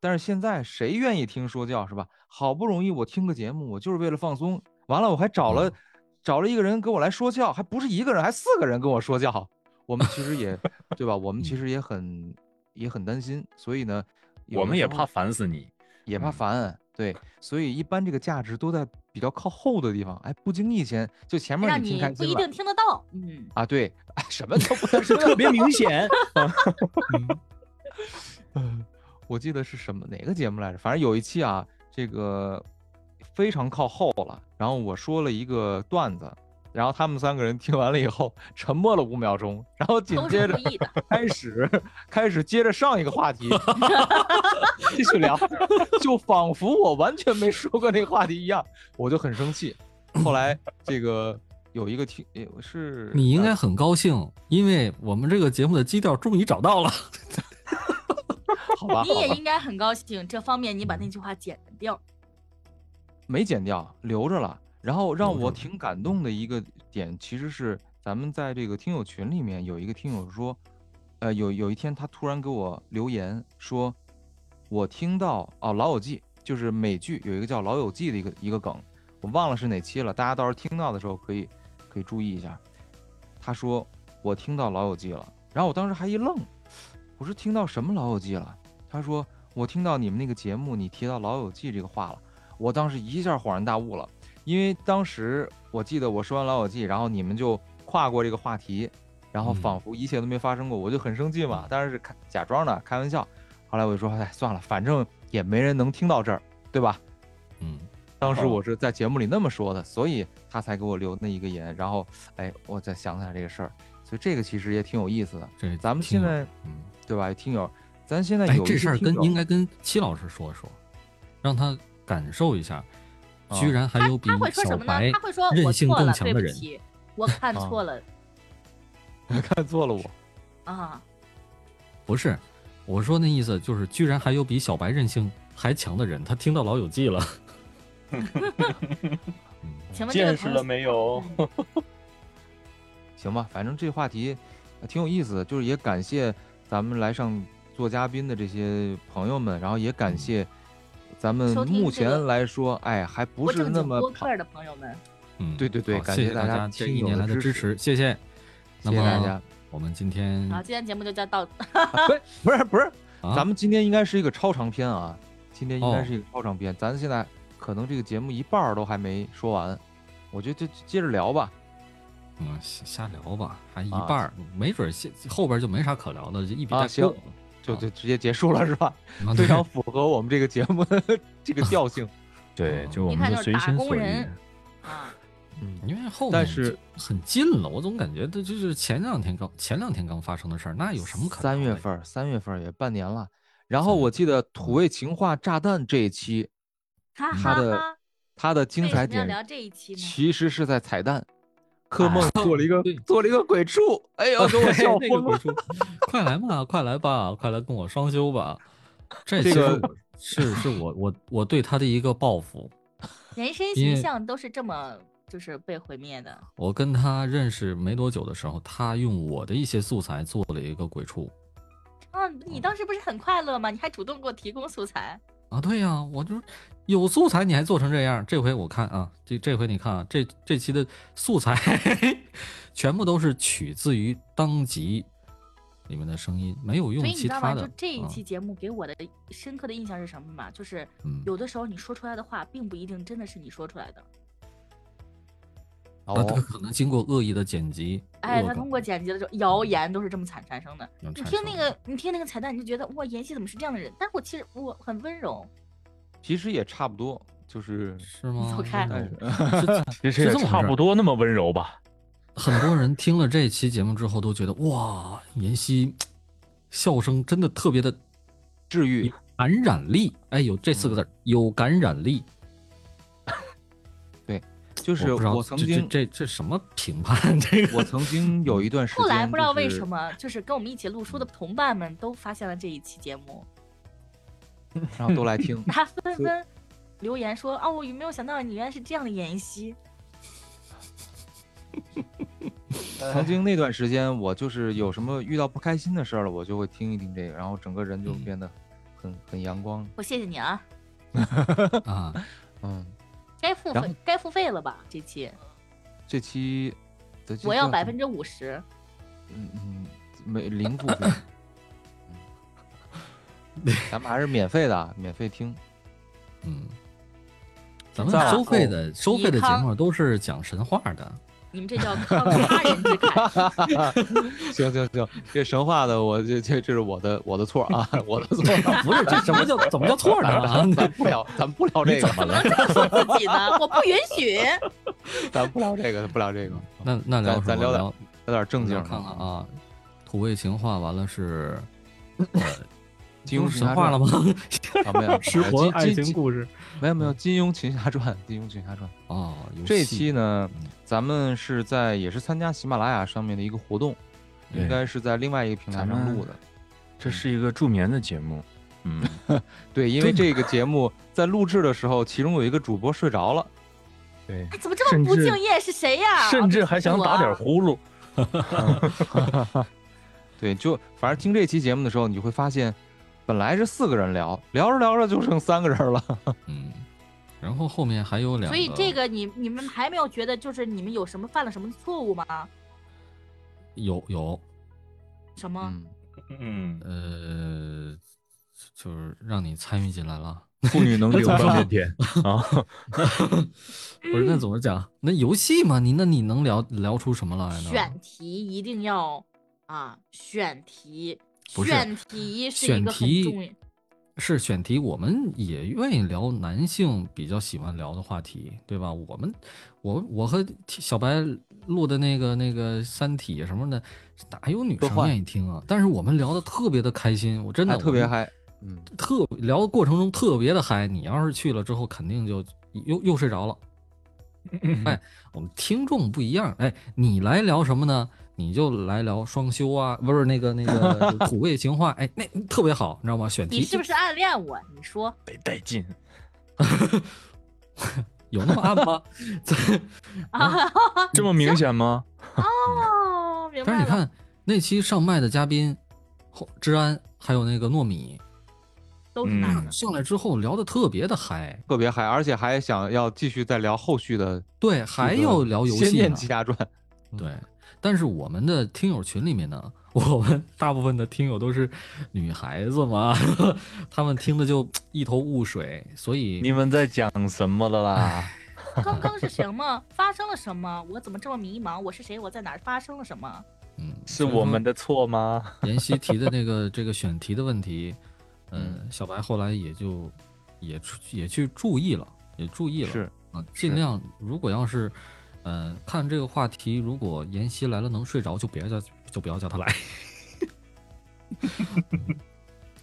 [SPEAKER 1] 但是现在谁愿意听说教是吧？好不容易我听个节目，我就是为了放松，完了我还找了、
[SPEAKER 3] 嗯
[SPEAKER 1] 找了一个人跟我来说教，还不是一个人，还四个人跟我说教。我们其实也对吧？我们
[SPEAKER 4] 嗯
[SPEAKER 1] 其实也很也很担心，所以呢，有
[SPEAKER 4] 我
[SPEAKER 1] 的
[SPEAKER 4] 们也
[SPEAKER 1] 时候
[SPEAKER 4] 怕烦死你。
[SPEAKER 1] 也怕
[SPEAKER 4] 嗯
[SPEAKER 1] 烦，对，所以一般这个价值都在比较靠后的地方，哎，不经意间就前面
[SPEAKER 5] 让
[SPEAKER 1] 你听
[SPEAKER 5] 你
[SPEAKER 1] 开
[SPEAKER 5] 不
[SPEAKER 1] 心
[SPEAKER 5] 一
[SPEAKER 1] 了
[SPEAKER 5] 定听得到，嗯，
[SPEAKER 1] 啊，对，哎，什么 都不能
[SPEAKER 4] 是 特别明显。
[SPEAKER 3] 嗯
[SPEAKER 1] 我记得是什么哪个节目来着？反正有一期啊，这个非常靠后了。然后我说了一个段子，然后他们三个人听完了以后沉默了五秒钟，然后紧
[SPEAKER 5] 都是
[SPEAKER 1] 接
[SPEAKER 5] 故
[SPEAKER 1] 着
[SPEAKER 5] 意 的。
[SPEAKER 1] 开始开始接着上一个话题继续聊， 就仿佛我完全没说过那话题一样，我就很生气。后来这个有一个听也是
[SPEAKER 3] 你应该
[SPEAKER 1] 呃
[SPEAKER 3] 很高兴，因为我们这个节目的基调终于找到了。
[SPEAKER 1] 好吧，
[SPEAKER 5] 你
[SPEAKER 1] 好
[SPEAKER 5] 也
[SPEAKER 1] 吧，
[SPEAKER 5] 应该很高兴，这方面你把那句话剪掉。
[SPEAKER 1] 没剪掉，留着了。然后让
[SPEAKER 3] 留着
[SPEAKER 1] 我
[SPEAKER 3] 了
[SPEAKER 1] 挺感动的一个点，其实是咱们在这个听友群里面有一个听友说，呃，有有一天他突然给我留言说，我听到哦《老友记》就是美剧有一个叫《老友记》的一个一个梗，我忘了是哪期了，大家到时候听到的时候可以可以注意一下。他说我听到《老友记》了，然后我当时还一愣，我说听到什么《老友记》了？他说我听到你们那个节目你提到《老友记》这个话了，我当时一下恍然大悟了，因为当时我记得我说完《老友记》，然后你们就跨过这个话题，然后
[SPEAKER 3] 嗯
[SPEAKER 1] 仿佛一切都没发生过，我就很生气嘛，当然是开假装的开玩笑。后来我就说，哎，算了，反正也没人能听到这儿，对吧？
[SPEAKER 3] 嗯，
[SPEAKER 1] 当时我是在节目里那么说的，所以他才给我留那一个言。然后，哎，我再想起来这个事儿，所以这个其实也挺有意思的，
[SPEAKER 3] 这
[SPEAKER 1] 咱们
[SPEAKER 3] 听
[SPEAKER 1] 现
[SPEAKER 3] 友
[SPEAKER 1] 在
[SPEAKER 3] 嗯，
[SPEAKER 1] 对吧？听友，咱现在
[SPEAKER 3] 哎
[SPEAKER 1] 有，
[SPEAKER 3] 这
[SPEAKER 1] 一
[SPEAKER 3] 事
[SPEAKER 1] 些
[SPEAKER 3] 儿
[SPEAKER 1] 听
[SPEAKER 3] 跟
[SPEAKER 1] 友
[SPEAKER 3] 应该跟戚老师说说，让他感受一下，居
[SPEAKER 1] 啊
[SPEAKER 3] 然还
[SPEAKER 5] 他
[SPEAKER 3] 有比
[SPEAKER 5] 他会说
[SPEAKER 3] 小
[SPEAKER 5] 什么呢
[SPEAKER 3] 白？
[SPEAKER 5] 他会说
[SPEAKER 3] 任
[SPEAKER 5] 我
[SPEAKER 3] 性
[SPEAKER 5] 错
[SPEAKER 3] 更
[SPEAKER 5] 了，
[SPEAKER 3] 强
[SPEAKER 5] 对
[SPEAKER 3] 的
[SPEAKER 5] 不
[SPEAKER 3] 人。
[SPEAKER 5] 起，我看
[SPEAKER 1] 啊
[SPEAKER 5] 错了
[SPEAKER 1] 看错了我，
[SPEAKER 3] 嗯
[SPEAKER 5] 啊。
[SPEAKER 3] 不是，我说那意思就是，居然还有比小白任性还强的人，他听到《老友记》了。嗯
[SPEAKER 5] 请问这
[SPEAKER 4] 见
[SPEAKER 5] 位
[SPEAKER 4] 识
[SPEAKER 5] 朋
[SPEAKER 4] 了
[SPEAKER 5] 友，嗯
[SPEAKER 4] 没有？
[SPEAKER 1] 行吧，反正这话题呃挺有意思的，就是也感谢咱们来上做嘉宾的这些朋友们，然后也
[SPEAKER 3] 嗯
[SPEAKER 1] 感谢咱们
[SPEAKER 5] 收听
[SPEAKER 1] 目
[SPEAKER 5] 这个
[SPEAKER 1] 前来说，哎，还不
[SPEAKER 5] 不
[SPEAKER 1] 是
[SPEAKER 5] 正
[SPEAKER 1] 那
[SPEAKER 5] 经
[SPEAKER 1] 么
[SPEAKER 5] 播
[SPEAKER 1] 庞
[SPEAKER 5] 客的朋友们，
[SPEAKER 3] 嗯，
[SPEAKER 1] 对对对
[SPEAKER 3] 好
[SPEAKER 1] 感
[SPEAKER 3] 谢
[SPEAKER 1] 谢
[SPEAKER 3] 谢
[SPEAKER 1] 大
[SPEAKER 3] 大
[SPEAKER 1] 家
[SPEAKER 3] 家这
[SPEAKER 1] 听
[SPEAKER 3] 一
[SPEAKER 1] 友
[SPEAKER 3] 年
[SPEAKER 1] 的
[SPEAKER 3] 来的
[SPEAKER 1] 支
[SPEAKER 3] 支
[SPEAKER 1] 持
[SPEAKER 3] 持，谢谢。那
[SPEAKER 1] 谢谢大
[SPEAKER 3] 么
[SPEAKER 1] 家
[SPEAKER 3] 我们今天
[SPEAKER 5] 好，啊今天节目就叫到
[SPEAKER 1] 不是 不是不是，
[SPEAKER 3] 啊
[SPEAKER 1] 咱们今天应该是一个超长篇啊，今天应该
[SPEAKER 3] 哦
[SPEAKER 1] 是一个超长篇，咱现在可能这个节目一半儿都还没说完，我觉得就就接着聊吧。
[SPEAKER 3] 嗯瞎瞎聊吧，还一
[SPEAKER 1] 啊
[SPEAKER 3] 半儿，没准儿下后边就没啥可聊的，就一笔
[SPEAKER 1] 啊
[SPEAKER 3] 带
[SPEAKER 1] 行
[SPEAKER 3] 过了。
[SPEAKER 1] 就
[SPEAKER 3] 啊
[SPEAKER 1] 就直接结束了是 吧？
[SPEAKER 3] 啊
[SPEAKER 1] 非
[SPEAKER 3] 对
[SPEAKER 1] 常符合我们这个节目的 这个调 性。
[SPEAKER 3] 对就
[SPEAKER 5] 我们就随心所欲 啊，
[SPEAKER 1] 嗯，
[SPEAKER 3] 因为后面
[SPEAKER 1] 但是
[SPEAKER 3] 就很近了，我总感觉这就是前两天刚前两天刚发生的事儿，那有什么可
[SPEAKER 1] 三
[SPEAKER 3] 聊
[SPEAKER 1] 月
[SPEAKER 3] 的
[SPEAKER 1] 份儿，三月份儿也半年了。然
[SPEAKER 3] 三
[SPEAKER 1] 后
[SPEAKER 3] 月
[SPEAKER 1] 我记得《土味情话炸弹》这一期，
[SPEAKER 5] 哈
[SPEAKER 1] 它
[SPEAKER 5] 哈
[SPEAKER 1] 的
[SPEAKER 5] 哈。
[SPEAKER 1] 它的精
[SPEAKER 5] 为
[SPEAKER 1] 彩
[SPEAKER 5] 什么哎要
[SPEAKER 1] 点
[SPEAKER 5] 聊这一期呢？
[SPEAKER 1] 其实是在彩蛋。
[SPEAKER 3] 哎
[SPEAKER 1] 柯梦
[SPEAKER 4] 哎
[SPEAKER 1] 做了一个
[SPEAKER 3] 对
[SPEAKER 1] 做了一个鬼畜，哎呦， 给我笑
[SPEAKER 3] 那个
[SPEAKER 1] 疯
[SPEAKER 3] 鬼
[SPEAKER 1] 了。
[SPEAKER 3] 畜， 快来嘛，快来吧，快来跟我双休吧。这
[SPEAKER 1] 这
[SPEAKER 3] 其实
[SPEAKER 1] 个
[SPEAKER 3] 我是是我我我对他的一个报复。
[SPEAKER 5] 人生
[SPEAKER 3] 因
[SPEAKER 5] 形
[SPEAKER 3] 为
[SPEAKER 5] 象都是这么就是被毁灭的。
[SPEAKER 3] 我跟他认识没多久的时候，他用我的一些素材做了一个鬼畜
[SPEAKER 5] 啊，
[SPEAKER 3] 嗯
[SPEAKER 5] 你当时不是很快乐吗？你还主动给我提供素材，
[SPEAKER 3] 啊，对呀、我就是有素材你还做成这样，这回我看啊，这这回你看啊，这这期的素材 全部都是取自于当集里面的声音，没有
[SPEAKER 5] 所
[SPEAKER 3] 用
[SPEAKER 5] 以你
[SPEAKER 3] 其
[SPEAKER 5] 知道
[SPEAKER 3] 他
[SPEAKER 5] 吗？
[SPEAKER 3] 的。
[SPEAKER 5] 就这一
[SPEAKER 3] 啊
[SPEAKER 5] 期节目给我的深刻的印象是什么嘛？就是
[SPEAKER 3] 嗯
[SPEAKER 5] 有的时候你说出来的话，并不一定真的是你说出来的。
[SPEAKER 3] 啊，他
[SPEAKER 1] 哦
[SPEAKER 3] 可能经过恶意的剪辑，
[SPEAKER 5] 哎，他
[SPEAKER 3] 恶搞
[SPEAKER 5] 通过剪辑的时候，谣言都是这么产产生的。
[SPEAKER 3] 能
[SPEAKER 5] 你
[SPEAKER 3] 产
[SPEAKER 5] 听
[SPEAKER 3] 生
[SPEAKER 5] 那个，你听那个彩蛋，你就觉得哇，妍希怎么是这样的人？但是我其实我很温柔，
[SPEAKER 1] 其实也差不多，就是
[SPEAKER 3] 是吗？
[SPEAKER 5] 走开
[SPEAKER 3] 真的
[SPEAKER 4] 其
[SPEAKER 3] 是
[SPEAKER 4] 实也
[SPEAKER 3] 这么回
[SPEAKER 4] 差
[SPEAKER 3] 事儿
[SPEAKER 4] 不多那么温柔吧。
[SPEAKER 3] 很多人听了这期节目之后都觉得，哇，妍希笑声真的特别的
[SPEAKER 1] 治愈。
[SPEAKER 3] 感染力，哎，有这四个字儿，
[SPEAKER 5] 嗯
[SPEAKER 3] 有感染力。
[SPEAKER 1] 就
[SPEAKER 3] 就是不知道
[SPEAKER 1] 我曾
[SPEAKER 3] 这
[SPEAKER 1] 经，
[SPEAKER 3] 这这这什么评判？ 这嗯个
[SPEAKER 1] 我曾经有一段时间，
[SPEAKER 5] 后来不知道为什， 么，就是跟我们一起录书的同伴们都发现了这一期节目，
[SPEAKER 1] 然后都来 听。
[SPEAKER 5] 大家纷纷留言说啊，我没有想到你原来是这样的妍希。
[SPEAKER 1] 曾经那段时间，我就是有什么遇到不开心的事儿了，我就会听一听这个，然后整个人就
[SPEAKER 3] 嗯
[SPEAKER 1] 变得很很阳光。
[SPEAKER 5] 我谢谢你啊，
[SPEAKER 3] 啊，
[SPEAKER 1] 嗯，
[SPEAKER 5] 该付
[SPEAKER 1] 然后
[SPEAKER 5] 费该付费了吧？这期
[SPEAKER 1] 这期这期
[SPEAKER 5] 我要
[SPEAKER 1] 叫
[SPEAKER 5] 百
[SPEAKER 1] 什
[SPEAKER 5] 分
[SPEAKER 1] 么
[SPEAKER 5] 之五十，
[SPEAKER 1] 嗯嗯没零付 费，嗯咱们还是免费的啊，免费 听。
[SPEAKER 3] 嗯，咱们
[SPEAKER 1] 再往
[SPEAKER 3] 收费的收费的
[SPEAKER 5] 米
[SPEAKER 3] 节
[SPEAKER 5] 糠
[SPEAKER 3] 目都是讲神话 的，
[SPEAKER 5] 你们这叫慷他人之慨。
[SPEAKER 1] 行行行，这神话的我这这这是我的我的错啊， 我的错。
[SPEAKER 3] 不是这什么叫怎么叫 错呢？啊
[SPEAKER 1] 咱不聊，咱不聊这
[SPEAKER 3] 你
[SPEAKER 1] 个
[SPEAKER 3] 怎，么了
[SPEAKER 5] 能？这么说自己呢？我不允许。哎
[SPEAKER 1] 咱不聊这个，不聊这个，
[SPEAKER 3] 那那聊
[SPEAKER 1] 咱咱
[SPEAKER 3] 什么？
[SPEAKER 1] 聊点
[SPEAKER 3] 聊啊
[SPEAKER 1] 有点正经啊
[SPEAKER 3] 我
[SPEAKER 1] 的
[SPEAKER 3] 看看。啊，土味情话完了是，呃，
[SPEAKER 1] 金庸
[SPEAKER 3] 神
[SPEAKER 1] 群侠
[SPEAKER 3] 话
[SPEAKER 1] 传
[SPEAKER 3] 了吗？？
[SPEAKER 1] 啊， 没有，
[SPEAKER 6] 失
[SPEAKER 4] 哎
[SPEAKER 1] 呃
[SPEAKER 6] 魂
[SPEAKER 1] 金
[SPEAKER 6] 爱
[SPEAKER 1] 金
[SPEAKER 6] 情
[SPEAKER 1] 金
[SPEAKER 6] 故事，
[SPEAKER 1] 没有没有，《金庸群侠传》，《金庸群侠传》
[SPEAKER 3] 哦，游
[SPEAKER 1] 这
[SPEAKER 3] 戏
[SPEAKER 1] 期呢，咱们是在也是参加喜马拉雅上面的一个活动，
[SPEAKER 3] 对
[SPEAKER 1] 应该是在另外一个平台
[SPEAKER 4] 咱
[SPEAKER 1] 上
[SPEAKER 4] 们
[SPEAKER 1] 录的。
[SPEAKER 4] 这是一个助眠的节目， 嗯，
[SPEAKER 1] 对，因为这个节目在录制的时候，其中有一个主播睡着了，
[SPEAKER 4] 对，
[SPEAKER 5] 哎，怎么这么不
[SPEAKER 4] 甚至
[SPEAKER 5] 敬业？是谁呀、
[SPEAKER 4] 甚至还想打点
[SPEAKER 5] 啊我
[SPEAKER 4] 呼噜，
[SPEAKER 1] 对，就反正听这期节目的时候，你就会发现，本来是四个人聊，聊着聊着就剩三个人了。
[SPEAKER 3] 嗯，然后后面还有两
[SPEAKER 5] 所
[SPEAKER 3] 个，
[SPEAKER 5] 以这个你你们还没有觉得就是你们有什么犯了什么错误吗？
[SPEAKER 3] 有有
[SPEAKER 5] 什么？
[SPEAKER 1] 嗯，
[SPEAKER 4] 嗯，
[SPEAKER 3] 呃，就是让你参与进来了。
[SPEAKER 5] 嗯
[SPEAKER 4] 妇女能
[SPEAKER 3] 领 半边
[SPEAKER 4] 天啊，
[SPEAKER 3] 不是，那怎么讲？那游戏嘛，你那你能聊聊出什么来呢？
[SPEAKER 5] 选题一定要啊，选题，
[SPEAKER 3] 不是
[SPEAKER 5] 选题是一
[SPEAKER 3] 选
[SPEAKER 5] 个很重要
[SPEAKER 3] 题。是选题，我们也愿意聊男性比较喜欢聊的话题，对吧？我们，我我和小白录的那个那个《三体》什么的，哪有女
[SPEAKER 1] 科
[SPEAKER 3] 生
[SPEAKER 1] 幻
[SPEAKER 3] 愿意听啊？但是我们聊的特别的开心，我真的
[SPEAKER 1] 还特别
[SPEAKER 3] 我们
[SPEAKER 1] 嗨。嗯，
[SPEAKER 3] 特聊的过程中特别的嗨，你要是去了之后，肯定就又又睡着了。哎，我们听众不一样，哎，你来聊什么呢？你就来聊双休啊，不是那个那个土味情话，哎，那特别好，你知道吗？选题
[SPEAKER 5] 你是不是暗恋我？你说
[SPEAKER 4] 得带劲，
[SPEAKER 3] 有那么暗 吗？啊
[SPEAKER 4] 这么明显吗？
[SPEAKER 5] 啊哦，明
[SPEAKER 3] 但
[SPEAKER 5] 白了。
[SPEAKER 3] 是你看那期上麦的嘉宾，后治安还有那个糯米
[SPEAKER 5] 都是男的
[SPEAKER 4] 嗯，
[SPEAKER 3] 上来之后聊的特别的嗨，
[SPEAKER 1] 特别嗨，而且还想要继续再聊后续的，
[SPEAKER 3] 对，还要聊游
[SPEAKER 1] 仙
[SPEAKER 3] 戏
[SPEAKER 1] 剑
[SPEAKER 3] 呢
[SPEAKER 1] 奇侠传》。
[SPEAKER 3] 对，但是我们的听友群里面呢， 我们大部分的听友都是女孩子嘛， 她们听的就一头雾水，所以
[SPEAKER 4] 你们在讲什么了啦？
[SPEAKER 5] 刚刚是什么？发生了什么？我怎么这么迷茫？我是谁？我在哪儿？发生了什么？
[SPEAKER 3] 嗯，
[SPEAKER 4] 是我们的错吗？
[SPEAKER 3] 妍希提的那个这个选题的问题，嗯，小白后来也就也出也去注意了，也注意了，
[SPEAKER 1] 是
[SPEAKER 3] 啊，尽
[SPEAKER 1] 是
[SPEAKER 3] 量如果要是。嗯，看这个话题，如果妍希来了能睡着，就别叫，就不要叫她来。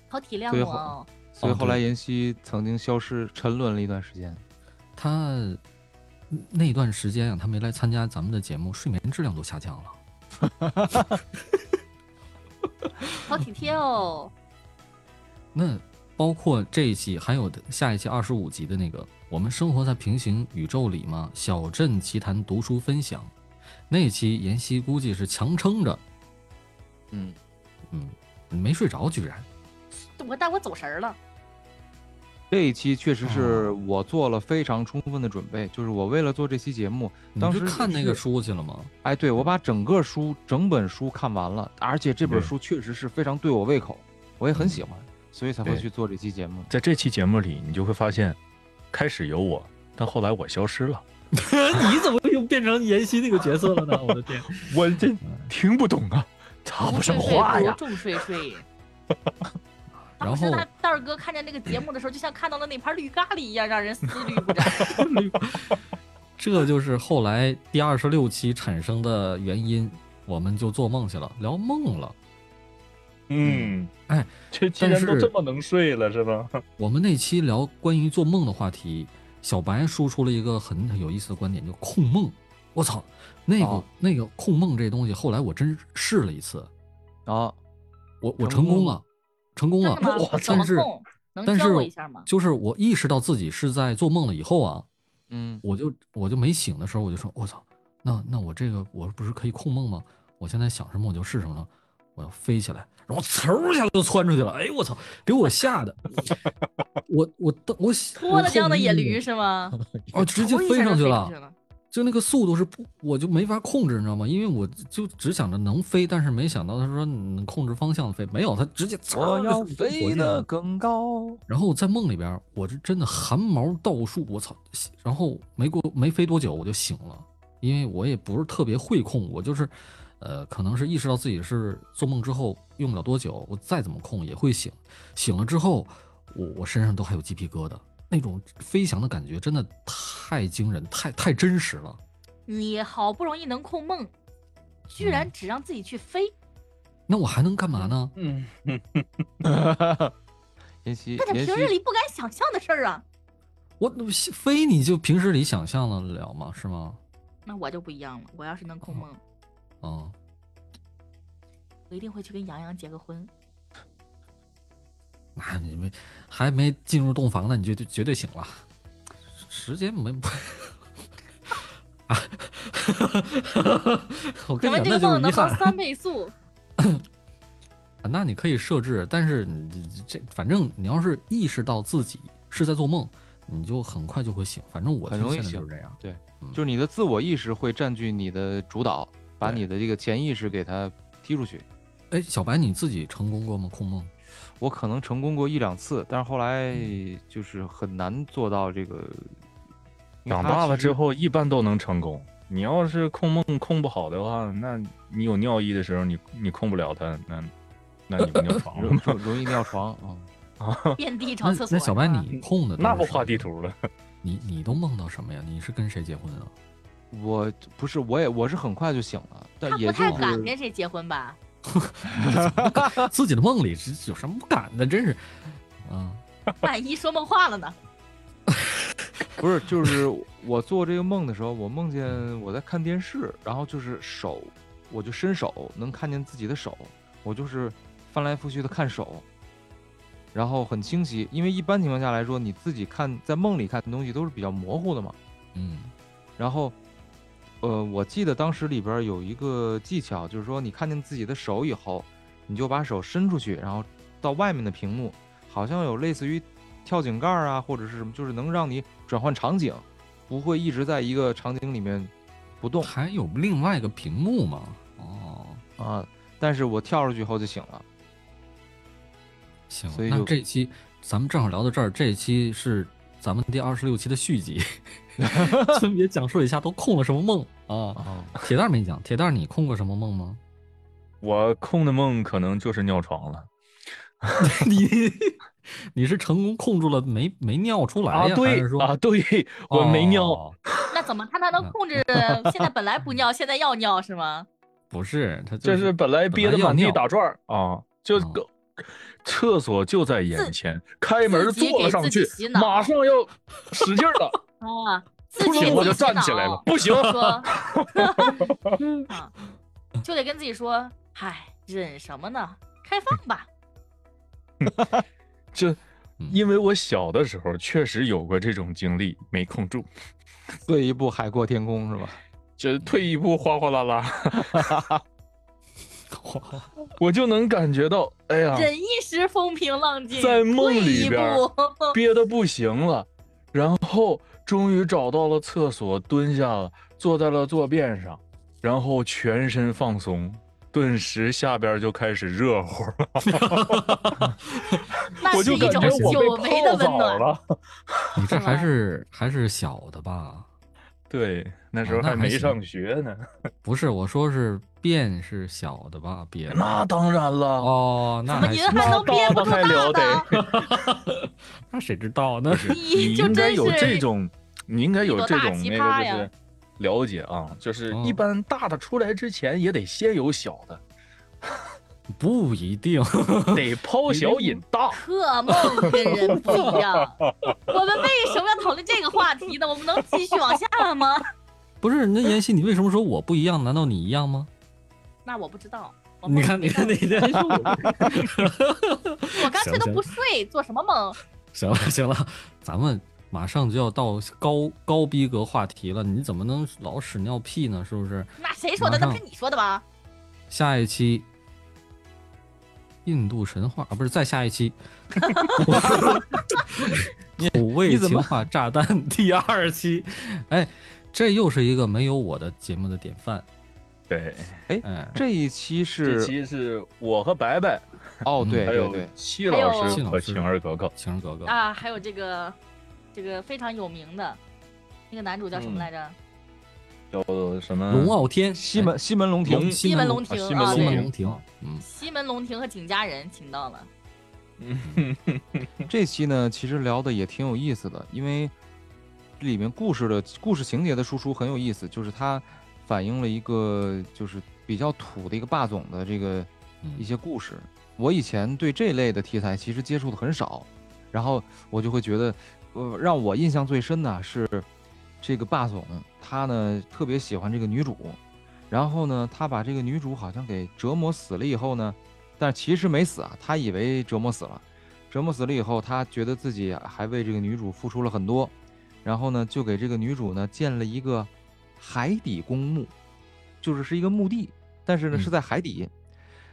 [SPEAKER 5] 好体谅
[SPEAKER 1] 最
[SPEAKER 5] 我
[SPEAKER 1] 后
[SPEAKER 5] 哦。
[SPEAKER 1] 所以
[SPEAKER 3] 哦
[SPEAKER 1] 后来
[SPEAKER 3] 对
[SPEAKER 1] 妍希曾经消失、沉沦了一段时间。
[SPEAKER 3] 她那段时间啊，她没来参加咱们的节目，睡眠质量都下降了。
[SPEAKER 5] 好体贴哦。
[SPEAKER 3] 那包括这一期，还有的下一期二十五集的那个《我们生活在平行宇宙里吗？小镇奇谈读书分享》那期，妍希估计是强撑着，
[SPEAKER 1] 嗯，
[SPEAKER 3] 嗯，没睡着，居然
[SPEAKER 5] 我但我走神儿了，
[SPEAKER 1] 这一期确实
[SPEAKER 3] 啊
[SPEAKER 1] 是我做了非常充分的准备，就是我为了做这期节目，
[SPEAKER 3] 你
[SPEAKER 1] 当
[SPEAKER 3] 是
[SPEAKER 1] 时
[SPEAKER 3] 看
[SPEAKER 1] 也
[SPEAKER 3] 那个
[SPEAKER 1] 是，
[SPEAKER 3] 书去了吗？
[SPEAKER 1] 哎，对我把整个书、整本书看完了，而且这本
[SPEAKER 4] 对
[SPEAKER 1] 书确实是非常对我胃口，我也
[SPEAKER 3] 嗯
[SPEAKER 1] 很喜欢，所以才会
[SPEAKER 4] 对
[SPEAKER 1] 去做这期节目。
[SPEAKER 4] 在这期节目里，你就会发现，开始有我，但后来我消失了，
[SPEAKER 3] 你怎么又变成妍希那个角色了 呢？我的天！
[SPEAKER 4] 我这听不懂啊，插
[SPEAKER 5] 重
[SPEAKER 4] 不上
[SPEAKER 5] 睡睡不
[SPEAKER 4] 话
[SPEAKER 5] 如
[SPEAKER 4] 呀。
[SPEAKER 5] 重睡 睡。
[SPEAKER 3] 然
[SPEAKER 5] 当时
[SPEAKER 3] 后
[SPEAKER 5] 他蛋儿哥看见那个节目的时候，就像看到了那盘绿咖喱一样，让人思虑不展。
[SPEAKER 3] 这就是后来第二十六期产生的原因，我们就做梦去了，聊梦了。
[SPEAKER 4] 嗯，
[SPEAKER 3] 哎，
[SPEAKER 4] 这既
[SPEAKER 3] 但
[SPEAKER 4] 然都
[SPEAKER 3] 是
[SPEAKER 4] 这么能睡了，是吧？
[SPEAKER 3] 我们那期聊关于做梦的话题，小白输出了一个很有意思的观点，就控梦。我操，那个、
[SPEAKER 1] 哦
[SPEAKER 3] 那个控梦这东西，后来我真试了一次，
[SPEAKER 1] 啊，
[SPEAKER 3] 我我
[SPEAKER 1] 成
[SPEAKER 3] 成
[SPEAKER 1] 功
[SPEAKER 3] 功了，成功
[SPEAKER 5] 真
[SPEAKER 3] 了
[SPEAKER 5] 的吗？。
[SPEAKER 3] 啊哇
[SPEAKER 5] 怎么
[SPEAKER 3] 但是
[SPEAKER 5] 控？能
[SPEAKER 3] 但
[SPEAKER 5] 教
[SPEAKER 3] 是
[SPEAKER 5] 我一下吗？
[SPEAKER 3] 就是我意识到自己是在做梦了以后啊，
[SPEAKER 1] 嗯，
[SPEAKER 3] 我就我就没醒的时候，我就说，我操，那那我这个我不是可以控梦吗？我现在想什么我就是什么了，我要飞起来，然后嗖一下就窜出去了，哎呦我操，给我吓的， 我我我我
[SPEAKER 5] 脱了缰的野驴
[SPEAKER 3] 驴
[SPEAKER 5] 是吗？
[SPEAKER 3] 哦， 直接
[SPEAKER 5] 头一
[SPEAKER 3] 飞
[SPEAKER 5] 下就
[SPEAKER 3] 上去
[SPEAKER 5] 飞
[SPEAKER 3] 了。
[SPEAKER 5] 了。
[SPEAKER 3] 就那个速度是不，我就没法控制，你知道吗？因为我就只想着能飞，但是没想到他说能控制方向飞，没有，他直接
[SPEAKER 1] 我要飞得
[SPEAKER 3] 的。
[SPEAKER 1] 更高。
[SPEAKER 3] 然后在梦里边，我是真的汗毛倒竖，我操！然后没过没飞多久我就醒了，因为我也不是特别会控，我就是，呃，可能是意识到自己是做梦之后用不了多久，我再怎么控也会醒。醒了之后，我我身上都还有鸡皮疙瘩，那种飞翔的感觉真的太惊人，太太真实了。
[SPEAKER 5] 你好不容易能控梦，居
[SPEAKER 3] 嗯
[SPEAKER 5] 然只让自己去飞，
[SPEAKER 3] 那我还能干嘛呢？
[SPEAKER 4] 嗯，
[SPEAKER 1] 妍希
[SPEAKER 5] 他在
[SPEAKER 1] 妍
[SPEAKER 5] 平日
[SPEAKER 1] 希
[SPEAKER 5] 里不敢想象的事儿啊。
[SPEAKER 3] 我那不是非你就平时里想象得了吗？是吗？
[SPEAKER 5] 那我就不一样了，我要是能控
[SPEAKER 3] 嗯
[SPEAKER 5] 梦，
[SPEAKER 3] 啊、
[SPEAKER 5] 我一定会去跟杨洋结个婚。
[SPEAKER 3] 那、你们还没进入洞房呢，你就就绝对醒了。时间没 啊，
[SPEAKER 5] 请问这个梦能不
[SPEAKER 3] 我跟你讲，那就是遗憾
[SPEAKER 5] 能。三倍 速？
[SPEAKER 3] 啊，那你可以设置，但是你这反正你要是意识到自己是在做梦，你就很快就会醒。反正我
[SPEAKER 1] 很
[SPEAKER 3] 就
[SPEAKER 1] 容易
[SPEAKER 3] 现在就
[SPEAKER 1] 醒
[SPEAKER 3] 是这样。
[SPEAKER 1] 就是你的自我意识会占据你的主导，把
[SPEAKER 3] 对
[SPEAKER 1] 你的这个潜意识给它踢出去。
[SPEAKER 3] 哎，小白，你自己成功过吗？控梦？
[SPEAKER 1] 我可能成功过一两次，但是后来就是很难做到这个。因为
[SPEAKER 4] 长
[SPEAKER 1] 它
[SPEAKER 4] 大了
[SPEAKER 1] 其实
[SPEAKER 4] 之，后一般都能成功。你要是控梦控不好的话，那你有尿意的时候，你你控不了它，那那你不尿床了
[SPEAKER 1] 容
[SPEAKER 4] 吗？
[SPEAKER 1] 易容易尿床啊。嗯
[SPEAKER 5] 遍地找
[SPEAKER 3] 那
[SPEAKER 5] 厕所。
[SPEAKER 3] 那小白，
[SPEAKER 5] 是吧
[SPEAKER 3] 你控的都
[SPEAKER 4] 那
[SPEAKER 3] 是
[SPEAKER 4] 不
[SPEAKER 3] 什
[SPEAKER 4] 画
[SPEAKER 3] 么
[SPEAKER 4] 地
[SPEAKER 3] 呀？
[SPEAKER 4] 图了。
[SPEAKER 3] 你你都梦到什么呀？你是跟谁结婚啊？
[SPEAKER 1] 我不是，我也我是很快就醒了，但
[SPEAKER 5] 他
[SPEAKER 1] 也
[SPEAKER 5] 不
[SPEAKER 1] 就
[SPEAKER 5] 太敢
[SPEAKER 1] 是
[SPEAKER 5] 跟谁结婚吧？
[SPEAKER 3] 自己的梦里是有什么不敢的？真是，啊，
[SPEAKER 5] 万一说梦话了呢？
[SPEAKER 1] 不是 就是我做这个梦的时候，我梦见我在看电视，然后就是手，我就伸手能看见自己的手，我就是翻来覆去的看手，然后很清晰，因为一般情况下来说，你自己看在梦里看东西都是比较模糊的嘛。
[SPEAKER 3] 嗯
[SPEAKER 1] 然后，呃，我记得当时里边儿有一个技巧，就是说你看见自己的手以后，你就把手伸出去，然后到外面的屏幕，好像有类似于跳井盖儿啊，或者是什么，就是能让你转换场景，不会一直在一个场景里面不
[SPEAKER 4] 哦
[SPEAKER 1] 动
[SPEAKER 3] 还有另外一个屏幕吗？哦，
[SPEAKER 1] 啊。但是我跳出去以后就醒了，
[SPEAKER 3] 行，
[SPEAKER 1] 所以
[SPEAKER 3] 那
[SPEAKER 1] 就
[SPEAKER 3] 这期咱们正好聊到这儿，这一期是咱们第二十六期的续 集，分别讲述一下都控了什么梦啊。
[SPEAKER 1] 啊，
[SPEAKER 3] 铁蛋儿没讲，铁蛋儿你控过什么梦 吗？
[SPEAKER 4] 我控的梦可能就是尿床了
[SPEAKER 3] 你 你是成功控住了没没尿出来呀？还
[SPEAKER 4] 对
[SPEAKER 3] 是说
[SPEAKER 4] 啊，对我没尿，
[SPEAKER 3] 哦
[SPEAKER 5] 那怎么他才
[SPEAKER 3] 嗯
[SPEAKER 5] 能控制？现在本来不 尿，现在要尿是吗？
[SPEAKER 3] 不是，他
[SPEAKER 4] 这是
[SPEAKER 3] 是
[SPEAKER 4] 本来憋得满
[SPEAKER 3] 要
[SPEAKER 4] 地
[SPEAKER 3] 尿
[SPEAKER 4] 打转儿啊，就
[SPEAKER 3] 嗯
[SPEAKER 4] 个厕所就在眼前，开门
[SPEAKER 5] 自己
[SPEAKER 4] 坐了
[SPEAKER 5] 给
[SPEAKER 4] 上
[SPEAKER 5] 自己
[SPEAKER 4] 去
[SPEAKER 5] 洗，脑
[SPEAKER 4] 马上 要使劲儿了，
[SPEAKER 5] 啊，自
[SPEAKER 4] 不
[SPEAKER 5] 己给
[SPEAKER 4] 行我就
[SPEAKER 5] 自己洗
[SPEAKER 4] 站
[SPEAKER 5] 脑
[SPEAKER 4] 起来了，不行，
[SPEAKER 5] 说，
[SPEAKER 4] 嗯
[SPEAKER 5] 啊，就得跟自己说，嗨，忍什么呢？开放
[SPEAKER 4] 嗯
[SPEAKER 5] 吧，
[SPEAKER 4] 这
[SPEAKER 3] 嗯
[SPEAKER 4] 因为我小的时候确实有过这种经历，没控住，
[SPEAKER 1] 退一步海阔天空 是吧？
[SPEAKER 4] 这退一步哗哗啦啦，
[SPEAKER 3] 哗
[SPEAKER 4] 我就能感觉到，哎呀，
[SPEAKER 5] 忍一时风平浪静，
[SPEAKER 4] 在梦
[SPEAKER 5] 退
[SPEAKER 4] 里
[SPEAKER 5] 一
[SPEAKER 4] 边儿
[SPEAKER 5] 步，
[SPEAKER 4] 憋得不行了，然后终于找到了厕所，蹲下了，坐在了坐便上，然后全身放松，顿时下边就开始热乎了，
[SPEAKER 5] 那是
[SPEAKER 4] 我就
[SPEAKER 5] 一
[SPEAKER 4] 感
[SPEAKER 5] 种
[SPEAKER 4] 觉我
[SPEAKER 5] 久
[SPEAKER 4] 被
[SPEAKER 5] 违的
[SPEAKER 4] 泡
[SPEAKER 5] 温
[SPEAKER 4] 澡
[SPEAKER 5] 暖。
[SPEAKER 4] 了。
[SPEAKER 3] 你这还是还是小的吧？
[SPEAKER 4] 对，那时候
[SPEAKER 3] 啊那
[SPEAKER 4] 还
[SPEAKER 3] 还
[SPEAKER 4] 没
[SPEAKER 3] 行
[SPEAKER 4] 上学呢。
[SPEAKER 3] 不是，我说是便是小的吧？憋
[SPEAKER 4] 那当然了，
[SPEAKER 3] 哦，那
[SPEAKER 5] 怎么
[SPEAKER 3] 还
[SPEAKER 5] 您
[SPEAKER 3] 行
[SPEAKER 5] 还
[SPEAKER 4] 哎那
[SPEAKER 5] 能憋
[SPEAKER 4] 大
[SPEAKER 5] 不
[SPEAKER 4] 的
[SPEAKER 5] 住
[SPEAKER 4] 还
[SPEAKER 5] 大
[SPEAKER 4] 了
[SPEAKER 5] 的？
[SPEAKER 3] 那谁知道呢？
[SPEAKER 5] 你 就
[SPEAKER 4] 应该
[SPEAKER 5] 真
[SPEAKER 4] 有
[SPEAKER 5] 是
[SPEAKER 4] 这种，你应该有这种
[SPEAKER 5] 一朵
[SPEAKER 4] 那
[SPEAKER 5] 大
[SPEAKER 4] 个
[SPEAKER 5] 奇葩呀
[SPEAKER 4] 就是了解啊，就是一
[SPEAKER 3] 嗯
[SPEAKER 4] 般大的出来之前也得先有小的，
[SPEAKER 3] 不一定。
[SPEAKER 4] 得抛
[SPEAKER 3] 你
[SPEAKER 4] 小
[SPEAKER 3] 这
[SPEAKER 4] 引大。
[SPEAKER 5] 特梦跟人不一样。 我们为什么要讨论这个话题呢？我们能继续往下吗？
[SPEAKER 3] 不是，那妍希，你为什么说我不一样？难道你一样吗？
[SPEAKER 5] 那我不知道。我
[SPEAKER 3] 你
[SPEAKER 5] 梦
[SPEAKER 3] 看，
[SPEAKER 5] 里
[SPEAKER 3] 你 看，你看，
[SPEAKER 5] 我干脆都不睡，做什么梦？
[SPEAKER 3] 行了，行了，咱们马上就要到高高逼格话题了，你怎么能老屎尿屁呢？是不是？
[SPEAKER 5] 那谁说的？
[SPEAKER 3] 马
[SPEAKER 5] 那
[SPEAKER 3] 上
[SPEAKER 5] 不是你说的吧？
[SPEAKER 3] 下一期印度神话啊，不是再下一 期土味情话炸弹第二期，哎，这又是一个没有我的节目的典范，
[SPEAKER 4] 对，
[SPEAKER 3] 哎，
[SPEAKER 1] 这一期
[SPEAKER 4] 这
[SPEAKER 1] 是
[SPEAKER 4] 期是我和白白，
[SPEAKER 1] 哦，对
[SPEAKER 4] 还
[SPEAKER 1] 对
[SPEAKER 4] 有
[SPEAKER 1] 对，
[SPEAKER 4] 戚
[SPEAKER 5] 还
[SPEAKER 4] 老
[SPEAKER 5] 有
[SPEAKER 4] 师
[SPEAKER 3] 戚老
[SPEAKER 4] 和
[SPEAKER 3] 师
[SPEAKER 4] 晴儿格格。
[SPEAKER 3] 情人哥哥，
[SPEAKER 5] 啊，还有这个，这个非常有名的，那个男主叫什么来着？
[SPEAKER 4] 有什么
[SPEAKER 3] 龙啊傲天，哎
[SPEAKER 1] 西门西门龙
[SPEAKER 4] 嗯龙
[SPEAKER 1] 庭，
[SPEAKER 5] 西门龙
[SPEAKER 4] 啊
[SPEAKER 5] 庭
[SPEAKER 4] 西门
[SPEAKER 5] 啊，
[SPEAKER 3] 西门龙
[SPEAKER 5] 对，
[SPEAKER 3] 庭，嗯，
[SPEAKER 5] 西门龙庭和景家人请到了。
[SPEAKER 1] 这期呢，其实聊的也挺有意思的，因为这里面故事的故事情节的输出很有意思，就是它反映了一个就是比较土的一个霸总的这个
[SPEAKER 3] 嗯
[SPEAKER 1] 一些故事。我以前对这类的题材其实接触的很少，然后我就会觉得，呃，让我印象最深的是这个霸总，他呢特别喜欢这个女主，然后呢，他把这个女主好像给折磨死了以后呢，但其实没死啊，他以为折磨死了，折磨死了以后，他觉得自己还为这个女主付出了很多，然后呢，就给这个女主呢建了一个海底公墓，就是是一个墓地，但是呢
[SPEAKER 3] 嗯
[SPEAKER 1] 是在海底。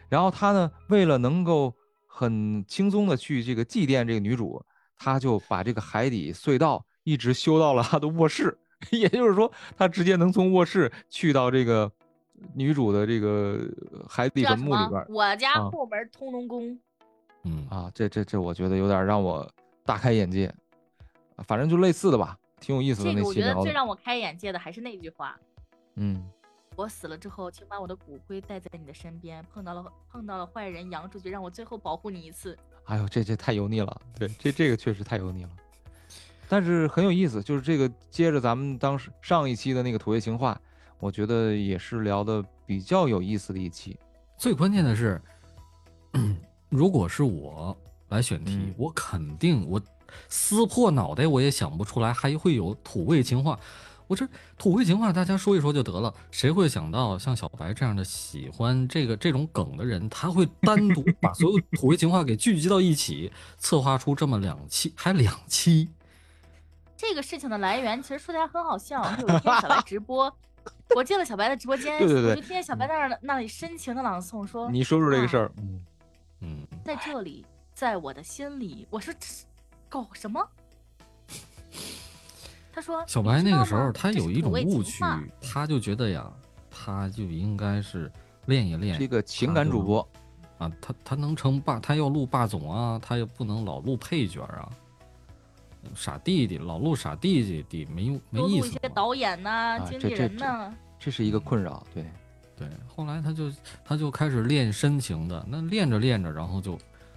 [SPEAKER 1] 然后他呢，为了能够很轻松的去这个祭奠这个女主，他就把这个海底隧道一直修到了他的卧室， 也就是说，他直接能从卧室去到这个女主的这个海底
[SPEAKER 5] 这叫
[SPEAKER 1] 坟
[SPEAKER 5] 什
[SPEAKER 1] 墓里
[SPEAKER 5] 么
[SPEAKER 1] 边儿？
[SPEAKER 5] 我家
[SPEAKER 1] 啊
[SPEAKER 5] 后门通龙宫。
[SPEAKER 3] 嗯，
[SPEAKER 1] 啊。这这这，我觉得有点让我大开眼界。反正就类似的吧，挺有意思的
[SPEAKER 5] 这
[SPEAKER 1] 那
[SPEAKER 5] 个我
[SPEAKER 1] 期
[SPEAKER 5] 觉得
[SPEAKER 1] 聊
[SPEAKER 5] 最
[SPEAKER 1] 的。
[SPEAKER 5] 让我开眼界的还是那句话：
[SPEAKER 1] 嗯，
[SPEAKER 5] 我死了之后，请把我的骨灰带在你的身边，碰到了碰到了坏人扬出去，让我最后保护你一次。
[SPEAKER 1] 哎呦，这这太油腻了，对，这这个确实太油腻了。但是很有意思，就是这个接着咱们当时上一期的那个土味情话，我觉得也是聊的比较有意思的一期。
[SPEAKER 3] 最关键的是， 如果是我来选题，
[SPEAKER 1] 嗯
[SPEAKER 3] 我肯定我撕破脑袋我也想不出来还会有土味情话。我这土味情话，大家说一说就得了。谁会想到像小白这样的喜欢这个这种梗的人，他会单独把所有土味情话给聚集到一起，策划出这么两期，还两期？
[SPEAKER 5] 这个事情的来源其实说起来很好笑，就有一天小白直播， 我进了小白的直播间，
[SPEAKER 1] 对对对
[SPEAKER 5] 我就听见小白在那儿那里深情的朗诵说
[SPEAKER 1] 你说说这个事
[SPEAKER 5] 儿，
[SPEAKER 1] 儿，嗯，
[SPEAKER 3] 嗯，
[SPEAKER 5] 在这里，在我的心里。我说这是搞什么？他说
[SPEAKER 3] 小
[SPEAKER 5] 你
[SPEAKER 3] 白
[SPEAKER 5] 知
[SPEAKER 3] 那
[SPEAKER 5] 道
[SPEAKER 3] 个时候
[SPEAKER 5] 吗
[SPEAKER 3] 他
[SPEAKER 5] 这
[SPEAKER 3] 有
[SPEAKER 5] 是
[SPEAKER 3] 一
[SPEAKER 5] 土
[SPEAKER 3] 种
[SPEAKER 5] 味
[SPEAKER 3] 误
[SPEAKER 5] 情
[SPEAKER 3] 区
[SPEAKER 5] 话，
[SPEAKER 3] 他就觉得呀，他就应该是练一练
[SPEAKER 1] 是一个情感主播，
[SPEAKER 3] 啊，他他能成霸，他要录霸总啊，他也不能老录配角啊。傻弟弟老录傻弟弟弟没用没
[SPEAKER 5] 多
[SPEAKER 3] 意
[SPEAKER 5] 录一
[SPEAKER 3] 思
[SPEAKER 5] 些
[SPEAKER 3] 嘛。
[SPEAKER 5] 导演呐、
[SPEAKER 1] 啊
[SPEAKER 5] 经
[SPEAKER 1] 这
[SPEAKER 5] 理
[SPEAKER 1] 这
[SPEAKER 5] 人
[SPEAKER 1] 这
[SPEAKER 5] 呐、
[SPEAKER 1] 这是一个困扰，对，
[SPEAKER 3] 对，后来他就他就开始练深情的，那练着练着，然后就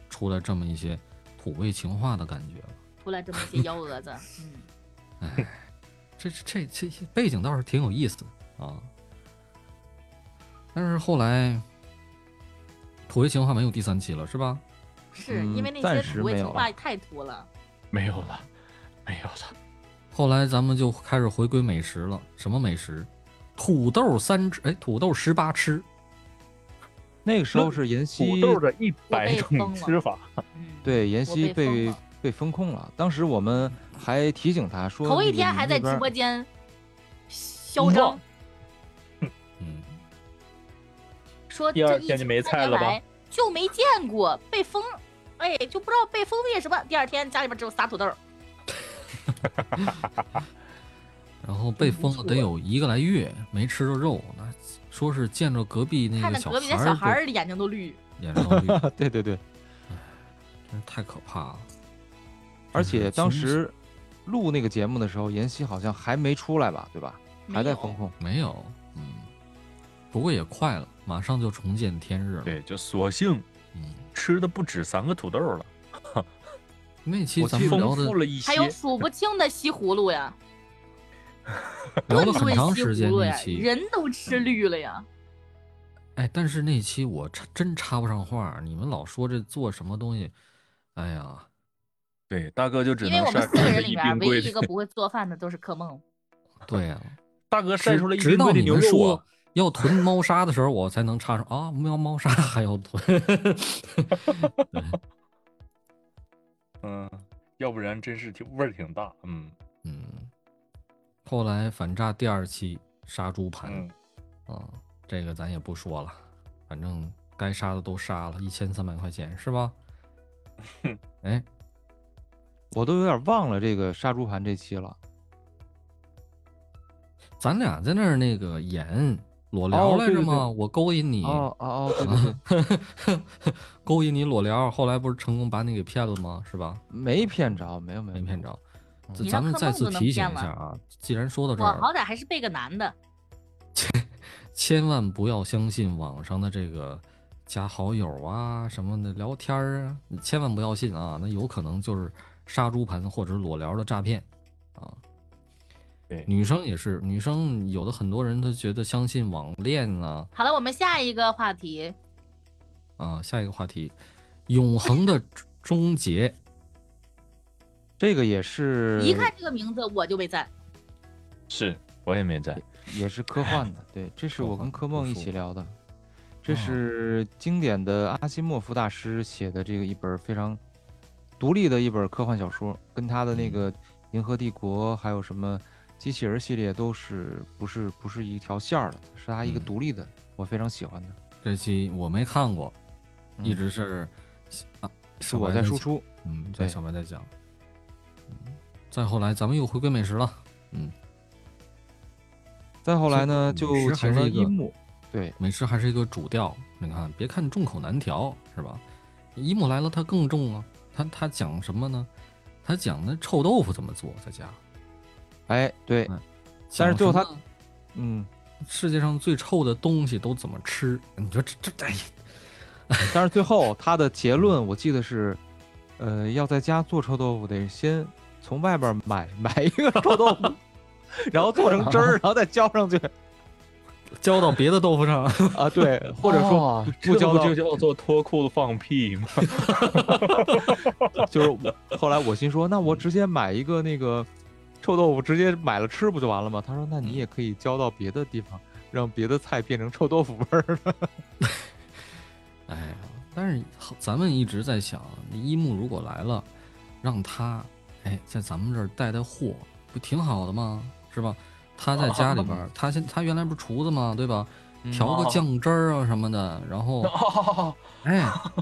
[SPEAKER 3] 出来这么一些土味情话的感觉了。
[SPEAKER 5] 出来这么一些幺蛾子，嗯。
[SPEAKER 3] 这这这这背景倒是挺有意思的啊。但是后来土味情话没有第三期了，是吧？
[SPEAKER 5] 是
[SPEAKER 1] 嗯
[SPEAKER 5] 因为那
[SPEAKER 1] 暂
[SPEAKER 5] 些
[SPEAKER 1] 时
[SPEAKER 5] 土味
[SPEAKER 1] 没
[SPEAKER 5] 情
[SPEAKER 1] 有
[SPEAKER 5] 话太土了，
[SPEAKER 4] 没有了，没有了。
[SPEAKER 3] 后来咱们就开始回归美食了，什么美食？土豆三吃，哎，土豆十八吃，
[SPEAKER 1] 那个时候是妍希
[SPEAKER 4] 土豆的一百
[SPEAKER 5] 被
[SPEAKER 4] 种
[SPEAKER 5] 封了
[SPEAKER 4] 吃法，
[SPEAKER 5] 嗯，
[SPEAKER 1] 对，妍
[SPEAKER 5] 我
[SPEAKER 1] 希
[SPEAKER 5] 被封
[SPEAKER 1] 被
[SPEAKER 5] 了
[SPEAKER 1] 被封控了。当时我们还提醒她说，
[SPEAKER 5] 头
[SPEAKER 1] 那
[SPEAKER 5] 一
[SPEAKER 1] 个
[SPEAKER 5] 天
[SPEAKER 1] 你
[SPEAKER 5] 还
[SPEAKER 1] 那
[SPEAKER 5] 在
[SPEAKER 1] 边
[SPEAKER 5] 直
[SPEAKER 1] 儿
[SPEAKER 5] 播间嚣张
[SPEAKER 3] 嗯，
[SPEAKER 5] 说
[SPEAKER 4] 第
[SPEAKER 5] 这
[SPEAKER 4] 二
[SPEAKER 5] 疫
[SPEAKER 4] 天就
[SPEAKER 5] 情
[SPEAKER 4] 没
[SPEAKER 5] 三
[SPEAKER 4] 菜
[SPEAKER 5] 年
[SPEAKER 4] 了吧
[SPEAKER 5] 来就没见过被封，哎，就不知道被封为什么。第二天家里边只有仨土豆，
[SPEAKER 3] 然后
[SPEAKER 5] 嗯
[SPEAKER 3] 被封了得有一个来月，没吃着肉，那说是见着隔壁那
[SPEAKER 5] 看
[SPEAKER 3] 个
[SPEAKER 5] 着
[SPEAKER 3] 小
[SPEAKER 5] 隔壁的
[SPEAKER 3] 孩
[SPEAKER 5] 小
[SPEAKER 3] 儿
[SPEAKER 5] 孩
[SPEAKER 3] 都
[SPEAKER 5] 儿眼睛都绿。
[SPEAKER 3] 眼上绿， 真
[SPEAKER 1] 对对对，
[SPEAKER 3] 是太可怕了。
[SPEAKER 1] 而
[SPEAKER 3] 就是
[SPEAKER 1] 且当
[SPEAKER 3] 真是
[SPEAKER 1] 时录那个节目的时候，妍希好像还没出来吧，对吧？还在
[SPEAKER 5] 没有
[SPEAKER 1] 封控。
[SPEAKER 3] 没有，嗯，不过也快了，马上就重见天日了。
[SPEAKER 4] 对，就索性
[SPEAKER 3] 嗯，
[SPEAKER 4] 吃的不止三个土豆了，
[SPEAKER 3] 那期
[SPEAKER 1] 我
[SPEAKER 3] 咱
[SPEAKER 1] 记
[SPEAKER 3] 们
[SPEAKER 1] 得
[SPEAKER 3] 聊
[SPEAKER 4] 丰
[SPEAKER 3] 的
[SPEAKER 4] 富了一些
[SPEAKER 5] 还。有数不清的西葫芦 呀，
[SPEAKER 3] 聊
[SPEAKER 5] 顿
[SPEAKER 3] 了
[SPEAKER 5] 顿
[SPEAKER 3] 很长
[SPEAKER 5] 西
[SPEAKER 3] 时
[SPEAKER 5] 葫
[SPEAKER 3] 间
[SPEAKER 5] 芦
[SPEAKER 3] 那
[SPEAKER 5] 呀，
[SPEAKER 3] 期，
[SPEAKER 5] 人都吃绿了呀。
[SPEAKER 3] 哎，但是那期我插真插不上话儿，你们老说这做什么东西，哎呀，
[SPEAKER 4] 对，大哥就只
[SPEAKER 5] 因为
[SPEAKER 4] 能
[SPEAKER 5] 我们四
[SPEAKER 4] 晒出
[SPEAKER 5] 个
[SPEAKER 4] 了
[SPEAKER 5] 人里
[SPEAKER 4] 一
[SPEAKER 5] 边
[SPEAKER 4] 冰
[SPEAKER 5] 唯
[SPEAKER 4] 柜
[SPEAKER 5] 一一
[SPEAKER 4] 的
[SPEAKER 5] 个，不会做饭的都是柯 梦，
[SPEAKER 3] 对呀、
[SPEAKER 4] 大哥晒
[SPEAKER 3] 直
[SPEAKER 4] 出了一
[SPEAKER 3] 直
[SPEAKER 4] 冰
[SPEAKER 3] 到
[SPEAKER 4] 柜的
[SPEAKER 3] 你
[SPEAKER 4] 牛
[SPEAKER 3] 们
[SPEAKER 4] 肉
[SPEAKER 3] 说
[SPEAKER 4] 啊。
[SPEAKER 3] 要囤猫砂的时候，我才能插上啊，喵猫砂还要囤。
[SPEAKER 4] 嗯，要不然真是挺味儿挺大。嗯
[SPEAKER 3] 嗯，后来反诈第二期杀猪盘
[SPEAKER 4] 嗯，
[SPEAKER 3] 啊，这个咱也不说了，反正该杀的都杀了，一千三百块钱是 吧？哎，
[SPEAKER 1] 我都有点忘了这个杀猪盘这期了。
[SPEAKER 3] 咱俩在那儿那个演裸聊
[SPEAKER 1] 哦
[SPEAKER 3] 来
[SPEAKER 1] 对
[SPEAKER 3] 着
[SPEAKER 1] 对对
[SPEAKER 3] 吗？我勾引你，
[SPEAKER 1] 哦哦哦，对对对，
[SPEAKER 3] 勾引你裸聊，后来不是成功把你给骗了吗？是吧？
[SPEAKER 1] 没骗着，没有没有
[SPEAKER 3] 没骗。着。这
[SPEAKER 5] 你让
[SPEAKER 3] 咱们
[SPEAKER 5] 柯
[SPEAKER 3] 再
[SPEAKER 5] 梦
[SPEAKER 3] 次
[SPEAKER 5] 都能
[SPEAKER 3] 提醒
[SPEAKER 5] 骗
[SPEAKER 3] 一
[SPEAKER 5] 了
[SPEAKER 3] 下啊，既然说到
[SPEAKER 5] 嗯
[SPEAKER 3] 这
[SPEAKER 5] 我
[SPEAKER 3] 儿，
[SPEAKER 5] 好歹还是背个男的，
[SPEAKER 3] 千万不要相信网上的这个加好友啊什么的聊天儿啊，你千万不要信啊，那有可能就是杀猪盘或者裸聊的诈骗啊。
[SPEAKER 4] 对
[SPEAKER 3] 女生也是，女生有的很多人她觉得相信网恋啊
[SPEAKER 5] 好了，我们下一个话题，
[SPEAKER 3] 啊。下一个话题，永恒的终结，
[SPEAKER 1] 这个也是
[SPEAKER 5] 一看这个名字我就没在。
[SPEAKER 4] 是我也没在。
[SPEAKER 1] 也是科幻的，对，这是
[SPEAKER 3] 科
[SPEAKER 1] 我
[SPEAKER 3] 幻
[SPEAKER 1] 跟科梦
[SPEAKER 3] 不
[SPEAKER 1] 一
[SPEAKER 3] 输
[SPEAKER 1] 起聊的，这
[SPEAKER 3] 哦
[SPEAKER 1] 是经典的阿西莫夫大师写的这个一本非常独立的一本科幻小说，跟他的那
[SPEAKER 3] 嗯
[SPEAKER 1] 个《银河帝国》还有什么机器人系列都是不是不是一条线儿的，是他一个
[SPEAKER 3] 嗯
[SPEAKER 1] 独立的，我非常喜欢的，
[SPEAKER 3] 这期我没看过，
[SPEAKER 1] 嗯
[SPEAKER 3] 一直是啊，
[SPEAKER 1] 是
[SPEAKER 3] 小
[SPEAKER 1] 我
[SPEAKER 3] 白
[SPEAKER 1] 在
[SPEAKER 3] 在
[SPEAKER 1] 输
[SPEAKER 3] 讲，
[SPEAKER 1] 出，
[SPEAKER 3] 嗯，在
[SPEAKER 1] 对
[SPEAKER 3] 小白在讲。嗯再后来，咱们又回归美食了。
[SPEAKER 1] 再后来
[SPEAKER 3] 这
[SPEAKER 1] 呢
[SPEAKER 3] 美
[SPEAKER 1] 就
[SPEAKER 3] 食还
[SPEAKER 1] 请
[SPEAKER 3] 是
[SPEAKER 1] 了
[SPEAKER 3] 一个
[SPEAKER 1] 樱木，对，
[SPEAKER 3] 美食还是一个主调，你看，别看众口难调，是吧？一木来了，他更重啊。他他讲什么呢？他讲那臭豆腐怎么做，在家。
[SPEAKER 1] 哎对
[SPEAKER 3] 嗯，
[SPEAKER 1] 但是最后他
[SPEAKER 3] 讲什么
[SPEAKER 1] 嗯，
[SPEAKER 3] 世界上最臭的东西都怎么吃？你说这这这，哎呀
[SPEAKER 1] 但是最后他的结论，我记得是，呃，要在家做臭豆腐得先从外边买 买一个臭豆腐，然后做成汁 儿，然后再浇上去
[SPEAKER 3] 浇到别的豆腐上，
[SPEAKER 1] 啊，对，或者说
[SPEAKER 4] 哦
[SPEAKER 1] 不
[SPEAKER 4] 这
[SPEAKER 1] 交
[SPEAKER 4] 不
[SPEAKER 1] 到
[SPEAKER 4] 就叫做脱裤子放屁吗？
[SPEAKER 1] 就是我后来我心说，那我直接买一个那个臭豆腐，直接买了吃不就完了吗？他说，那你也可以浇到别的地方，让别的菜变成臭豆腐味 儿的。
[SPEAKER 3] 哎呀，但是好咱们一直在想，一木如果来了，让他哎在咱们这儿带带货，不挺好的吗？是吧？他在家里边儿，他现他原来不是厨子吗？对吧？调个
[SPEAKER 4] 哦
[SPEAKER 3] 酱汁儿啊什么的，然后
[SPEAKER 4] 哦，
[SPEAKER 3] 哎，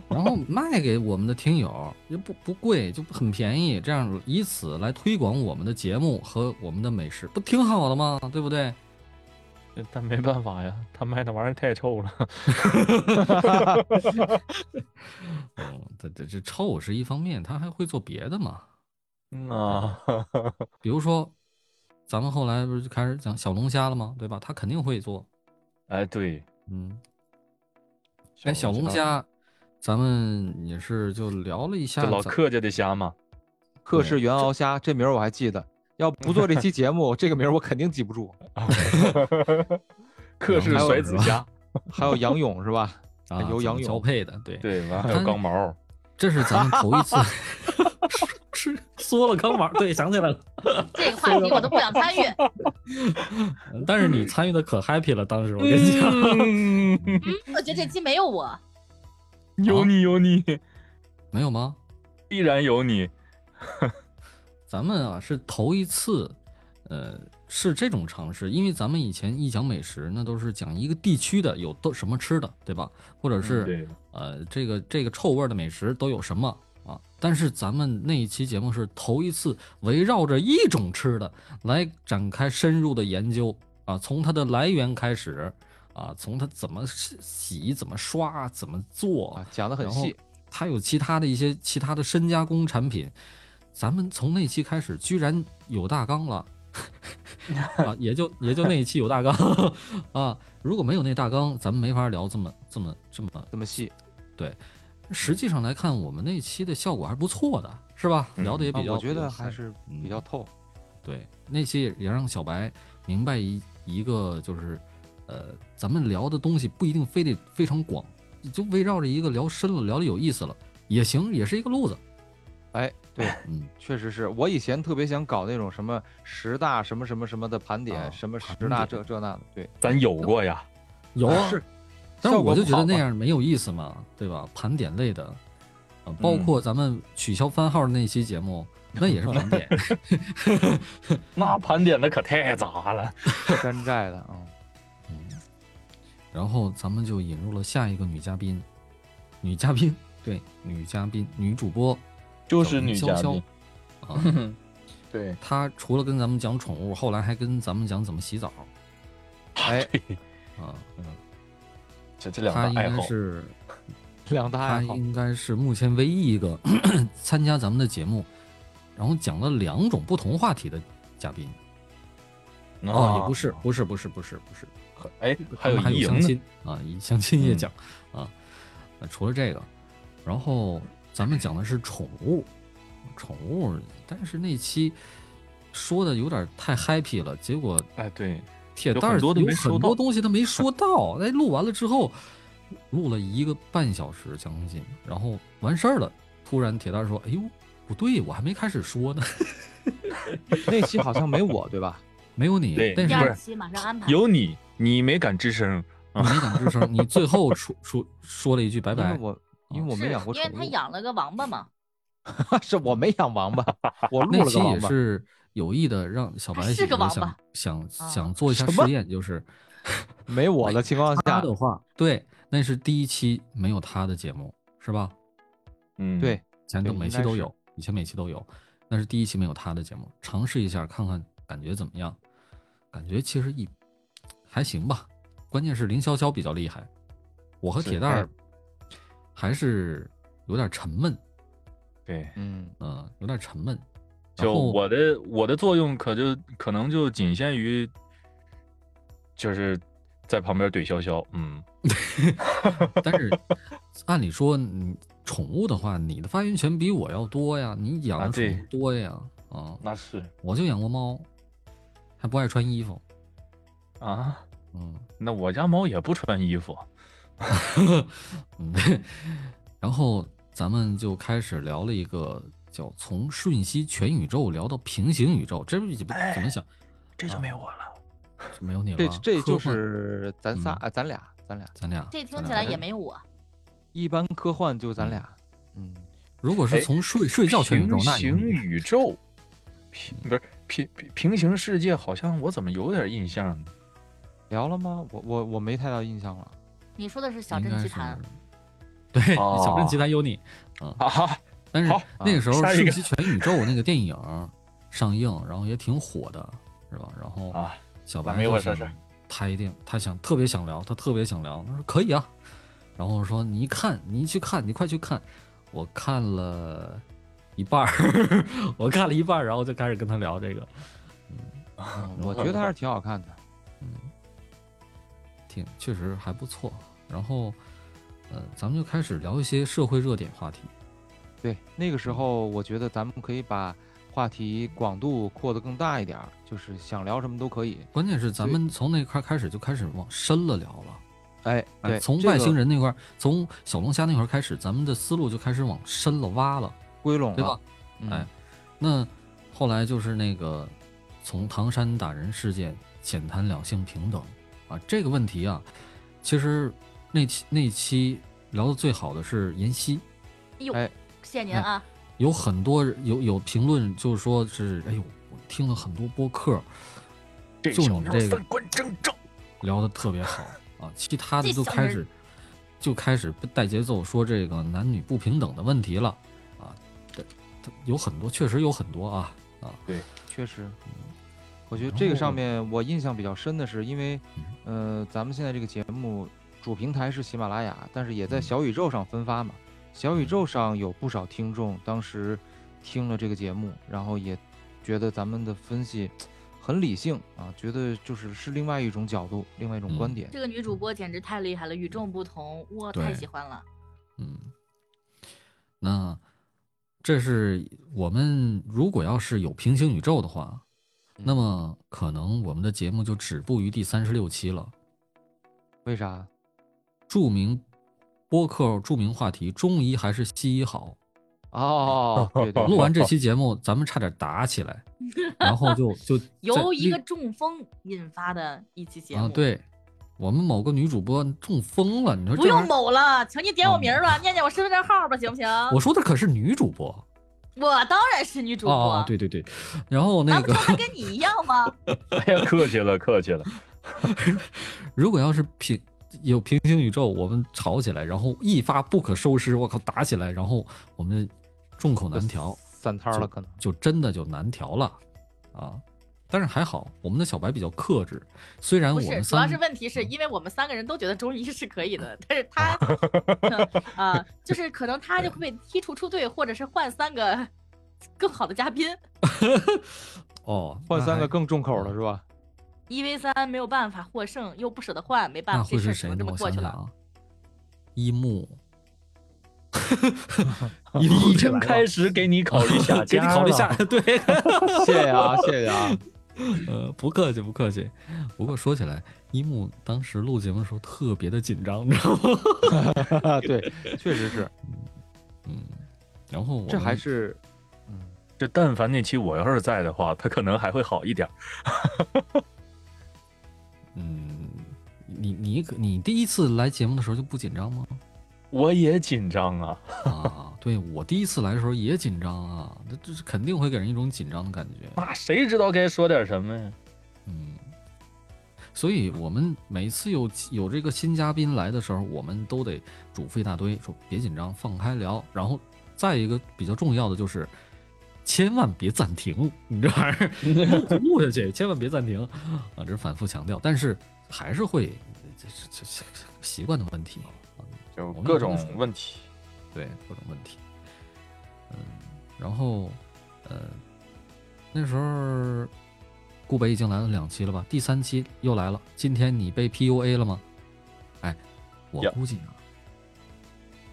[SPEAKER 3] 然后卖给我们的听友，也不不贵，就很便宜，这样以此来推广我们的节目和我们的美食，不挺好的吗？对不对？
[SPEAKER 4] 但没办法呀，他卖那玩意儿太臭了。
[SPEAKER 3] 嗯，这这这臭是一方面，他还会做别的嘛，
[SPEAKER 4] 嗯啊，
[SPEAKER 3] 比如说，咱们后来不是就开始讲小龙虾了吗？对吧？他肯定会做。
[SPEAKER 4] 哎对，
[SPEAKER 3] 嗯，哎，小龙虾，咱们也是就聊了一下
[SPEAKER 4] 这老
[SPEAKER 3] 咱
[SPEAKER 4] 客家的虾嘛，
[SPEAKER 1] 克氏原鳌虾这名儿我还记得，要不做这期节目，这个名儿我肯定记不住。
[SPEAKER 4] 客氏甩子虾，
[SPEAKER 1] 还有杨勇是吧？有
[SPEAKER 3] 啊怎么
[SPEAKER 1] 仰泳
[SPEAKER 3] 交配的，对，
[SPEAKER 4] 对，完还有钢毛，
[SPEAKER 3] 这是咱们头一次吃 缩了钢毛，对，想起来了。
[SPEAKER 5] 这个话题我都不想参 与。
[SPEAKER 3] 但是你参与的可 happy 了，当
[SPEAKER 4] 嗯
[SPEAKER 3] 时我跟你讲，
[SPEAKER 5] 我觉得这期没有我，
[SPEAKER 4] 有你有你，
[SPEAKER 3] 没有吗？
[SPEAKER 4] 必然有你。
[SPEAKER 3] 咱们啊是头一次，呃，是这种尝试，因为咱们以前一讲美食，那都是讲一个地区的有都什么吃的，对吧？或者是、
[SPEAKER 4] 嗯对，
[SPEAKER 3] 呃，这个这个臭味儿的美食都有什么啊？但是咱们那一期节目是头一次围绕着一种吃的来展开深入的研究啊，从它的来源开始啊，从它怎么洗、洗怎么刷、怎么做
[SPEAKER 1] 啊，，讲的很
[SPEAKER 3] 然后
[SPEAKER 1] 细。
[SPEAKER 3] 它有其他的一些其他的深加工产品。咱们从那期开始，居然有大纲了，啊，也就也就那一期有大纲 啊。如果没有那大纲，咱们没法聊这么这么这么
[SPEAKER 1] 这么细，
[SPEAKER 3] 实际上来看，我们那期的效果还是不错的，是吧？
[SPEAKER 4] 嗯
[SPEAKER 3] 聊的也
[SPEAKER 1] 啊
[SPEAKER 3] 比较，
[SPEAKER 1] 我觉得还是比较
[SPEAKER 3] 嗯
[SPEAKER 1] 透。
[SPEAKER 3] 对。那期也让小白明白一一个就是，呃，咱们聊的东西不一定非得非常广，就围绕着一个聊深了，聊的有意思了也行，也是一个路子。
[SPEAKER 1] 哎，对，
[SPEAKER 3] 嗯，
[SPEAKER 1] 确实是我以前特别想搞那种什么十大什么什么什么的盘点，
[SPEAKER 3] 啊
[SPEAKER 1] 什么十
[SPEAKER 3] 盘
[SPEAKER 1] 大
[SPEAKER 3] 点
[SPEAKER 1] 这这那的， 对，
[SPEAKER 4] 咱有过呀，
[SPEAKER 3] 有啊，
[SPEAKER 1] 是，
[SPEAKER 3] 但是
[SPEAKER 1] 效果
[SPEAKER 3] 我就
[SPEAKER 1] 不
[SPEAKER 3] 觉得
[SPEAKER 1] 好
[SPEAKER 3] 那
[SPEAKER 1] 嘛
[SPEAKER 3] 样没有意思嘛，对吧？盘点类的，呃，包
[SPEAKER 1] 嗯
[SPEAKER 3] 括咱们取消番号的那期节目，那也是盘点。
[SPEAKER 4] 那盘点的可太杂了。
[SPEAKER 1] 山寨的
[SPEAKER 3] 嗯
[SPEAKER 1] 啊，
[SPEAKER 3] 然后咱们就引入了下一个女嘉宾，女嘉宾， 对，女嘉宾，女主播
[SPEAKER 4] 就是女嘉
[SPEAKER 3] 小林
[SPEAKER 4] 宾，
[SPEAKER 3] 啊，
[SPEAKER 4] 对，
[SPEAKER 3] 她除了跟咱们讲宠物，后来还跟咱们讲怎么洗澡
[SPEAKER 1] 哎，
[SPEAKER 3] 啊，
[SPEAKER 4] 这这两
[SPEAKER 3] 她应
[SPEAKER 4] 个爱
[SPEAKER 3] 该
[SPEAKER 4] 好，
[SPEAKER 3] 是
[SPEAKER 1] 两大
[SPEAKER 3] 她
[SPEAKER 1] 爱好，
[SPEAKER 3] 应该是目前唯一一个参加咱们的节目，然后讲了两种不同话题的嘉宾
[SPEAKER 4] 嗯
[SPEAKER 3] 哦，也不是，不是，不是，不是，不是，
[SPEAKER 4] 啊，哎，
[SPEAKER 3] 他
[SPEAKER 4] 还有
[SPEAKER 3] 们还
[SPEAKER 4] 意
[SPEAKER 3] 有相
[SPEAKER 4] 淫呢，
[SPEAKER 3] 亲啊，以相亲也
[SPEAKER 4] 嗯
[SPEAKER 3] 讲、啊。呃除了这个，然后咱们讲的是宠物，宠物，但是那期说的有点太 happy 了，结果
[SPEAKER 4] 哎，对，
[SPEAKER 3] 铁
[SPEAKER 4] 有
[SPEAKER 3] 蛋儿
[SPEAKER 4] 很多都
[SPEAKER 3] 有
[SPEAKER 4] 没说
[SPEAKER 3] 很多
[SPEAKER 4] 到
[SPEAKER 3] 东西他没说到，那录完了之后，录了一个半小时将近，然后完事儿了，突然铁蛋儿说：“哎呦，不对，我还没开始说呢，
[SPEAKER 1] 那期好像没我对吧？
[SPEAKER 3] 没有你
[SPEAKER 4] 对，
[SPEAKER 3] 但
[SPEAKER 5] 第
[SPEAKER 3] 是
[SPEAKER 4] 不
[SPEAKER 5] 二
[SPEAKER 4] 是
[SPEAKER 5] 期马上安排。
[SPEAKER 4] 有你，你没敢吱声，
[SPEAKER 3] 你没敢吱声，你最后出出说了一句拜
[SPEAKER 1] 因为
[SPEAKER 3] 拜。
[SPEAKER 1] 我因为
[SPEAKER 3] 哦
[SPEAKER 1] 我没
[SPEAKER 5] 是
[SPEAKER 1] 养过
[SPEAKER 5] 因
[SPEAKER 1] 宠
[SPEAKER 5] 为他
[SPEAKER 1] 物，
[SPEAKER 5] 养了个王八嘛，
[SPEAKER 1] 是我没养王八，我录
[SPEAKER 3] 那
[SPEAKER 1] 了
[SPEAKER 3] 期
[SPEAKER 1] 个
[SPEAKER 3] 也
[SPEAKER 1] 王八。
[SPEAKER 3] 是有意的让小白
[SPEAKER 5] 还是
[SPEAKER 3] 喜
[SPEAKER 5] 个
[SPEAKER 3] 欢
[SPEAKER 5] 王
[SPEAKER 3] 想
[SPEAKER 5] 八
[SPEAKER 3] 想
[SPEAKER 5] 啊
[SPEAKER 3] 想做一下
[SPEAKER 1] 什么
[SPEAKER 3] 试验，就是
[SPEAKER 1] 没我的情况
[SPEAKER 3] 哎他
[SPEAKER 1] 下，
[SPEAKER 3] 的话，对，那是第一期没有他的节目是吧？
[SPEAKER 4] 嗯，
[SPEAKER 1] 对，
[SPEAKER 3] 以前
[SPEAKER 1] 对
[SPEAKER 3] 都
[SPEAKER 1] 应
[SPEAKER 3] 每期
[SPEAKER 1] 该
[SPEAKER 3] 都
[SPEAKER 1] 是
[SPEAKER 3] 有，以前每期都有，但是第一期没有他的节目，尝试一下看看感觉怎么样？感觉其实一还行吧，关键是林潇潇比较厉害，我和
[SPEAKER 4] 是
[SPEAKER 3] 铁蛋儿
[SPEAKER 4] 哎
[SPEAKER 3] 还是有点沉闷，
[SPEAKER 4] 对，
[SPEAKER 1] 嗯，
[SPEAKER 3] 嗯、有点沉闷。然
[SPEAKER 4] 就
[SPEAKER 3] 后
[SPEAKER 4] 我的我的作用可就可能就仅限于，就是在旁边怼潇潇，嗯，
[SPEAKER 3] 但是按理说，你宠物的话，你的发言权比我要多呀，你养
[SPEAKER 4] 啊
[SPEAKER 3] 的
[SPEAKER 4] 对
[SPEAKER 3] 宠物多呀，啊，
[SPEAKER 4] 那是
[SPEAKER 3] 我就养过猫，还不爱穿衣服，
[SPEAKER 4] 啊，
[SPEAKER 3] 嗯，
[SPEAKER 4] 那我家猫也不穿衣服，
[SPEAKER 3] 嗯 然后咱们就开始聊了一个叫从瞬息全宇宙聊到平行宇宙，这不怎么
[SPEAKER 4] 哎
[SPEAKER 3] 怎么想，
[SPEAKER 4] 这就没我了，
[SPEAKER 3] 就没有你了
[SPEAKER 1] 这
[SPEAKER 3] 吧，
[SPEAKER 1] 这
[SPEAKER 3] 科
[SPEAKER 1] 就
[SPEAKER 3] 幻
[SPEAKER 1] 是咱仨
[SPEAKER 3] 嗯
[SPEAKER 1] 啊，咱俩，咱俩
[SPEAKER 3] 咱俩，
[SPEAKER 5] 这听
[SPEAKER 3] 咱
[SPEAKER 5] 起
[SPEAKER 3] 俩
[SPEAKER 5] 来也没有我。
[SPEAKER 1] 一般科幻就咱俩，嗯，
[SPEAKER 3] 如果是
[SPEAKER 4] 哎
[SPEAKER 3] 从睡睡觉全宇宙，
[SPEAKER 4] 平
[SPEAKER 3] 那有
[SPEAKER 4] 行
[SPEAKER 3] 你
[SPEAKER 4] 宇宙，平不是平平平行世界，好像我怎么有点印象呢？
[SPEAKER 1] 聊了吗？我我我没太大印象了。
[SPEAKER 5] 你说的是小
[SPEAKER 3] 应
[SPEAKER 5] 镇
[SPEAKER 3] 该
[SPEAKER 5] 奇
[SPEAKER 3] 是
[SPEAKER 5] 谭，
[SPEAKER 3] 对，
[SPEAKER 4] 哦
[SPEAKER 3] 小镇奇谭有你，嗯
[SPEAKER 4] 啊哈，
[SPEAKER 3] 但是
[SPEAKER 4] 好
[SPEAKER 3] 那
[SPEAKER 1] 啊
[SPEAKER 3] 个时候《
[SPEAKER 4] 下啊一
[SPEAKER 3] 瞬
[SPEAKER 4] 个
[SPEAKER 3] 息全宇宙》那个电影上映，然后也挺火的，是吧？然后
[SPEAKER 4] 啊，
[SPEAKER 3] 小
[SPEAKER 4] 那
[SPEAKER 3] 白
[SPEAKER 4] 没
[SPEAKER 3] 就
[SPEAKER 4] 我事
[SPEAKER 3] 想
[SPEAKER 4] 事
[SPEAKER 3] 他一定他想特别想聊，他特别想聊，他说可以啊，然后我说你一看你去看你快去看，我看了一半儿， 我看了一半儿，然后就开始跟他聊这个，
[SPEAKER 1] 嗯我觉得还是挺好看的。
[SPEAKER 3] 挺确实还不错。然后呃，咱们就开始聊一些社会热点话题，
[SPEAKER 1] 对，那个时
[SPEAKER 3] 嗯
[SPEAKER 1] 候我觉得咱们可以把话题广度扩得更大一点儿，就是想聊什么都可以。
[SPEAKER 3] 关键是咱
[SPEAKER 1] 对
[SPEAKER 3] 们从那块儿开始就开始往深了聊了。
[SPEAKER 1] 哎，
[SPEAKER 3] 哎
[SPEAKER 1] 对，
[SPEAKER 3] 从
[SPEAKER 1] 这
[SPEAKER 3] 外
[SPEAKER 1] 个
[SPEAKER 3] 星人那块儿，从小龙虾那块儿开始，咱们的思路就开始往深了挖了，
[SPEAKER 1] 归拢
[SPEAKER 3] 对吧
[SPEAKER 1] 了，？嗯
[SPEAKER 3] 哎，那后来就是那个从唐山打人事件浅谈两性平等啊这个问题啊，其实那期那期聊的最好的是妍希，
[SPEAKER 5] 哎呦
[SPEAKER 1] 哎，
[SPEAKER 5] 谢谢您啊！
[SPEAKER 3] 有很多人有有评论就是说是哎呦，我听了很多播客
[SPEAKER 4] 这
[SPEAKER 3] 就
[SPEAKER 4] 小
[SPEAKER 3] 你
[SPEAKER 4] 妞
[SPEAKER 3] 这个
[SPEAKER 4] 三观正 正，
[SPEAKER 3] 聊的特别好啊，其他的
[SPEAKER 5] 这
[SPEAKER 3] 就
[SPEAKER 5] 小
[SPEAKER 3] 开
[SPEAKER 5] 人儿
[SPEAKER 3] 始就开始带节奏说这个男女不平等的问题了啊，这这有很多确实有很多啊啊，
[SPEAKER 1] 确实，我觉得这个
[SPEAKER 3] 嗯然
[SPEAKER 1] 上
[SPEAKER 3] 后嗯
[SPEAKER 1] 面我印象比较深的是，因为呃，咱们现在这个节目主平台是喜马拉雅，但是也在
[SPEAKER 3] 嗯
[SPEAKER 1] 小宇宙上分发嘛。小宇宙上有不少听众当时听了这个节目，然后也觉得咱们的分析很理性啊，觉得就是是另外一种角度，另外一种观
[SPEAKER 3] 嗯
[SPEAKER 1] 点。
[SPEAKER 5] 这个女主播简直太厉害了，与众不同，我
[SPEAKER 3] 对
[SPEAKER 5] 太喜欢了。
[SPEAKER 3] 嗯，那这是我们如果要是有平行宇宙的话，那
[SPEAKER 1] 嗯
[SPEAKER 3] 么可能我们的节目就止步于第三十六期了。
[SPEAKER 1] 为啥？
[SPEAKER 3] 著名播客著名话题，中医还是西医好？
[SPEAKER 1] 哦，对对，
[SPEAKER 3] 录
[SPEAKER 1] 对
[SPEAKER 3] 完这期节目，咱们差点打起 来，然后就就在
[SPEAKER 5] 由一
[SPEAKER 3] 另
[SPEAKER 5] 个中风引发的一期节目，
[SPEAKER 3] 啊，，对我们某个女主播中风了，你说
[SPEAKER 5] 不
[SPEAKER 3] 这
[SPEAKER 5] 用
[SPEAKER 3] 玩意儿，
[SPEAKER 5] 某了，请你点我
[SPEAKER 3] 啊
[SPEAKER 5] 名儿吧，念念我身份证号吧，行不行？
[SPEAKER 3] 我说的可是女主播
[SPEAKER 5] 我当然是女主播
[SPEAKER 3] 哦，，对对对，然后那
[SPEAKER 5] 难不
[SPEAKER 3] 个
[SPEAKER 5] 成还跟你一样 吗？
[SPEAKER 4] 哎呀，客气了，客气了，
[SPEAKER 3] 如果要是平有平行宇宙，我们吵起来，然后一发不可收拾，我靠，打起来，然后我们众口难调，
[SPEAKER 1] 散摊儿了可能。
[SPEAKER 3] 就真的就难调了啊！但是还好，我们的小白比较克制，虽然
[SPEAKER 5] 不
[SPEAKER 3] 我
[SPEAKER 5] 是，
[SPEAKER 3] 们
[SPEAKER 5] 主要
[SPEAKER 3] 三哦
[SPEAKER 5] 是问题是因为我们三个人都觉得中医是可以的， 但是他啊、就是可能他就会被踢出出队，或者是换三个 更好的嘉宾。
[SPEAKER 3] 哦，
[SPEAKER 1] 换
[SPEAKER 3] 那
[SPEAKER 1] 三个
[SPEAKER 3] 还
[SPEAKER 1] 更重口的是吧？
[SPEAKER 5] 一 v 三没有办法获胜，又不舍得换，没办
[SPEAKER 3] 那
[SPEAKER 5] 法，
[SPEAKER 3] 会
[SPEAKER 5] 这事
[SPEAKER 3] 是
[SPEAKER 5] 儿只
[SPEAKER 3] 谁
[SPEAKER 5] 能
[SPEAKER 3] 呢
[SPEAKER 5] 这？么
[SPEAKER 3] 我
[SPEAKER 5] 过
[SPEAKER 3] 想
[SPEAKER 5] 去
[SPEAKER 3] 想
[SPEAKER 5] 了。
[SPEAKER 3] 啊，一木，一
[SPEAKER 4] 已
[SPEAKER 3] 起
[SPEAKER 4] 经
[SPEAKER 3] 来了
[SPEAKER 4] 开始 给你考虑下
[SPEAKER 3] 给
[SPEAKER 4] 家
[SPEAKER 3] 你考虑
[SPEAKER 4] 了
[SPEAKER 3] 下，对。
[SPEAKER 1] 谢谢啊，谢谢啊。
[SPEAKER 3] 呃，不客气，不客气。不过说起来，一木当时录节目的时候特别的紧张，你知道吗？
[SPEAKER 1] 对，确实是，
[SPEAKER 3] 嗯，然后我
[SPEAKER 1] 这还
[SPEAKER 3] 们
[SPEAKER 1] 是
[SPEAKER 4] 这但凡那期我要是在的话，他可能还会好一点。
[SPEAKER 3] 嗯，你你可你第一次来节目的时候就不紧张吗？
[SPEAKER 4] 我也紧张啊，
[SPEAKER 3] 啊，对我第一次来的时候也紧张啊，那这是肯定会给人一种紧张的感觉。
[SPEAKER 4] 那谁知道该说点什么呀？
[SPEAKER 3] 嗯，所以我们每次有有这个新嘉宾来的时候，我们都得嘱咐一大堆，说别紧张，放开聊。然后再一个比较重要的就是，千万别暂停，你这玩意儿录 就录下去，千万别暂停啊！这是反复强调，但是还是会这这这这这习惯的问题啊，
[SPEAKER 4] 就
[SPEAKER 3] 我们
[SPEAKER 4] 各
[SPEAKER 3] 也不能
[SPEAKER 4] 种
[SPEAKER 3] 说
[SPEAKER 4] 问题。
[SPEAKER 3] 对各种问题。嗯，然后呃，那时候顾北已经来了两期了吧？第三期又来了，今天你被 PUA 了吗？哎，我
[SPEAKER 4] 呀
[SPEAKER 3] 估计啊，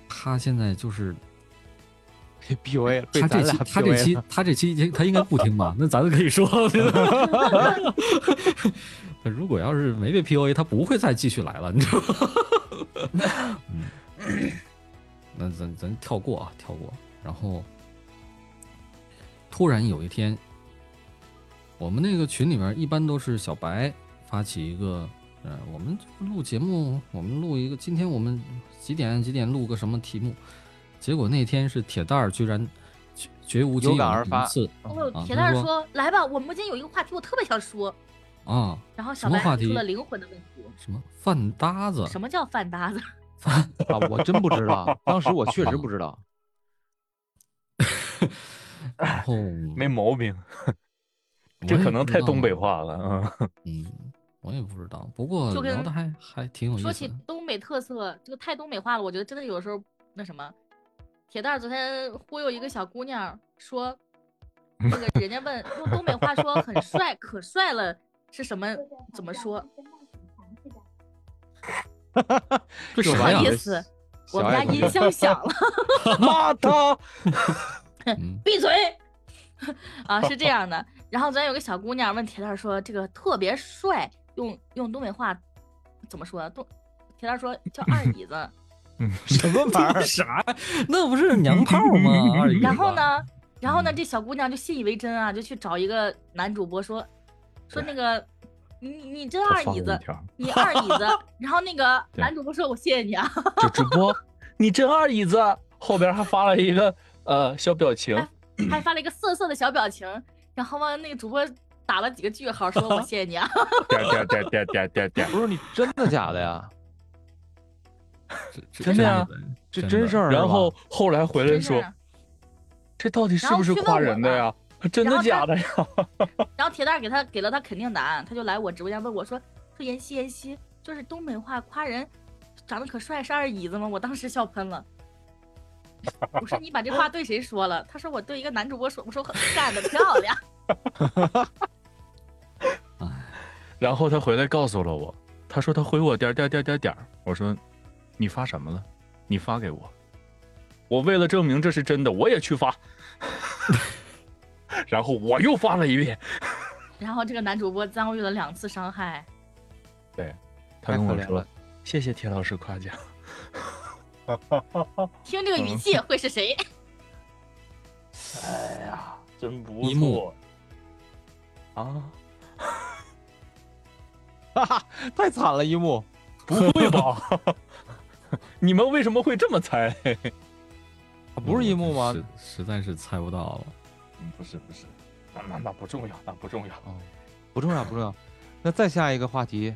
[SPEAKER 3] 他现在就是
[SPEAKER 1] 被 BOA 了，被
[SPEAKER 3] 他这
[SPEAKER 1] 咱
[SPEAKER 3] 期
[SPEAKER 1] 俩
[SPEAKER 3] 他这
[SPEAKER 1] BOA
[SPEAKER 3] 期
[SPEAKER 1] 了。
[SPEAKER 3] 他这期已经他应该不听吧？那咱可以说， 如果要是没被 PUA，他不会再继续来了，你知道吗？ 那咱咱跳过啊，跳过。然后突然有一天，我们那个群里边一般都是小白发起一个，呃，我们录节目，我们录一个，今天我们几点几点录个什么题目？结果那天是铁蛋儿居然绝绝无仅
[SPEAKER 1] 有感而发
[SPEAKER 3] 一次
[SPEAKER 5] 哦
[SPEAKER 3] 啊，
[SPEAKER 5] 铁
[SPEAKER 3] 他
[SPEAKER 5] 蛋儿
[SPEAKER 3] 说
[SPEAKER 5] 说：“来吧，我们今天有一个话题，我特别想说。
[SPEAKER 3] 啊，”
[SPEAKER 5] 然后小
[SPEAKER 3] 什么
[SPEAKER 5] 白
[SPEAKER 3] 话
[SPEAKER 5] 提出
[SPEAKER 3] 题
[SPEAKER 5] 了灵魂的问题
[SPEAKER 3] 什么饭搭子，：“
[SPEAKER 5] 什么叫饭搭子
[SPEAKER 1] 啊，我真不知道，当时我确实不知道。
[SPEAKER 3] 然后
[SPEAKER 4] 没毛病，这可能太东北，话了 啊！
[SPEAKER 3] 嗯，我也不知道。不过
[SPEAKER 5] 就跟
[SPEAKER 3] 聊的还还挺有？”意思
[SPEAKER 5] 说
[SPEAKER 3] 的。
[SPEAKER 5] 起东北特色，这个太东北化了，我觉得真的有时候那什么。铁蛋儿昨天忽悠一个小姑娘说，那个人家问用东北话说很帅，可帅了是什么？怎么说？
[SPEAKER 3] 这
[SPEAKER 1] 有
[SPEAKER 3] 啥
[SPEAKER 1] 啥
[SPEAKER 3] 呀
[SPEAKER 5] 意
[SPEAKER 1] 的
[SPEAKER 5] 思？
[SPEAKER 1] 小
[SPEAKER 5] 我们家
[SPEAKER 1] 爱同
[SPEAKER 5] 音
[SPEAKER 1] 学
[SPEAKER 5] 箱响 了。
[SPEAKER 4] 骂他，
[SPEAKER 3] 嗯
[SPEAKER 5] 闭嘴！ 啊，是这样的。然后昨天有个小姑娘问铁蛋儿说：“这个特别帅，用用东北话怎么说？”啊东铁蛋儿说叫二椅子。
[SPEAKER 1] 什么玩意 儿？
[SPEAKER 3] 啥？ 那不是娘炮 吗？二姨
[SPEAKER 5] 然后
[SPEAKER 3] 吧？
[SPEAKER 5] 呢，然后呢，
[SPEAKER 3] 嗯
[SPEAKER 5] 这小姑娘就信以为真啊，就去找一个男主播说说那个你你这二
[SPEAKER 4] 放
[SPEAKER 5] 椅
[SPEAKER 4] 了
[SPEAKER 5] 子，
[SPEAKER 4] 一条，
[SPEAKER 5] 你二椅子。 然后那个
[SPEAKER 4] 对
[SPEAKER 5] 男主播说：“我谢谢你啊。
[SPEAKER 4] 就主播，你真二椅子，后边还发了一个呃小表情，”
[SPEAKER 5] 还发了一个涩涩的小表情。然后吧，那个主播打了几个句号， 说：“我谢谢你啊。
[SPEAKER 4] 点点点点点点点，
[SPEAKER 1] 不是你真的假的呀？
[SPEAKER 3] 这
[SPEAKER 4] 真的呀，
[SPEAKER 1] 这
[SPEAKER 3] 真
[SPEAKER 1] 真
[SPEAKER 3] 的
[SPEAKER 1] 事儿啊。
[SPEAKER 4] 然后后来”回来
[SPEAKER 5] 真啊是
[SPEAKER 4] 说，这到底是不是夸人的呀？真的假的呀？
[SPEAKER 5] 然后铁蛋儿给他给了他肯定答案，他就来我直播间问我说：“说妍希，妍希，就是东北话夸人长得可帅是二椅子吗？”我当时笑喷了。我说：“你把这话对谁说了？”他说：“我对一个男主播说。”我说：“干得漂亮。
[SPEAKER 4] 然后他回来告诉了我，他说他回我点儿点儿点儿点儿点儿，我说你发什么了？你发给我，我为了证明这是真的，我也去发。 然后我又发了一遍，”
[SPEAKER 5] 然后这个男主播遭遇了两次伤害。
[SPEAKER 4] 他
[SPEAKER 1] 太
[SPEAKER 4] 跟
[SPEAKER 1] 可
[SPEAKER 4] 我
[SPEAKER 1] 怜
[SPEAKER 4] 说
[SPEAKER 1] 了
[SPEAKER 4] 谢谢铁老师夸奖。
[SPEAKER 5] 听这个语气会是谁？
[SPEAKER 4] 哎呀，真不
[SPEAKER 3] 一幕
[SPEAKER 4] 啊！
[SPEAKER 1] 啊太惨了，一幕。
[SPEAKER 4] 不会吧？ 你们为什么会这么猜？
[SPEAKER 1] 啊不是一幕吗？
[SPEAKER 3] 实实在嗯是猜不到了。
[SPEAKER 4] 不是不是，那那那不重要，那不重要。
[SPEAKER 1] 哦，不重要，不重要。那再下一个话题，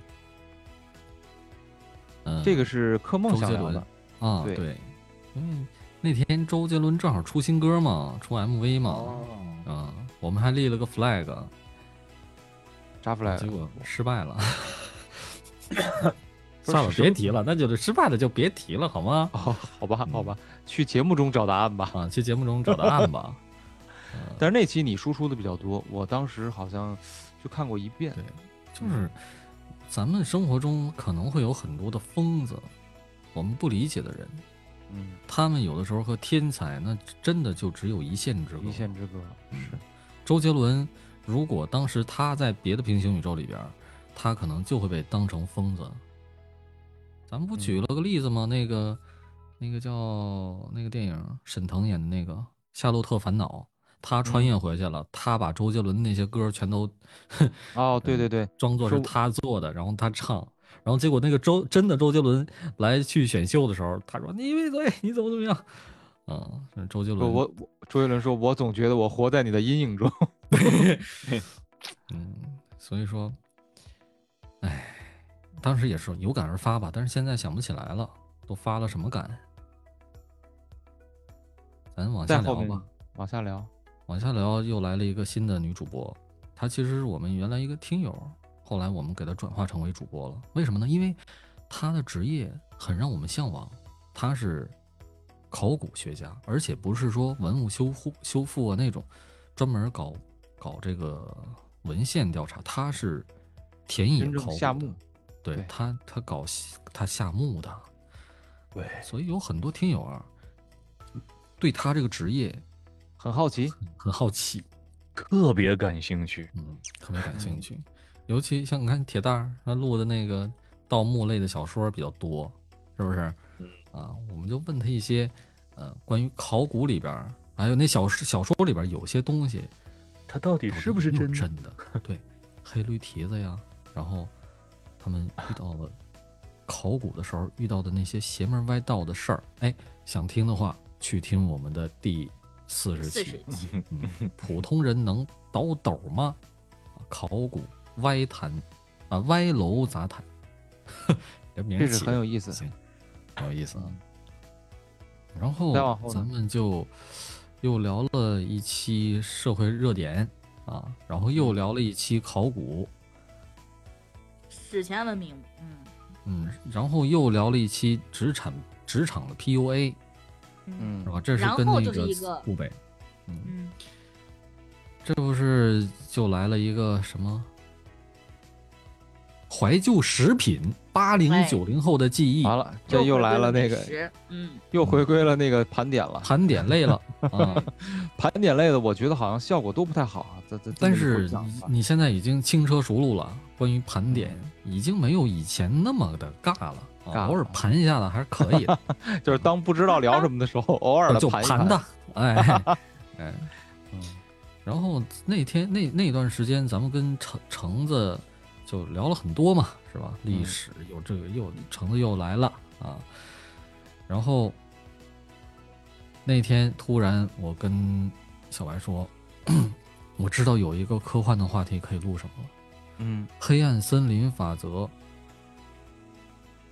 [SPEAKER 3] 嗯，
[SPEAKER 1] 这个是柯梦
[SPEAKER 3] 周
[SPEAKER 1] 想
[SPEAKER 3] 杰
[SPEAKER 1] 聊
[SPEAKER 3] 伦
[SPEAKER 1] 的。
[SPEAKER 3] 啊，
[SPEAKER 1] 对
[SPEAKER 3] 对，因为那天周杰伦正好出新歌嘛，出 MV 嘛，
[SPEAKER 4] 哦，
[SPEAKER 3] 啊，我们还立了个 flag，
[SPEAKER 1] 扎弗莱
[SPEAKER 3] 结果失败了。
[SPEAKER 1] 不是
[SPEAKER 3] 算了，
[SPEAKER 1] 是
[SPEAKER 3] 别提了，那就是失败的就别提了，好吗？
[SPEAKER 1] 哦，好吧，好吧，
[SPEAKER 3] 嗯
[SPEAKER 1] 去节目中找答案吧。
[SPEAKER 3] 啊，去节目中找答案吧。呃
[SPEAKER 1] 但是那期你输出的比较多，我当时好像就看过一遍。
[SPEAKER 3] 对就是咱们生活中可能会有很多的疯子，我们不理解的人，
[SPEAKER 1] 嗯，
[SPEAKER 3] 他们有的时候和天才那真的就只有一线之隔。
[SPEAKER 1] 一线之隔是
[SPEAKER 3] 周杰伦，如果当时他在别的平行宇宙里边儿，他可能就会被当成疯子。咱们不举了个例子吗？那个，那个叫那个电影，沈腾演的那个《夏洛特烦恼》，他穿越回去了，他把周杰伦那些歌全都嗯
[SPEAKER 1] 哦，对对对，
[SPEAKER 3] 装作是
[SPEAKER 1] 说
[SPEAKER 3] 他做的，然后他唱，然后结果那个周真的周杰伦来去选秀的时候，他说你闭嘴，你怎么怎么样？嗯，是周杰
[SPEAKER 1] 说
[SPEAKER 3] 伦，
[SPEAKER 1] 我我周杰伦说，我总觉得我活在你的阴影中。
[SPEAKER 3] 嗯，所以说，哎，当时也是有感而发吧，但是现在想不起来了，都发了什么感？咱往下
[SPEAKER 1] 再后
[SPEAKER 3] 聊
[SPEAKER 1] 面
[SPEAKER 3] 吧。
[SPEAKER 1] 往下聊，
[SPEAKER 3] 往下聊，又来了一个新的女主播，她其实是我们原来一个听友，后来我们给她转化成为主播了。为什么呢？因为她的职业很让我们向往，她是考古学家，而且不是说文物修复修复啊那种，专门搞搞这个文献调查，她是田野
[SPEAKER 1] 真正
[SPEAKER 3] 考古
[SPEAKER 1] 夏
[SPEAKER 3] 的
[SPEAKER 1] 目
[SPEAKER 3] 对
[SPEAKER 1] 对
[SPEAKER 3] 她她搞她夏目的，
[SPEAKER 4] 对，
[SPEAKER 3] 所以有很多听友啊，对她这个职业
[SPEAKER 1] 很好奇，
[SPEAKER 3] 很好奇。
[SPEAKER 4] 特别感兴趣。
[SPEAKER 3] 嗯，特别感兴趣。尤其像你看铁蛋儿他录的那个盗墓类的小说比较多，是不是？
[SPEAKER 5] 嗯
[SPEAKER 3] 啊，我们就问他一些，呃，关于考古里边儿，还有那小说小说里边儿有些东西
[SPEAKER 4] 它到底
[SPEAKER 3] 到底
[SPEAKER 4] 是不是
[SPEAKER 3] 有没有
[SPEAKER 4] 真
[SPEAKER 3] 真
[SPEAKER 4] 的？
[SPEAKER 5] 嗯
[SPEAKER 3] 的？对，黑驴蹄子呀，然后他们遇到了考古的时候遇到的那些邪门歪道的事儿。哎，想听的话，去听我们的第四十
[SPEAKER 5] 四
[SPEAKER 3] 期
[SPEAKER 5] 十。
[SPEAKER 3] 嗯，普通人能倒斗吗？考古歪谈啊，歪楼杂谈， 这名
[SPEAKER 1] 这
[SPEAKER 3] 儿
[SPEAKER 1] 是
[SPEAKER 3] 起
[SPEAKER 1] 很
[SPEAKER 3] 得
[SPEAKER 1] 有意思。
[SPEAKER 3] 行，有意思啊。然后
[SPEAKER 1] 再往后呢
[SPEAKER 3] 咱们就又聊了一期社会热点啊，然后
[SPEAKER 1] 嗯
[SPEAKER 3] 又聊了一期考古，
[SPEAKER 5] 史前文明，嗯
[SPEAKER 3] 嗯，然后又聊了一期职场职场的 PUA
[SPEAKER 5] 嗯
[SPEAKER 1] 嗯
[SPEAKER 3] 是，吧？这是
[SPEAKER 5] 然
[SPEAKER 3] 跟
[SPEAKER 5] 后
[SPEAKER 3] 那
[SPEAKER 5] 就是一
[SPEAKER 3] 个
[SPEAKER 5] 个
[SPEAKER 3] 湖北，嗯，
[SPEAKER 5] 嗯，
[SPEAKER 3] 这不是就来了一个什么怀旧食品？八零
[SPEAKER 5] 哎
[SPEAKER 3] 九零后的记忆，
[SPEAKER 1] 完了，这
[SPEAKER 5] 又
[SPEAKER 1] 又
[SPEAKER 5] 回
[SPEAKER 1] 来
[SPEAKER 5] 归
[SPEAKER 1] 了
[SPEAKER 5] 了
[SPEAKER 1] 那
[SPEAKER 5] 美
[SPEAKER 1] 个，
[SPEAKER 5] 食，嗯，
[SPEAKER 1] 又回归了那个盘点了。
[SPEAKER 3] 盘点累 了啊！
[SPEAKER 1] 盘点类的，我觉得好像效果都不太好啊。这这，
[SPEAKER 3] 但
[SPEAKER 1] 这么一会儿
[SPEAKER 3] 是
[SPEAKER 1] 讲
[SPEAKER 3] 你
[SPEAKER 1] 吧
[SPEAKER 3] 你现在已经轻车熟路了，关于盘点已经没有以前那么的尬了，
[SPEAKER 1] 嗯尬了
[SPEAKER 3] 啊、偶尔盘一下子还是可以的，
[SPEAKER 1] 就是当不知道聊什么的时 候，偶尔的
[SPEAKER 3] 就
[SPEAKER 1] 盘一
[SPEAKER 3] 的， 哎哎
[SPEAKER 1] 嗯，
[SPEAKER 3] 然后那天那那段时间，咱们跟橙橙子就聊了很多嘛，是吧？
[SPEAKER 1] 嗯
[SPEAKER 3] 历史有这个又橙子又来了啊，然后那天突然我跟小白说， 我知道有一个科幻的话题可以录什么了。
[SPEAKER 1] 嗯，
[SPEAKER 3] 黑暗森林法则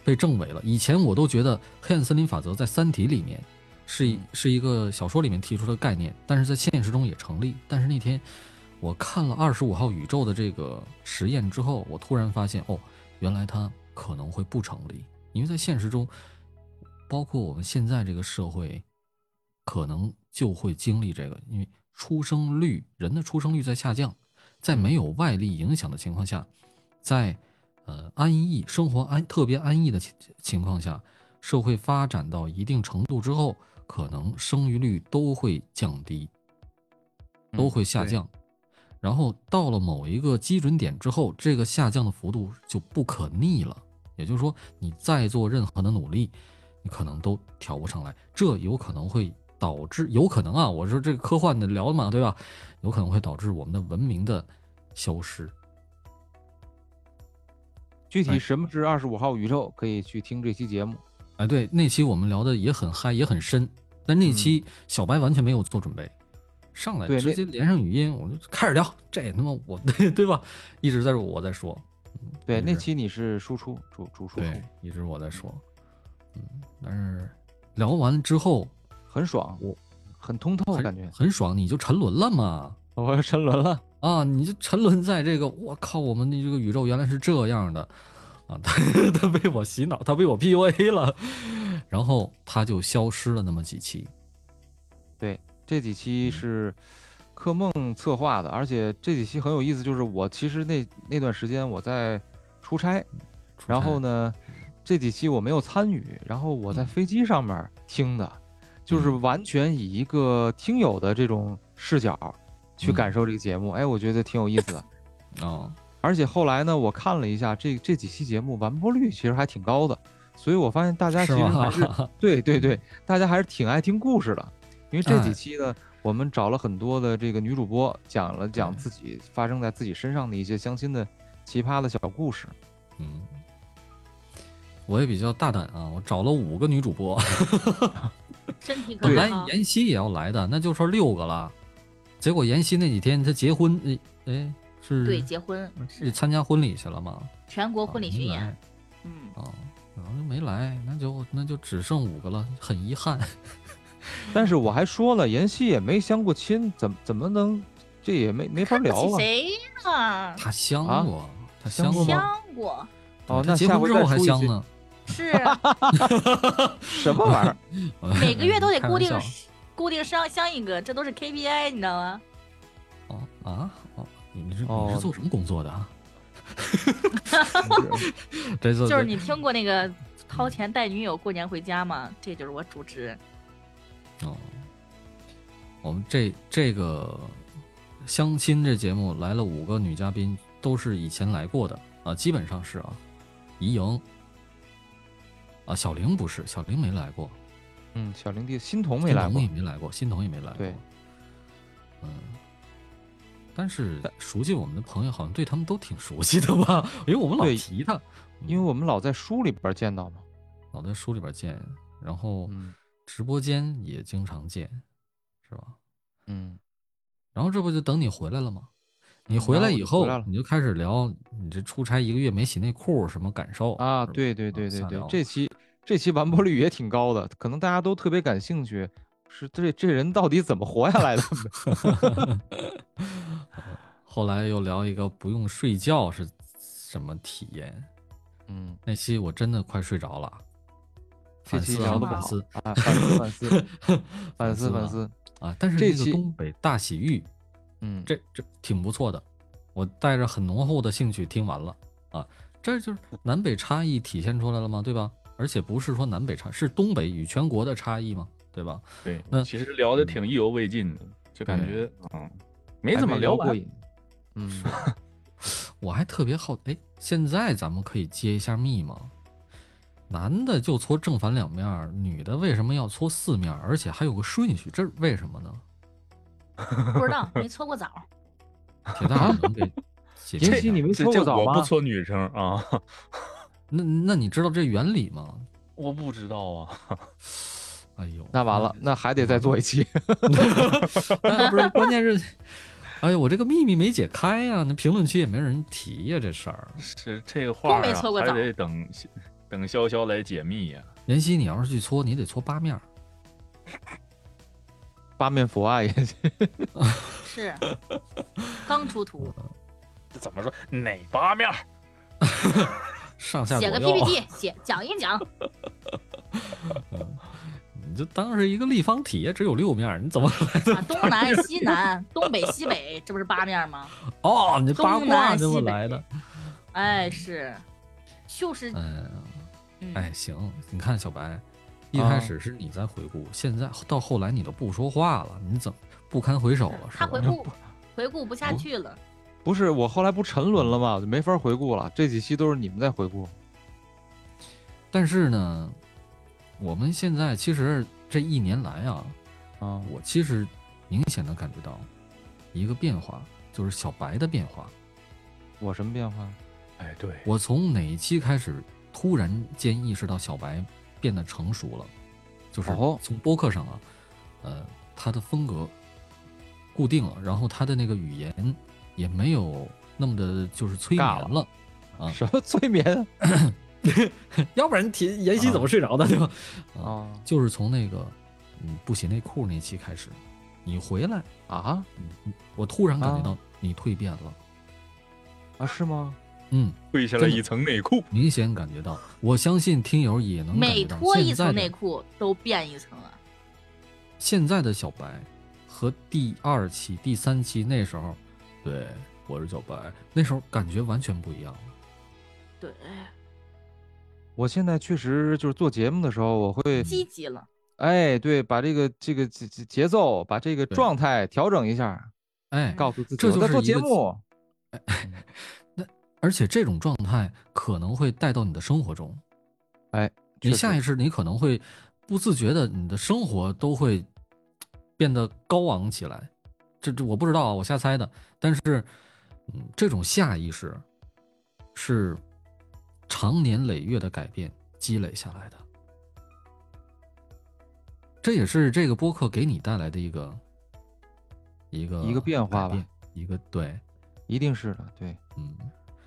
[SPEAKER 3] 被证伪了。以前我都觉得黑暗森林法则在《三体》里面是一
[SPEAKER 1] 嗯
[SPEAKER 3] 是一个小说里面提出的概念，但是在现实中也成立。但是那天我看了二十五号宇宙的这个实验之后，我突然发现，哦，原来它可能会不成立，因为在现实中，包括我们现在这个社会，可能就会经历这个，因为出生率，人的出生率在下降。在没有外力影响的情况下，在呃安逸生活安特别安逸的情情况下，社会发展到一定程度之后，可能生育率都会降低，都会下
[SPEAKER 1] 对
[SPEAKER 3] 降。然后到了某一个基准点之后，这个下降的幅度就不可逆了。也就是说，你再做任何的努力，你可能都调不上来，这有可能会导致，有可能啊，我说这个科幻的聊嘛，对吧？有可能会导致我们的文明的消失。
[SPEAKER 1] 具
[SPEAKER 3] 哎
[SPEAKER 1] 体什么是二十五号宇宙，可以去听这期节目。
[SPEAKER 3] 哎，对，那期我们聊的也很嗨，也很深，但那期小白完全没有做准备，上来
[SPEAKER 1] 嗯对
[SPEAKER 3] 直
[SPEAKER 1] 那
[SPEAKER 3] 接连上语音，我就开始聊，这他妈我 对对吧？一直在这我在说，
[SPEAKER 1] 对，
[SPEAKER 3] 就
[SPEAKER 1] 那
[SPEAKER 3] 是
[SPEAKER 1] 期你是输出主主输出，
[SPEAKER 3] 对，一直我在说，嗯，但是聊完之后
[SPEAKER 1] 很爽，
[SPEAKER 3] 我
[SPEAKER 1] 很通透，感 觉
[SPEAKER 3] 很很爽，你就沉沦了嘛。
[SPEAKER 1] 我要沉沦了。
[SPEAKER 3] 啊，你就沉沦在这个，我靠，我们的这个宇宙原来是这样的，啊， 他他被我洗脑，他被我 PUA 了，然后他就消失了那么几期，
[SPEAKER 1] 这几期是柯梦策划的，而且这几期很有意思，就是我其实那那段时间我在出差，然后呢，这几期我没有参与，然后我在
[SPEAKER 3] 嗯
[SPEAKER 1] 飞机上面听的，就是
[SPEAKER 3] 嗯
[SPEAKER 1] 完全以一个听友的这种视角去
[SPEAKER 3] 嗯
[SPEAKER 1] 感受这个节目，哎，我觉得挺有意思的。
[SPEAKER 3] 啊，
[SPEAKER 1] 而且后来呢，我看了一下这这几期节目完播率其实还挺高的，所以我发现大家其
[SPEAKER 3] 是
[SPEAKER 1] 实还是
[SPEAKER 3] 吗？
[SPEAKER 1] 对对对，大家还是挺爱听故事的，因为这
[SPEAKER 3] 哎
[SPEAKER 1] 几期呢，我们找了很多的这个女主播，讲了讲
[SPEAKER 3] 对
[SPEAKER 1] 自己发生在自己身上的一些相亲的奇葩的小故事。
[SPEAKER 3] 嗯，我也比较大胆啊，我找了五个女主播，
[SPEAKER 5] 身体可啊
[SPEAKER 3] 本来
[SPEAKER 5] 好。
[SPEAKER 3] 妍希也要来的，那就说六个了。结果妍希那几天她结婚，哎哎是
[SPEAKER 5] 对，结婚
[SPEAKER 3] 是参加婚礼去了吗？
[SPEAKER 5] 全国婚礼巡
[SPEAKER 3] 啊没
[SPEAKER 5] 演
[SPEAKER 3] 来，
[SPEAKER 5] 嗯，
[SPEAKER 3] 哦，然后就没来，那就那就只剩五个了，很遗憾。
[SPEAKER 1] 但是我还说了，妍希也没相过亲，怎么怎么能这也没没法
[SPEAKER 5] 看不
[SPEAKER 1] 聊
[SPEAKER 5] 起
[SPEAKER 1] 啊？
[SPEAKER 5] 谁呀？
[SPEAKER 3] 她香
[SPEAKER 1] 啊
[SPEAKER 3] 过，她
[SPEAKER 1] 香
[SPEAKER 3] 香
[SPEAKER 1] 过吗
[SPEAKER 3] 过吗？
[SPEAKER 5] 香过，
[SPEAKER 1] 哦，
[SPEAKER 3] 她
[SPEAKER 1] 那
[SPEAKER 3] 嗯结
[SPEAKER 1] 下
[SPEAKER 3] 婚
[SPEAKER 1] 回
[SPEAKER 3] 之后
[SPEAKER 1] 再
[SPEAKER 3] 还
[SPEAKER 1] 出一
[SPEAKER 3] 香
[SPEAKER 1] 期
[SPEAKER 3] 呢。
[SPEAKER 5] 是
[SPEAKER 1] 什么 玩意儿？
[SPEAKER 5] 每个月都得
[SPEAKER 3] 开
[SPEAKER 5] 固
[SPEAKER 3] 玩
[SPEAKER 5] 定
[SPEAKER 3] 笑
[SPEAKER 5] 固定上相一个，这都是 KPI，你知道吗？
[SPEAKER 3] 哦啊哦，你是你
[SPEAKER 1] 哦
[SPEAKER 3] 是做什么工作 的啊？这是
[SPEAKER 5] 就是你听过那个掏钱带女友过年回家吗？这就是我主持。
[SPEAKER 3] 哦，我们这这个相亲这节目来了五个女嘉宾，都是以前来过的啊，基本上是啊，怡莹啊，小玲不是，小玲没来过，
[SPEAKER 1] 嗯，小玲弟欣桐没来
[SPEAKER 3] 新
[SPEAKER 1] 过
[SPEAKER 3] 彤也，没来过，新彤也没来过，
[SPEAKER 1] 对，
[SPEAKER 3] 嗯。但是熟悉我们的朋友好像对他们都挺熟悉的吧？ 因为我们老
[SPEAKER 1] 对
[SPEAKER 3] 提他，
[SPEAKER 1] 因为我们老在书里边见到嘛。
[SPEAKER 3] 老在书里边见，然后
[SPEAKER 1] 嗯
[SPEAKER 3] 直播间也经常见，是吧？
[SPEAKER 1] 嗯，
[SPEAKER 3] 然后这不就等你回来了吗？你
[SPEAKER 1] 嗯
[SPEAKER 3] 回
[SPEAKER 1] 然后
[SPEAKER 3] 来
[SPEAKER 1] 我
[SPEAKER 3] 以
[SPEAKER 1] 就回
[SPEAKER 3] 后
[SPEAKER 1] 来了，
[SPEAKER 3] 你就开始聊你这出差一个月没洗内裤什么感受
[SPEAKER 1] 啊，
[SPEAKER 3] 是吧
[SPEAKER 1] 对对对
[SPEAKER 3] 啊
[SPEAKER 1] 对
[SPEAKER 3] 瞎
[SPEAKER 1] 对
[SPEAKER 3] 聊，
[SPEAKER 1] 这期这期完播率也挺高的，可能大家都特别感兴趣，是这这人到底怎么活下来的？
[SPEAKER 3] 后来又聊一个不用睡觉是什么体验，
[SPEAKER 1] 嗯，
[SPEAKER 3] 那期我真的快睡着了。
[SPEAKER 1] 这
[SPEAKER 3] 反
[SPEAKER 1] 期
[SPEAKER 3] 思
[SPEAKER 1] 聊
[SPEAKER 3] 啊
[SPEAKER 1] 的不
[SPEAKER 3] 反
[SPEAKER 1] 好
[SPEAKER 3] 思
[SPEAKER 1] 啊，反思反思反
[SPEAKER 3] 反
[SPEAKER 1] 思
[SPEAKER 3] 思
[SPEAKER 1] 反
[SPEAKER 3] 了
[SPEAKER 1] 思，
[SPEAKER 3] 啊！但是
[SPEAKER 1] 这
[SPEAKER 3] 那个
[SPEAKER 1] 期
[SPEAKER 3] 东北大洗浴，
[SPEAKER 1] 嗯，
[SPEAKER 3] 这这挺不错的，我带着很浓厚的兴趣听完了啊，这就是南北差异体现出来了吗？对吧？而且不是说南北差，是东北与全国的差异嘛，对吧？
[SPEAKER 4] 对
[SPEAKER 3] 那，
[SPEAKER 4] 其实聊的挺意犹未尽的，就感觉嗯，没
[SPEAKER 1] 还
[SPEAKER 4] 怎么
[SPEAKER 1] 聊
[SPEAKER 4] 完
[SPEAKER 1] 过。瘾。嗯，
[SPEAKER 3] 我还特别好，哎，现在咱们可以揭一下密吗？男的就搓正反两面儿，女的为什么要搓四面儿？而且还有个顺序，这是为什么呢？
[SPEAKER 5] 不知道，没搓过澡。
[SPEAKER 3] 铁蛋儿能给解
[SPEAKER 1] 妍
[SPEAKER 3] 释
[SPEAKER 1] 希
[SPEAKER 3] 一
[SPEAKER 1] 你
[SPEAKER 3] 下
[SPEAKER 1] 没
[SPEAKER 4] 这
[SPEAKER 1] 搓
[SPEAKER 4] 这
[SPEAKER 1] 过澡
[SPEAKER 4] 我
[SPEAKER 1] 吗
[SPEAKER 4] 不？搓女生啊，
[SPEAKER 3] 那那你知道这原理吗？
[SPEAKER 4] 我不知道啊。
[SPEAKER 3] 哎呦，
[SPEAKER 1] 那 完了，那还得再做一期。
[SPEAKER 3] 哎不是，关键是，哎呀，我这个秘密没解开呀、那评论区也没人提呀、这事儿。
[SPEAKER 4] 是这个话、啊、
[SPEAKER 5] 都没搓过
[SPEAKER 4] 还
[SPEAKER 5] 澡
[SPEAKER 4] 得等等潇潇来解密啊呀、
[SPEAKER 3] 妍希，你要是去搓，你得搓八面儿。
[SPEAKER 1] 八面佛啊， 妍希，
[SPEAKER 5] 是，刚出土，
[SPEAKER 4] 这怎么说哪八面儿？
[SPEAKER 3] 上 下左
[SPEAKER 5] 写个
[SPEAKER 3] 右，
[SPEAKER 5] PPT，写讲一讲。
[SPEAKER 3] 你就当是一个立方体呀，只有六面儿，你怎么
[SPEAKER 5] 啊，东 南西南，东北西北，这不是八面吗？
[SPEAKER 3] 哦？你这八
[SPEAKER 5] 东
[SPEAKER 3] 卦
[SPEAKER 5] 南
[SPEAKER 3] 这
[SPEAKER 5] 西
[SPEAKER 3] 么
[SPEAKER 5] 北
[SPEAKER 3] 来的？
[SPEAKER 5] 哎，是，就是，
[SPEAKER 3] 嗯，
[SPEAKER 5] 嗯，哦
[SPEAKER 3] 哎，行，你看小白，一
[SPEAKER 1] 啊
[SPEAKER 3] 开始是你在回顾，现在到后来你都不说话了，你怎么不堪回首了？是
[SPEAKER 5] 他
[SPEAKER 3] 吧？
[SPEAKER 5] 回顾回顾不下去了，
[SPEAKER 1] 不是我后来不沉沦了吗？我就没法回顾了。这几期都是你们在回顾。
[SPEAKER 3] 但是呢，我们现在其实这一年来啊，
[SPEAKER 1] 啊，
[SPEAKER 3] 我其实明显的感觉到一个变化，就是小白的变化。
[SPEAKER 1] 我什么变化？
[SPEAKER 4] 哎，对，
[SPEAKER 3] 我从哪一期开始，突然间意识到小白变得成熟了，就是
[SPEAKER 1] 哦
[SPEAKER 3] 从播客上啊，呃，他的风格固定了，然后他的那个语言也没有那么的，就是催眠
[SPEAKER 1] 尬
[SPEAKER 3] 了。啊
[SPEAKER 1] 什么催眠
[SPEAKER 3] 要不然提妍希怎么睡着 的，对吧？
[SPEAKER 1] 啊
[SPEAKER 3] 就是从那个嗯不洗内裤那期开始，你回来，
[SPEAKER 1] 啊
[SPEAKER 3] 我突然感觉
[SPEAKER 1] 啊
[SPEAKER 3] 到你蜕变了，
[SPEAKER 1] 啊？是吗？
[SPEAKER 3] 嗯，
[SPEAKER 4] 跪下
[SPEAKER 3] 真
[SPEAKER 4] 了
[SPEAKER 3] 的
[SPEAKER 4] 一层内裤。
[SPEAKER 3] 明显感觉到。我相信听友也能感
[SPEAKER 5] 每
[SPEAKER 3] 觉到
[SPEAKER 5] 脱一
[SPEAKER 3] 现在
[SPEAKER 5] 层
[SPEAKER 3] 的
[SPEAKER 5] 内裤都变一层了。
[SPEAKER 3] 现在的小白和第二期、第三期那时候，对我是小白，那时候感觉完全不一样了。
[SPEAKER 5] 对，
[SPEAKER 1] 我现在确实就是做节目的时候，我会
[SPEAKER 5] 积极了，
[SPEAKER 1] 哎，对，把这个这个节节节奏，把这个
[SPEAKER 3] 对
[SPEAKER 1] 状态调整一下，
[SPEAKER 3] 哎，
[SPEAKER 1] 告诉自己
[SPEAKER 3] 这
[SPEAKER 1] 我
[SPEAKER 3] 就
[SPEAKER 1] 在
[SPEAKER 3] 是
[SPEAKER 1] 做
[SPEAKER 3] 一
[SPEAKER 1] 节
[SPEAKER 3] 个自
[SPEAKER 1] 目。
[SPEAKER 3] 而且这种状态可能会带到你的生活中，
[SPEAKER 1] 哎，
[SPEAKER 3] 你
[SPEAKER 1] 确
[SPEAKER 3] 下
[SPEAKER 1] 实
[SPEAKER 3] 意识你可能会不自觉的，你的生活都会变得高昂起来。这这我不知道啊，我瞎猜的。但是，嗯，这种下意识是长年累月的改变积累下来的。这也是这个播客给你带来的一个一个
[SPEAKER 1] 一个变化吧
[SPEAKER 3] 改变，一个对，
[SPEAKER 1] 一定是的。对，
[SPEAKER 3] 嗯。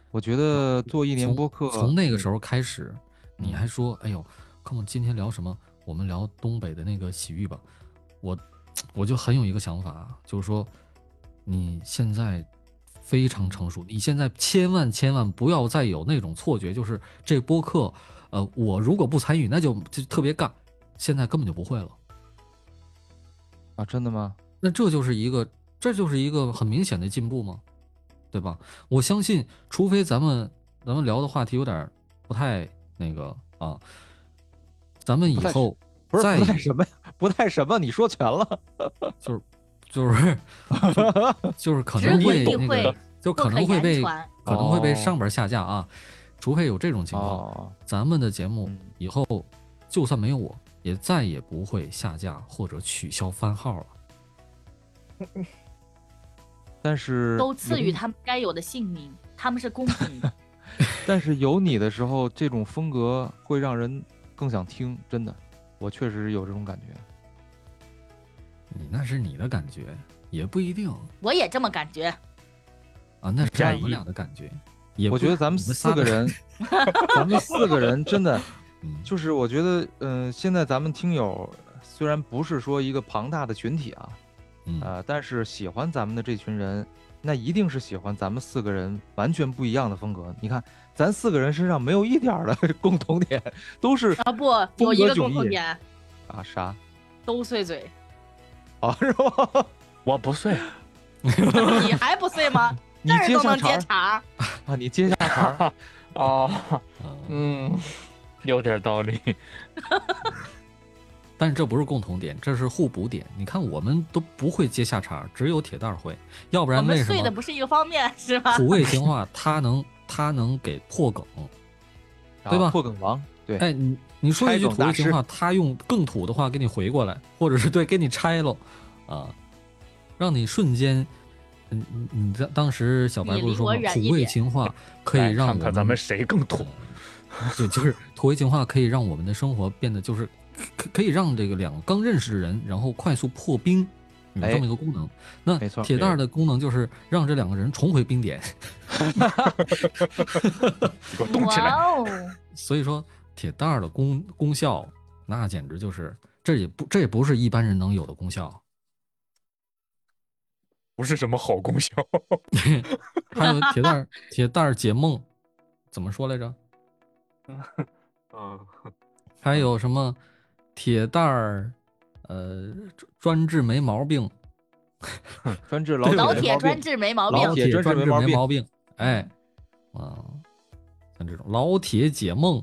[SPEAKER 1] 我觉得做一年
[SPEAKER 3] 从
[SPEAKER 1] 播客，嗯
[SPEAKER 3] 从那个时
[SPEAKER 1] 候，
[SPEAKER 3] 候开始，你还说，哎呦，看我今天聊什么？我们聊东北的那个洗浴吧。我我就很有一个想法，啊就是说，你现在非常成熟，你现在千万千万不要再有那种错觉，就是这播客，呃，我如果不参与，那就就特别尬。现在根本就不会了。
[SPEAKER 1] 啊，真的吗？
[SPEAKER 3] 那这就是一个，这就是一个很明显的进步吗？对吧？我相信，除非咱们咱们聊的话题有点儿不太那个啊，咱们以
[SPEAKER 1] 不太
[SPEAKER 3] 后
[SPEAKER 1] 不是
[SPEAKER 3] 再
[SPEAKER 1] 不太
[SPEAKER 3] 也
[SPEAKER 1] 什么呀，不太什么，你说全了。
[SPEAKER 3] 就是就就是可
[SPEAKER 5] 只
[SPEAKER 3] 能会
[SPEAKER 5] 会避
[SPEAKER 3] 那个
[SPEAKER 5] 讳，
[SPEAKER 3] 就
[SPEAKER 5] 不
[SPEAKER 3] 可能会
[SPEAKER 5] 言
[SPEAKER 3] 被
[SPEAKER 5] 传。
[SPEAKER 3] 可能会被
[SPEAKER 1] 哦
[SPEAKER 3] 上边儿下架啊，除非有这种情况，
[SPEAKER 1] 哦，
[SPEAKER 3] 咱们的节目
[SPEAKER 1] 嗯
[SPEAKER 3] 以后就算没有我，也再也不会下架或者取消番号了。
[SPEAKER 1] 但是
[SPEAKER 5] 都赐
[SPEAKER 1] 有
[SPEAKER 5] 予他们 该有的姓名，他们是公平的。
[SPEAKER 1] 但是有你的时候，这种风格会让人更想听，真的，我确实有这种感觉。
[SPEAKER 3] 你那是你的感觉，也不一定。
[SPEAKER 5] 我也这么感觉。
[SPEAKER 3] 啊，那是
[SPEAKER 4] 假
[SPEAKER 3] 我们
[SPEAKER 4] 意
[SPEAKER 3] 俩的感觉。也
[SPEAKER 1] 我
[SPEAKER 3] 不
[SPEAKER 1] 觉
[SPEAKER 3] 是
[SPEAKER 1] 得咱们
[SPEAKER 3] 你
[SPEAKER 1] 四
[SPEAKER 3] 仨
[SPEAKER 1] 个
[SPEAKER 3] 的，
[SPEAKER 1] 人，咱们四个人真的
[SPEAKER 3] 嗯，
[SPEAKER 1] 就是，我觉得，嗯、现在咱们听友虽然不是说一个庞大的群体啊，
[SPEAKER 3] 嗯，
[SPEAKER 1] 呃，但是喜欢咱们的这群人，那一定是喜欢咱们四个人完全不一样的风格。你看，咱四个人身上没有一点儿的 共同点，都是
[SPEAKER 5] 啊不，有
[SPEAKER 1] 风
[SPEAKER 5] 一
[SPEAKER 1] 格
[SPEAKER 5] 个
[SPEAKER 1] 迥
[SPEAKER 5] 共同
[SPEAKER 1] 异
[SPEAKER 5] 点，
[SPEAKER 1] 啊啥
[SPEAKER 5] 都碎嘴。
[SPEAKER 1] 啊是吧？
[SPEAKER 4] 我不睡，
[SPEAKER 5] 你还不碎吗？
[SPEAKER 1] 你
[SPEAKER 5] 这儿
[SPEAKER 1] 接
[SPEAKER 5] 都
[SPEAKER 1] 上
[SPEAKER 5] 能
[SPEAKER 1] 茬
[SPEAKER 5] 接
[SPEAKER 1] 儿
[SPEAKER 5] 茬儿。
[SPEAKER 1] 啊，你接下茬儿
[SPEAKER 4] 啊，
[SPEAKER 3] 呃
[SPEAKER 4] 嗯，有点道理。
[SPEAKER 3] 但是这不是共同点，这是互补点。你看，我们都不会接下茬，只有铁蛋儿会，要不
[SPEAKER 5] 我
[SPEAKER 3] 然为
[SPEAKER 5] 们
[SPEAKER 3] 什
[SPEAKER 5] 碎的
[SPEAKER 3] 么
[SPEAKER 5] 不是一个方面，是吧？
[SPEAKER 3] 土味情话他能他能给破梗？
[SPEAKER 1] 啊
[SPEAKER 3] 对吧
[SPEAKER 1] 破梗王，对，
[SPEAKER 3] 哎，你你说一句
[SPEAKER 1] 拆梗
[SPEAKER 3] 土味
[SPEAKER 1] 大
[SPEAKER 3] 情话，他用更土的话给你回过来，或者是对给你拆喽，啊，让你瞬间。嗯，你你当当时小白
[SPEAKER 5] 你
[SPEAKER 3] 不是
[SPEAKER 5] 离
[SPEAKER 3] 说
[SPEAKER 5] 我
[SPEAKER 3] 吗
[SPEAKER 5] 远
[SPEAKER 3] 土
[SPEAKER 5] 一
[SPEAKER 3] 味
[SPEAKER 5] 点
[SPEAKER 3] 情话可
[SPEAKER 4] 来
[SPEAKER 3] 以让我
[SPEAKER 4] 看看咱们谁更 土。
[SPEAKER 3] 就就是土味情话可以让我们的生活变得就是可可以让这个两个刚认识的人，然后快速破冰，有
[SPEAKER 1] 哎
[SPEAKER 3] 这么一个功能。那
[SPEAKER 1] 没错
[SPEAKER 3] 铁蛋儿的功能就是让这两个人重回冰点。
[SPEAKER 4] 给我动起来！
[SPEAKER 5] 哇哦，
[SPEAKER 3] 所以说，铁蛋儿的功功效那简直就是这也不这也不是一般人能有的功效。
[SPEAKER 4] 不是什么好功效，
[SPEAKER 3] 还 有铁蛋儿铁蛋儿解梦，怎么说来着？
[SPEAKER 4] 嗯，
[SPEAKER 3] 还有什么铁蛋儿呃专专治没毛病，
[SPEAKER 1] 专治老
[SPEAKER 5] 老
[SPEAKER 1] 没
[SPEAKER 5] 铁
[SPEAKER 1] 毛
[SPEAKER 5] 专
[SPEAKER 1] 病
[SPEAKER 5] 治没毛
[SPEAKER 3] 老
[SPEAKER 5] 病。
[SPEAKER 3] 铁
[SPEAKER 1] 铁
[SPEAKER 3] 专
[SPEAKER 1] 专
[SPEAKER 3] 治
[SPEAKER 1] 治没
[SPEAKER 3] 没
[SPEAKER 1] 毛病
[SPEAKER 3] 毛病，哎，啊，像这种老铁解梦，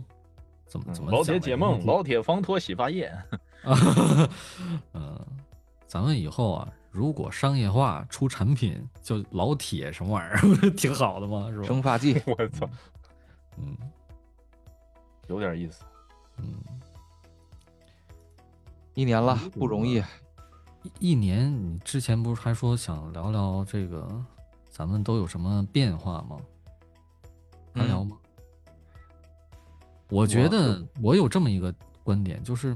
[SPEAKER 3] 怎么怎么
[SPEAKER 4] 嗯老
[SPEAKER 3] 讲
[SPEAKER 4] 铁
[SPEAKER 3] 来
[SPEAKER 4] 解
[SPEAKER 3] 着
[SPEAKER 4] 梦，老铁防脱洗发液。
[SPEAKER 3] 啊，嗯，咱们以后啊，如果商业化出产品，就老铁什么玩意儿， 不是挺好的吗？是吧
[SPEAKER 1] 生？ 发剂。
[SPEAKER 4] 我操，
[SPEAKER 3] 嗯
[SPEAKER 4] 有点意思。
[SPEAKER 3] 嗯，
[SPEAKER 1] 一年了
[SPEAKER 3] 嗯，
[SPEAKER 1] 不容易。
[SPEAKER 3] 一一年，你之前不是还说想聊聊这个，咱们都有什么变化吗？还
[SPEAKER 1] 嗯
[SPEAKER 3] 聊吗？我觉得我有这么一个观点，就是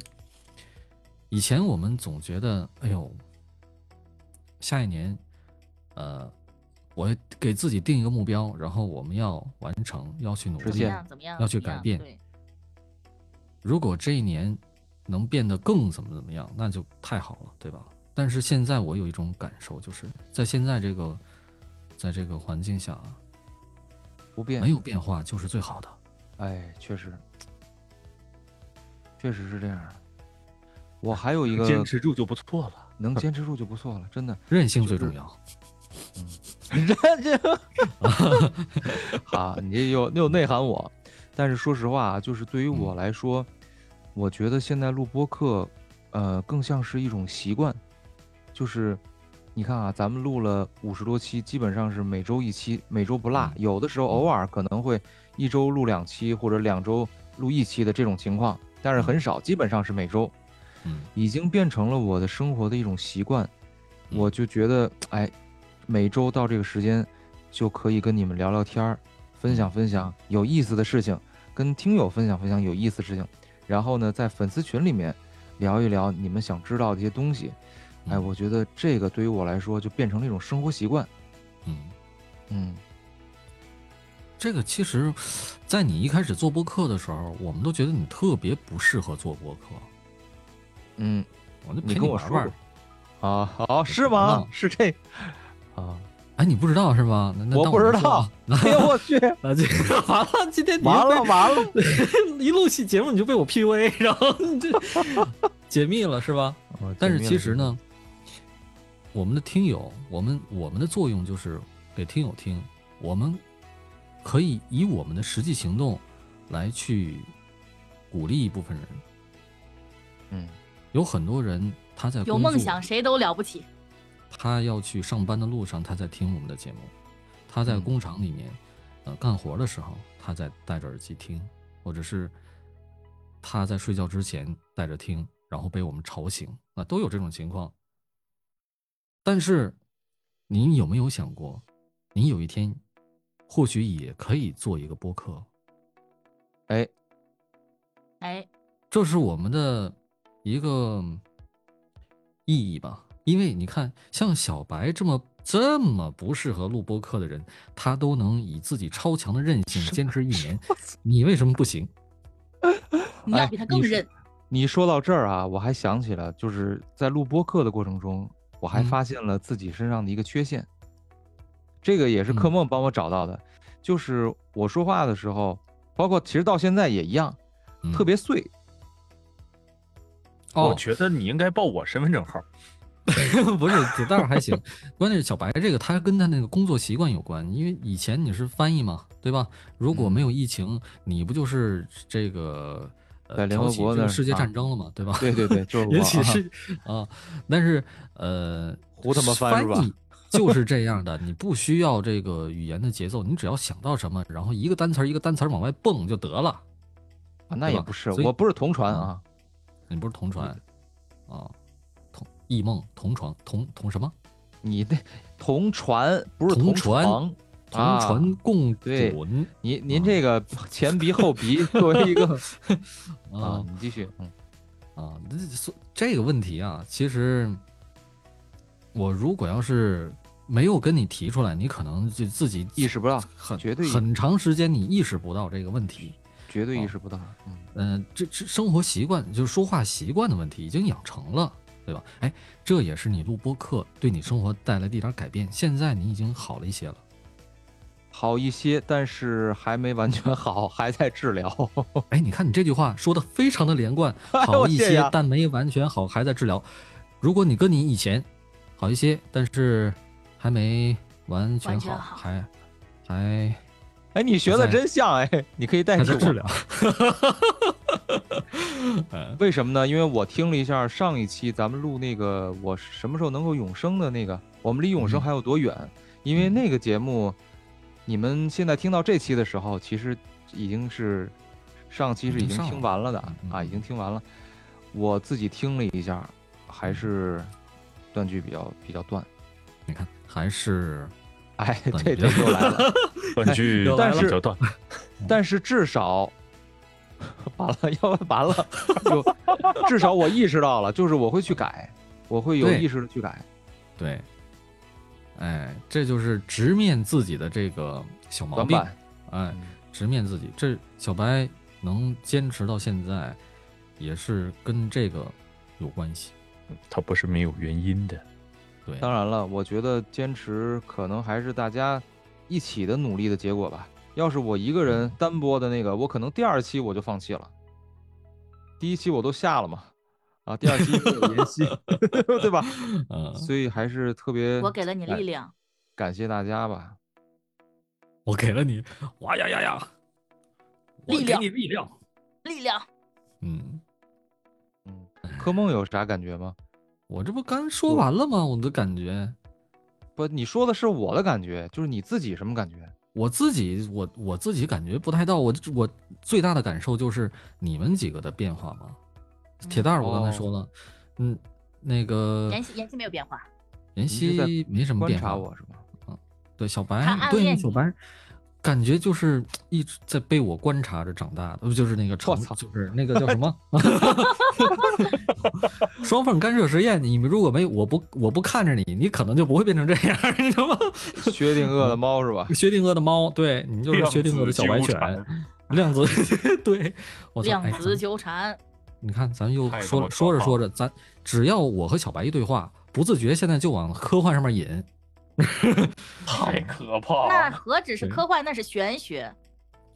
[SPEAKER 3] 以前我们总觉得，哎呦，下一年，呃，我给自己定一个目标，然后我们要完成，要去努
[SPEAKER 1] 实
[SPEAKER 5] 怎么
[SPEAKER 1] 现
[SPEAKER 3] 力。
[SPEAKER 5] 样？怎么样？
[SPEAKER 3] 要去
[SPEAKER 5] 怎么
[SPEAKER 3] 改
[SPEAKER 5] 样
[SPEAKER 3] 变
[SPEAKER 5] 对，
[SPEAKER 3] 如果这一年能变得更怎么怎么样，那就太好了，对吧？但是现在我有一种感受，就是在现在这个，在这个环境下啊，
[SPEAKER 1] 不变
[SPEAKER 3] 没有变化就是最好的。
[SPEAKER 1] 哎，确实，确实是这样的。我还有一个
[SPEAKER 4] 坚持住就不错了。
[SPEAKER 1] 能坚持住就不错了，真的。
[SPEAKER 3] 韧性最重要。
[SPEAKER 1] 认真， 好，你这又又内涵我。但是说实话啊，就是对于我来说，我觉得现在录播课，呃，更像是一种习惯。就是你看啊，咱们录了五十多期，基本上是每周一期，每周不落。有的时候偶尔可能会一周录两期，或者两周录一期的这种情况，但是很少，基本上是每周。
[SPEAKER 3] 嗯
[SPEAKER 1] 已经变成了我的生活的一种习惯。
[SPEAKER 3] 嗯
[SPEAKER 1] 我就觉得，哎，每周到这个时间就可以跟你们聊聊天儿，分享分
[SPEAKER 3] 嗯
[SPEAKER 1] 享有意思的事情，跟听友分享分享有意思的事情，然后呢，在粉丝群里面聊一聊你们想知道的一些东西。哎，
[SPEAKER 3] 嗯
[SPEAKER 1] 我觉得这个对于我来说就变成了一种生活习惯。
[SPEAKER 3] 嗯，
[SPEAKER 1] 嗯
[SPEAKER 3] 这个其实，在你一开始做播客的时候，我们都觉得你特别不适合做播客。
[SPEAKER 1] 嗯，
[SPEAKER 3] 我就
[SPEAKER 1] 你
[SPEAKER 3] 陪
[SPEAKER 1] 跟我
[SPEAKER 3] 玩
[SPEAKER 1] 说
[SPEAKER 3] 玩
[SPEAKER 1] 过。啊，好是吗？是这啊，
[SPEAKER 3] 哎，你不知道是吗？那那
[SPEAKER 1] 我
[SPEAKER 3] 当
[SPEAKER 1] 不
[SPEAKER 3] 没
[SPEAKER 1] 知
[SPEAKER 3] 说
[SPEAKER 1] 道
[SPEAKER 3] 啊。
[SPEAKER 1] 哎呦我去，
[SPEAKER 3] 那这个完了，今 天你就
[SPEAKER 1] 完了
[SPEAKER 3] 被，
[SPEAKER 1] 完了
[SPEAKER 3] 一录戏节目你就被 我 PUA，然 后你这解密了是吧？！
[SPEAKER 1] 哦
[SPEAKER 3] 但是
[SPEAKER 1] 解密了
[SPEAKER 3] 其实，呢，我们的听友，我们我们的作用就是给听友听，我们可以以我们的实际行动来去鼓励一部分人。
[SPEAKER 1] 嗯
[SPEAKER 3] 有很多人他在
[SPEAKER 5] 有
[SPEAKER 3] 工
[SPEAKER 5] 梦
[SPEAKER 3] 作
[SPEAKER 5] 想，谁都了不起。
[SPEAKER 3] 他要去上班的路上，他在听我们的节目；他在
[SPEAKER 1] 嗯
[SPEAKER 3] 工厂里面，呃，干活的时候，他在戴着耳机听，或者是他在睡觉之前戴着听，然后被我们吵醒，啊，都有这种情况。但是，您有没有想过，您有一天或许也可以做一个播客？
[SPEAKER 1] 哎，
[SPEAKER 5] 哎，
[SPEAKER 3] 这是我们的一个意义吧。因为你看，像小白这么这么不适合录播客的人，他都能以自己超强的韧性坚持一年，你为什么不行？
[SPEAKER 5] 你要
[SPEAKER 1] 哎
[SPEAKER 5] 比他
[SPEAKER 1] 你
[SPEAKER 5] 更
[SPEAKER 1] 是
[SPEAKER 5] 认。
[SPEAKER 1] 你说到这儿啊，我还想起了，就是在录播课的过程中，我还
[SPEAKER 3] 嗯
[SPEAKER 1] 发现了自己身上的一个缺陷，这个也是柯
[SPEAKER 3] 嗯
[SPEAKER 1] 梦帮我找到的，就是我说话的时候，包括其实到现在也一样，
[SPEAKER 3] 嗯
[SPEAKER 1] 特别碎。
[SPEAKER 4] 我
[SPEAKER 3] 哦，
[SPEAKER 4] 觉得你应该报我身份证号。
[SPEAKER 3] 不是铁蛋儿还行，关键是小白这个他跟他那个工作习惯有关，因为以前你是翻译嘛，对吧？如果
[SPEAKER 1] 嗯
[SPEAKER 3] 没有疫情，你不就是这个
[SPEAKER 1] 在
[SPEAKER 3] 呃
[SPEAKER 1] 联
[SPEAKER 3] 挑
[SPEAKER 1] 合
[SPEAKER 3] 起
[SPEAKER 1] 国那
[SPEAKER 3] 这
[SPEAKER 1] 儿
[SPEAKER 3] 个世界
[SPEAKER 1] 啊
[SPEAKER 3] 战争了嘛，对吧？
[SPEAKER 1] 对对对，就是 我
[SPEAKER 3] 尤其
[SPEAKER 1] 啊
[SPEAKER 3] 是啊，但是呃，
[SPEAKER 1] 胡他妈翻
[SPEAKER 3] 翻
[SPEAKER 1] 是吧
[SPEAKER 3] 译就是这样的，你不需要这个语言的节奏，你只要想到什么，然后一个单词儿一个单词儿往外蹦就得了。
[SPEAKER 1] 啊那
[SPEAKER 3] 对
[SPEAKER 1] 也
[SPEAKER 3] 吧
[SPEAKER 1] 不是，
[SPEAKER 3] 所以嗯
[SPEAKER 1] 我不是同传啊，
[SPEAKER 3] 你不是同传啊，同异梦同床同同什么？
[SPEAKER 1] 你那同传不是
[SPEAKER 3] 同
[SPEAKER 1] 床
[SPEAKER 3] 传啊同
[SPEAKER 1] 啊
[SPEAKER 3] 船共
[SPEAKER 1] 对
[SPEAKER 3] 趸
[SPEAKER 1] 您您这个前鼻后鼻 作为一个啊
[SPEAKER 3] 啊，
[SPEAKER 1] 你继续，嗯
[SPEAKER 3] 啊！这这这个问题啊，其实我如果要是没有跟你提出来，你可能就自己
[SPEAKER 1] 意识不到，
[SPEAKER 3] 很
[SPEAKER 1] 绝对意
[SPEAKER 3] 很长时间你意识不到这个问题。
[SPEAKER 1] 绝对意
[SPEAKER 3] 啊
[SPEAKER 1] 识不到，嗯
[SPEAKER 3] 嗯，这这生活习惯就是说话习惯的问题已经养成了，对吧？哎，这也是你录播课对你生活带来的一点改变。现在你已经好了一些了，
[SPEAKER 1] 好一些，但是还没完全好，还在治疗。
[SPEAKER 3] 哎，你看你这句话说的非常的连贯，
[SPEAKER 1] 哦 哎
[SPEAKER 3] 好
[SPEAKER 1] 我
[SPEAKER 3] 一
[SPEAKER 1] 谢
[SPEAKER 3] 些
[SPEAKER 1] 谢啊，
[SPEAKER 3] 但没完全好，还在治疗。如果你跟你以前好一些，但是还没完全
[SPEAKER 5] 完
[SPEAKER 3] 好，
[SPEAKER 5] 全好
[SPEAKER 3] 还还
[SPEAKER 1] 哎，你学的
[SPEAKER 3] 在
[SPEAKER 1] 真像哎，你可以代
[SPEAKER 3] 还
[SPEAKER 1] 替
[SPEAKER 3] 在治
[SPEAKER 1] 我。
[SPEAKER 3] 疗。
[SPEAKER 1] 为什么呢？因为我听了一下上一期咱们录那个我什么时候能够永生的那个，我们离永生
[SPEAKER 3] 嗯
[SPEAKER 1] 还有多远？因为
[SPEAKER 3] 嗯
[SPEAKER 1] 那个节目，你们现在听到这期的时候，其实已经是上期是已
[SPEAKER 3] 已
[SPEAKER 1] 经
[SPEAKER 3] 经上
[SPEAKER 1] 听
[SPEAKER 3] 了
[SPEAKER 1] 完了的
[SPEAKER 3] 嗯
[SPEAKER 1] 啊，
[SPEAKER 3] 嗯
[SPEAKER 1] 已经听完了。我自己听了一下，还是断句比较比较断。
[SPEAKER 3] 你看，还是
[SPEAKER 1] 哎，
[SPEAKER 3] 断
[SPEAKER 1] 这
[SPEAKER 3] 句
[SPEAKER 1] 这又来 了。
[SPEAKER 4] 断句
[SPEAKER 3] 又来
[SPEAKER 1] 了
[SPEAKER 4] 比较断，
[SPEAKER 1] 但是至少 完了，要完了， 就至少我意识到了，就是我会去改，我会有
[SPEAKER 3] 对
[SPEAKER 1] 意识的去改。
[SPEAKER 3] 对，哎，这就是直面自己的这个小毛
[SPEAKER 1] 短
[SPEAKER 3] 病，
[SPEAKER 1] 板，
[SPEAKER 3] 哎，直面自己。这小白能坚持到现在，也是跟这个有关系。
[SPEAKER 4] 它不是没有原因的。
[SPEAKER 3] 对，
[SPEAKER 1] 当然了，我觉得坚持可能还是大家一起的努力的结果吧。要是我一个
[SPEAKER 3] 嗯
[SPEAKER 1] 人单播的那个，我可能第二期我就放弃了，第一期我都下了嘛，啊，第二期 因为有延期，对吧？
[SPEAKER 3] 嗯，
[SPEAKER 1] 所以还是特别
[SPEAKER 5] 我给了你
[SPEAKER 1] 哎
[SPEAKER 5] 力量，
[SPEAKER 1] 感谢大家吧。
[SPEAKER 3] 我给了你，哇呀呀呀，我
[SPEAKER 5] 力
[SPEAKER 3] 给
[SPEAKER 5] 量
[SPEAKER 3] 你力量。
[SPEAKER 5] 力量。
[SPEAKER 3] 嗯，
[SPEAKER 1] 嗯，柯梦有啥感觉吗？
[SPEAKER 3] 我这不刚说完了吗？我的感觉，
[SPEAKER 1] 不，你说的是我的感觉，就是你自己什么感觉？
[SPEAKER 3] 我自己，我我自己感觉不太到。我我最大的感受就是你们几个的变化嘛，铁蛋儿我刚才
[SPEAKER 1] 哦
[SPEAKER 3] 说了，嗯，那个
[SPEAKER 5] 言言行没有变化，
[SPEAKER 3] 妍
[SPEAKER 1] 你是在
[SPEAKER 3] 希没什么
[SPEAKER 1] 观
[SPEAKER 3] 变
[SPEAKER 1] 察
[SPEAKER 3] 化，嗯
[SPEAKER 1] 我是吗？
[SPEAKER 3] 对小白
[SPEAKER 5] 他，暗
[SPEAKER 3] 对
[SPEAKER 5] 恋
[SPEAKER 3] 小
[SPEAKER 5] 你
[SPEAKER 3] 白，感觉就是一直在被我观察着长大的，不就是那个成，
[SPEAKER 1] 操
[SPEAKER 3] 就是那个叫什么 双缝干涉实验。你们如果没我不我不看着你，你可能就不会变成这样，你知道吗？
[SPEAKER 1] 薛定谔的猫是吧？
[SPEAKER 3] 薛定谔的猫，对你 就是薛定谔的小白犬， 量子， 对，我操，哎
[SPEAKER 5] 量子
[SPEAKER 3] 咱
[SPEAKER 5] 纠缠，
[SPEAKER 3] 你看，咱又
[SPEAKER 4] 太他
[SPEAKER 3] 说
[SPEAKER 4] 妈
[SPEAKER 3] 了说着
[SPEAKER 4] 爽
[SPEAKER 3] 说着，咱只要我和小白一对话，不自觉现在就往科幻上面引。
[SPEAKER 4] 太可怕
[SPEAKER 5] 那
[SPEAKER 4] 了。
[SPEAKER 5] 何止是科幻，那是玄学。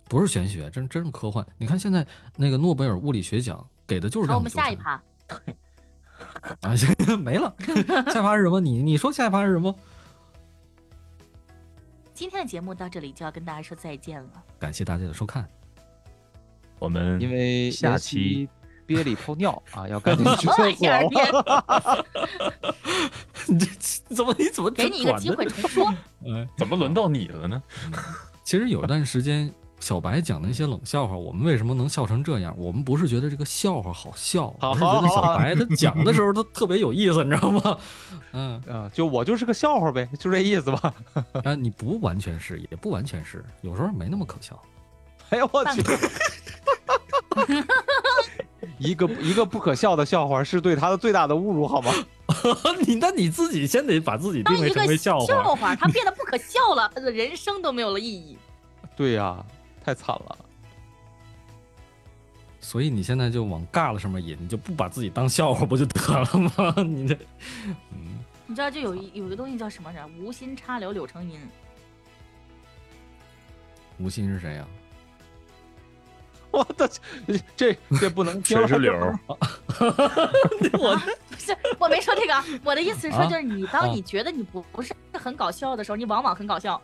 [SPEAKER 3] 不是玄学，真真是科幻。你看现在那个诺贝尔物理学奖给的就是
[SPEAKER 5] 好，
[SPEAKER 3] 量
[SPEAKER 5] 我
[SPEAKER 3] 子
[SPEAKER 5] 们
[SPEAKER 3] 纠缠。
[SPEAKER 5] 下一趴，
[SPEAKER 3] 啊，现在 没了。下一趴是什么？你你说下一趴是什么？
[SPEAKER 5] 今天的节目到这里就要跟大家说再见了。
[SPEAKER 3] 感谢大家的收看。
[SPEAKER 4] 我们
[SPEAKER 1] 因为
[SPEAKER 4] 下
[SPEAKER 1] 妍
[SPEAKER 4] 期
[SPEAKER 1] 希憋里泡尿啊，要赶紧去
[SPEAKER 5] 什么
[SPEAKER 1] 厕
[SPEAKER 5] 玩意
[SPEAKER 1] 所
[SPEAKER 5] 儿？
[SPEAKER 1] 了
[SPEAKER 5] 你
[SPEAKER 3] 你这怎么你怎么
[SPEAKER 5] 给你 一个机会重说。
[SPEAKER 3] 嗯，
[SPEAKER 4] 怎么轮到你了呢？
[SPEAKER 3] 其实有一段时间，小白讲的一些冷笑话，我们为什么能笑成这样？我们不是觉得这个笑话好笑，
[SPEAKER 1] 好
[SPEAKER 3] 而是觉
[SPEAKER 1] 好
[SPEAKER 3] 得
[SPEAKER 1] 好
[SPEAKER 3] 小白他讲的时候他特别有意思，你知道吗？ 嗯，
[SPEAKER 1] 啊，就我就是个笑话呗，就这意思吧。
[SPEAKER 3] 啊，你不完全是，也不完全是，有时候没那么可笑。
[SPEAKER 1] 哎呦我
[SPEAKER 5] 半
[SPEAKER 1] 去
[SPEAKER 5] 个，
[SPEAKER 1] 一个一个不可笑的笑话是对他的最大的侮辱，好吗？
[SPEAKER 3] 你那你自己先得把自己
[SPEAKER 5] 当
[SPEAKER 3] 定位
[SPEAKER 5] 一
[SPEAKER 3] 成为
[SPEAKER 5] 个
[SPEAKER 3] 笑话，
[SPEAKER 5] 话，他变得不可笑 了，他的人生都没有了意义。
[SPEAKER 1] 对呀、太惨了。
[SPEAKER 3] 所以你现在就往尬了上面引，你就不把自己当笑话不就得了吗？ 你这，嗯，
[SPEAKER 5] 你知道，就有一有一个东西叫什么啥？无心插柳柳成荫。
[SPEAKER 3] 吴昕是谁呀、啊
[SPEAKER 1] 我的这这不能听啊了
[SPEAKER 4] 全是柳儿，
[SPEAKER 3] 我
[SPEAKER 5] 不是，我没说这个啊，我的意思是说，
[SPEAKER 3] 啊
[SPEAKER 5] 就是你
[SPEAKER 3] 啊
[SPEAKER 5] 当你觉得你不不是很搞笑的时候，你往往很搞笑。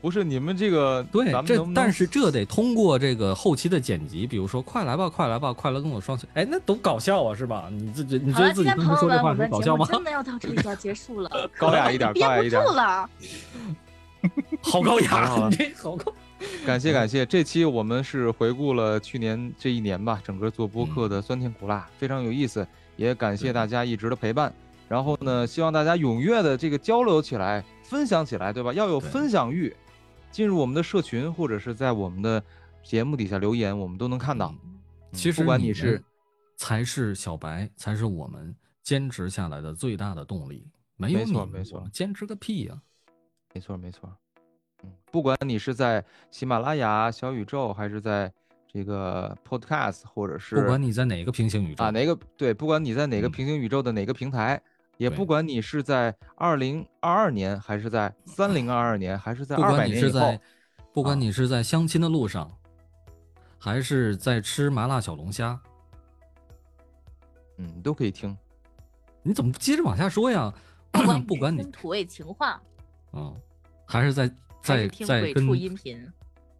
[SPEAKER 1] 不是你们这个
[SPEAKER 3] 对
[SPEAKER 1] 咱，们
[SPEAKER 3] 这
[SPEAKER 1] 能不能
[SPEAKER 3] 但是这得通过这个后期的剪辑，比如说快来吧，快来吧，快来跟我双休，哎，那多搞笑啊，是吧？你自己你
[SPEAKER 5] 好
[SPEAKER 3] 觉得
[SPEAKER 5] 了，
[SPEAKER 3] 自
[SPEAKER 5] 今
[SPEAKER 3] 己
[SPEAKER 5] 天
[SPEAKER 3] 当
[SPEAKER 5] 朋友
[SPEAKER 3] 时说这
[SPEAKER 5] 们，
[SPEAKER 3] 话
[SPEAKER 5] 我
[SPEAKER 3] 很
[SPEAKER 5] 们
[SPEAKER 3] 搞
[SPEAKER 5] 节
[SPEAKER 3] 笑
[SPEAKER 5] 目
[SPEAKER 3] 吗？
[SPEAKER 5] 真的要到这里就要结束了，
[SPEAKER 1] 高雅一点，
[SPEAKER 5] 憋
[SPEAKER 1] 高雅
[SPEAKER 5] 不
[SPEAKER 1] 一点。
[SPEAKER 5] 住 了。
[SPEAKER 3] 好高
[SPEAKER 1] 好啊
[SPEAKER 3] 雅，
[SPEAKER 1] 了
[SPEAKER 3] 你这好高。
[SPEAKER 1] 感谢感谢，这期我们是回顾了去年这一年吧，整个做播客的酸甜苦
[SPEAKER 3] 嗯
[SPEAKER 1] 辣，非常有意思，也感谢大家一直的陪伴。然后呢，希望大家踊跃的这个交流起来，分享起来，对吧？要有
[SPEAKER 3] 对
[SPEAKER 1] 分享欲，进入我们的社群或者是在我们的节目底下留言，我们都能看到。
[SPEAKER 3] 嗯
[SPEAKER 1] 嗯
[SPEAKER 3] 其实
[SPEAKER 1] 不管
[SPEAKER 3] 你
[SPEAKER 1] 你是
[SPEAKER 3] 们才是小白，才是我们坚持下来的最大的动力。没有
[SPEAKER 1] 没
[SPEAKER 3] 你，
[SPEAKER 1] 错没错
[SPEAKER 3] 我们坚持个屁呀、
[SPEAKER 1] 没错没错，嗯，不管你是在喜马拉雅、小宇宙，还是在这个 Podcast，或者是
[SPEAKER 3] 不管你在哪个平行宇宙
[SPEAKER 1] 啊，哪个对，不管你在哪个
[SPEAKER 3] 嗯
[SPEAKER 1] 平行宇宙的哪个平台，也
[SPEAKER 3] 对
[SPEAKER 1] 不管你是在二零二二年，还是在三零二二年，还是在
[SPEAKER 3] 不
[SPEAKER 1] 二百
[SPEAKER 3] 管你
[SPEAKER 1] 年
[SPEAKER 3] 是
[SPEAKER 1] 以后
[SPEAKER 3] 在，，不
[SPEAKER 1] 啊
[SPEAKER 3] 管你是在相亲的路上，还是在吃麻辣小龙虾，
[SPEAKER 1] 嗯，你都可以听。
[SPEAKER 3] 你怎么不接着往下说呀？不管你
[SPEAKER 5] 听，土味情话，
[SPEAKER 3] 嗯，还是在
[SPEAKER 5] 还
[SPEAKER 3] 在
[SPEAKER 5] 是听
[SPEAKER 3] 在
[SPEAKER 5] 鬼畜
[SPEAKER 3] 跟
[SPEAKER 5] 音频，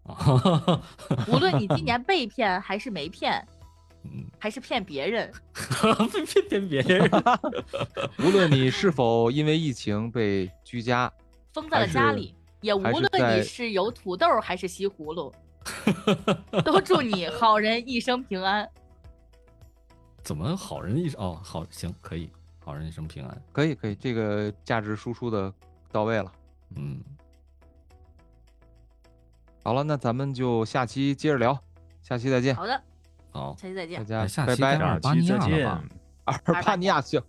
[SPEAKER 3] 啊，
[SPEAKER 5] 无论你今年被骗还是没 骗，
[SPEAKER 3] 嗯
[SPEAKER 5] 还是骗别人，
[SPEAKER 3] 别别别别人，
[SPEAKER 1] 无论你是否因为疫情被居家，
[SPEAKER 5] 封在
[SPEAKER 1] 还
[SPEAKER 5] 了家
[SPEAKER 1] 是
[SPEAKER 5] 里，也无
[SPEAKER 1] 还是
[SPEAKER 5] 论
[SPEAKER 1] 在
[SPEAKER 5] 你是有土豆还是西葫芦，都祝 你好人一生平安。
[SPEAKER 3] 怎么好人一生哦好行可以，好人一生平安，
[SPEAKER 1] 可以可以，这个价值输出的到位了。
[SPEAKER 3] 嗯，
[SPEAKER 1] 好了，那咱们就下期接着聊，下期再见，
[SPEAKER 5] 好的，
[SPEAKER 3] 好，
[SPEAKER 5] 下期再见
[SPEAKER 1] 大。
[SPEAKER 3] 哎
[SPEAKER 1] 家
[SPEAKER 3] 下
[SPEAKER 1] 拜
[SPEAKER 3] 期该
[SPEAKER 1] 拜。
[SPEAKER 3] 二
[SPEAKER 4] 下
[SPEAKER 3] 八
[SPEAKER 4] 期
[SPEAKER 3] 尼
[SPEAKER 4] 再
[SPEAKER 3] 亚了吧
[SPEAKER 4] 见。。
[SPEAKER 1] 阿尔巴尼亚 啊去，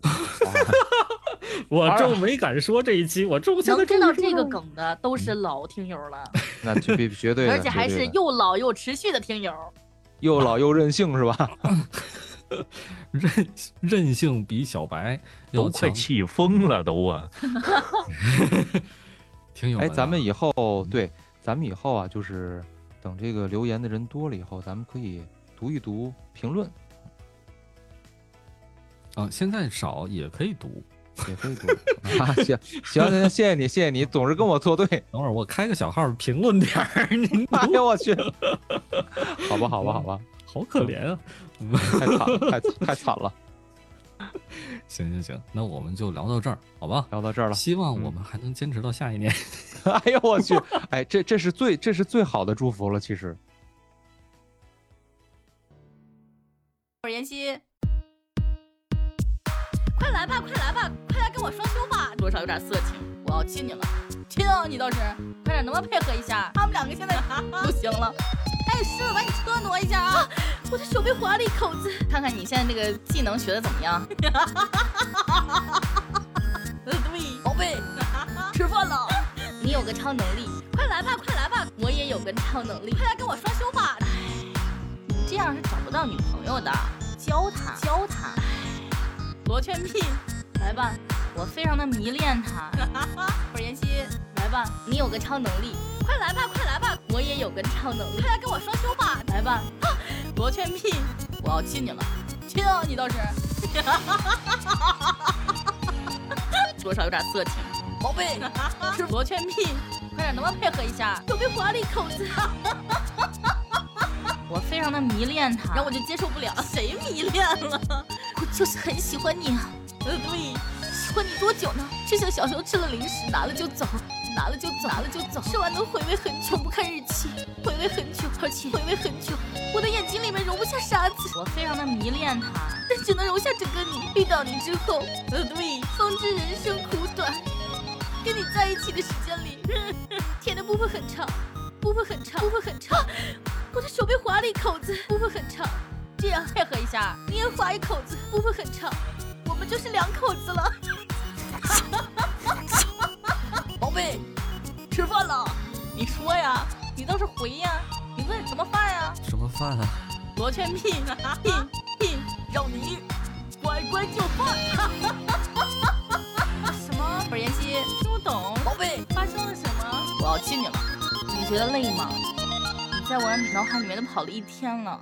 [SPEAKER 3] 我就没敢说这一期，我就现在
[SPEAKER 5] 能知道
[SPEAKER 3] 终于
[SPEAKER 5] 这
[SPEAKER 3] 说
[SPEAKER 5] 个
[SPEAKER 3] 了
[SPEAKER 5] 梗的都是老听友了，
[SPEAKER 1] 那绝对绝嗯对的，
[SPEAKER 5] 而且还
[SPEAKER 1] 绝
[SPEAKER 5] 是
[SPEAKER 1] 对的
[SPEAKER 5] 又老又持续的听友。
[SPEAKER 1] 又老又任性是吧？
[SPEAKER 3] 韧韧性比小白要
[SPEAKER 4] 都快
[SPEAKER 3] 强，
[SPEAKER 4] 气疯了都啊！
[SPEAKER 3] 挺有
[SPEAKER 1] 哎，
[SPEAKER 3] 文啊的
[SPEAKER 1] 咱们以嗯后对，咱们以后啊，就是等这个留言的人多了以后，咱们可以读一读评论，
[SPEAKER 3] 啊，现在少也可以读。
[SPEAKER 1] 也可以 读啊。行行行，谢谢你，谢谢你，总是跟我作对。
[SPEAKER 3] 等会儿我开个小号评论点儿，您
[SPEAKER 1] 哎呦我 去，好吧好吧好吧，
[SPEAKER 3] 好可怜啊！
[SPEAKER 1] 太惨了，太太惨了。
[SPEAKER 3] 行行行，那我们就聊到这儿，嗯好吧？
[SPEAKER 1] 聊到这儿了，
[SPEAKER 3] 希望我们还能坚持到下一年。
[SPEAKER 1] 哎呦我去， 哎，这这是最这是最好的祝福了，其实。
[SPEAKER 5] 我是妍希，来吧，快来吧，快来跟我双休吧！多少有点色情，我要亲你了，亲啊你倒是，快点能不能配合一下？他们两个现 在不行了。哎，师傅，把你车挪一下啊！我的手被划了一口子，看看你现在这个技能学的怎么样？呃，对，宝 贝，吃饭了。你有个超能力，快来吧，快来吧！我也有个超能力，快来跟我双休吧！哎，这样是找不到女朋友的，教他，教他。罗圈屁，来吧，我非常的迷恋 他。不是妍希，来吧，你有个超能力，快来吧，快来吧，我也有个超能力，快来跟我双休吧，来吧，啊、 罗圈屁，我要亲你了，亲啊你倒是， 多少有点色情，宝贝，是 罗圈屁，快点能不能配合一下？又被划了一口子。 我非常的迷恋他，然后我就接受不了。谁迷恋了？我就是很喜欢你啊。呃，对，喜欢你多久呢？就像小时候吃了零食，拿了就走，拿了就走，拿了就走，吃完能回味很久，不看日期，回味很久，而且回味很久。我的眼睛里面容不下沙子，我非常的迷恋他，但只能容下整个你。遇到你之后，呃，对，方知人生苦短。跟你在一起的时间里，天的不会很长，不会很长，不会很长。我的手被划了一口子，不会很长。这样配合一下，你也划一口子，不会很长。我们就是两口子了。 宝贝，吃饭了？你说呀，你倒是回呀，你问什么饭呀？
[SPEAKER 3] 什么饭啊？
[SPEAKER 5] 罗圈屁屁屁，让你乖乖就范。什么？不是妍希，听不懂。宝贝，发生了什么？我要亲你了。你觉得累吗？你在我脑海里面都跑了一天了。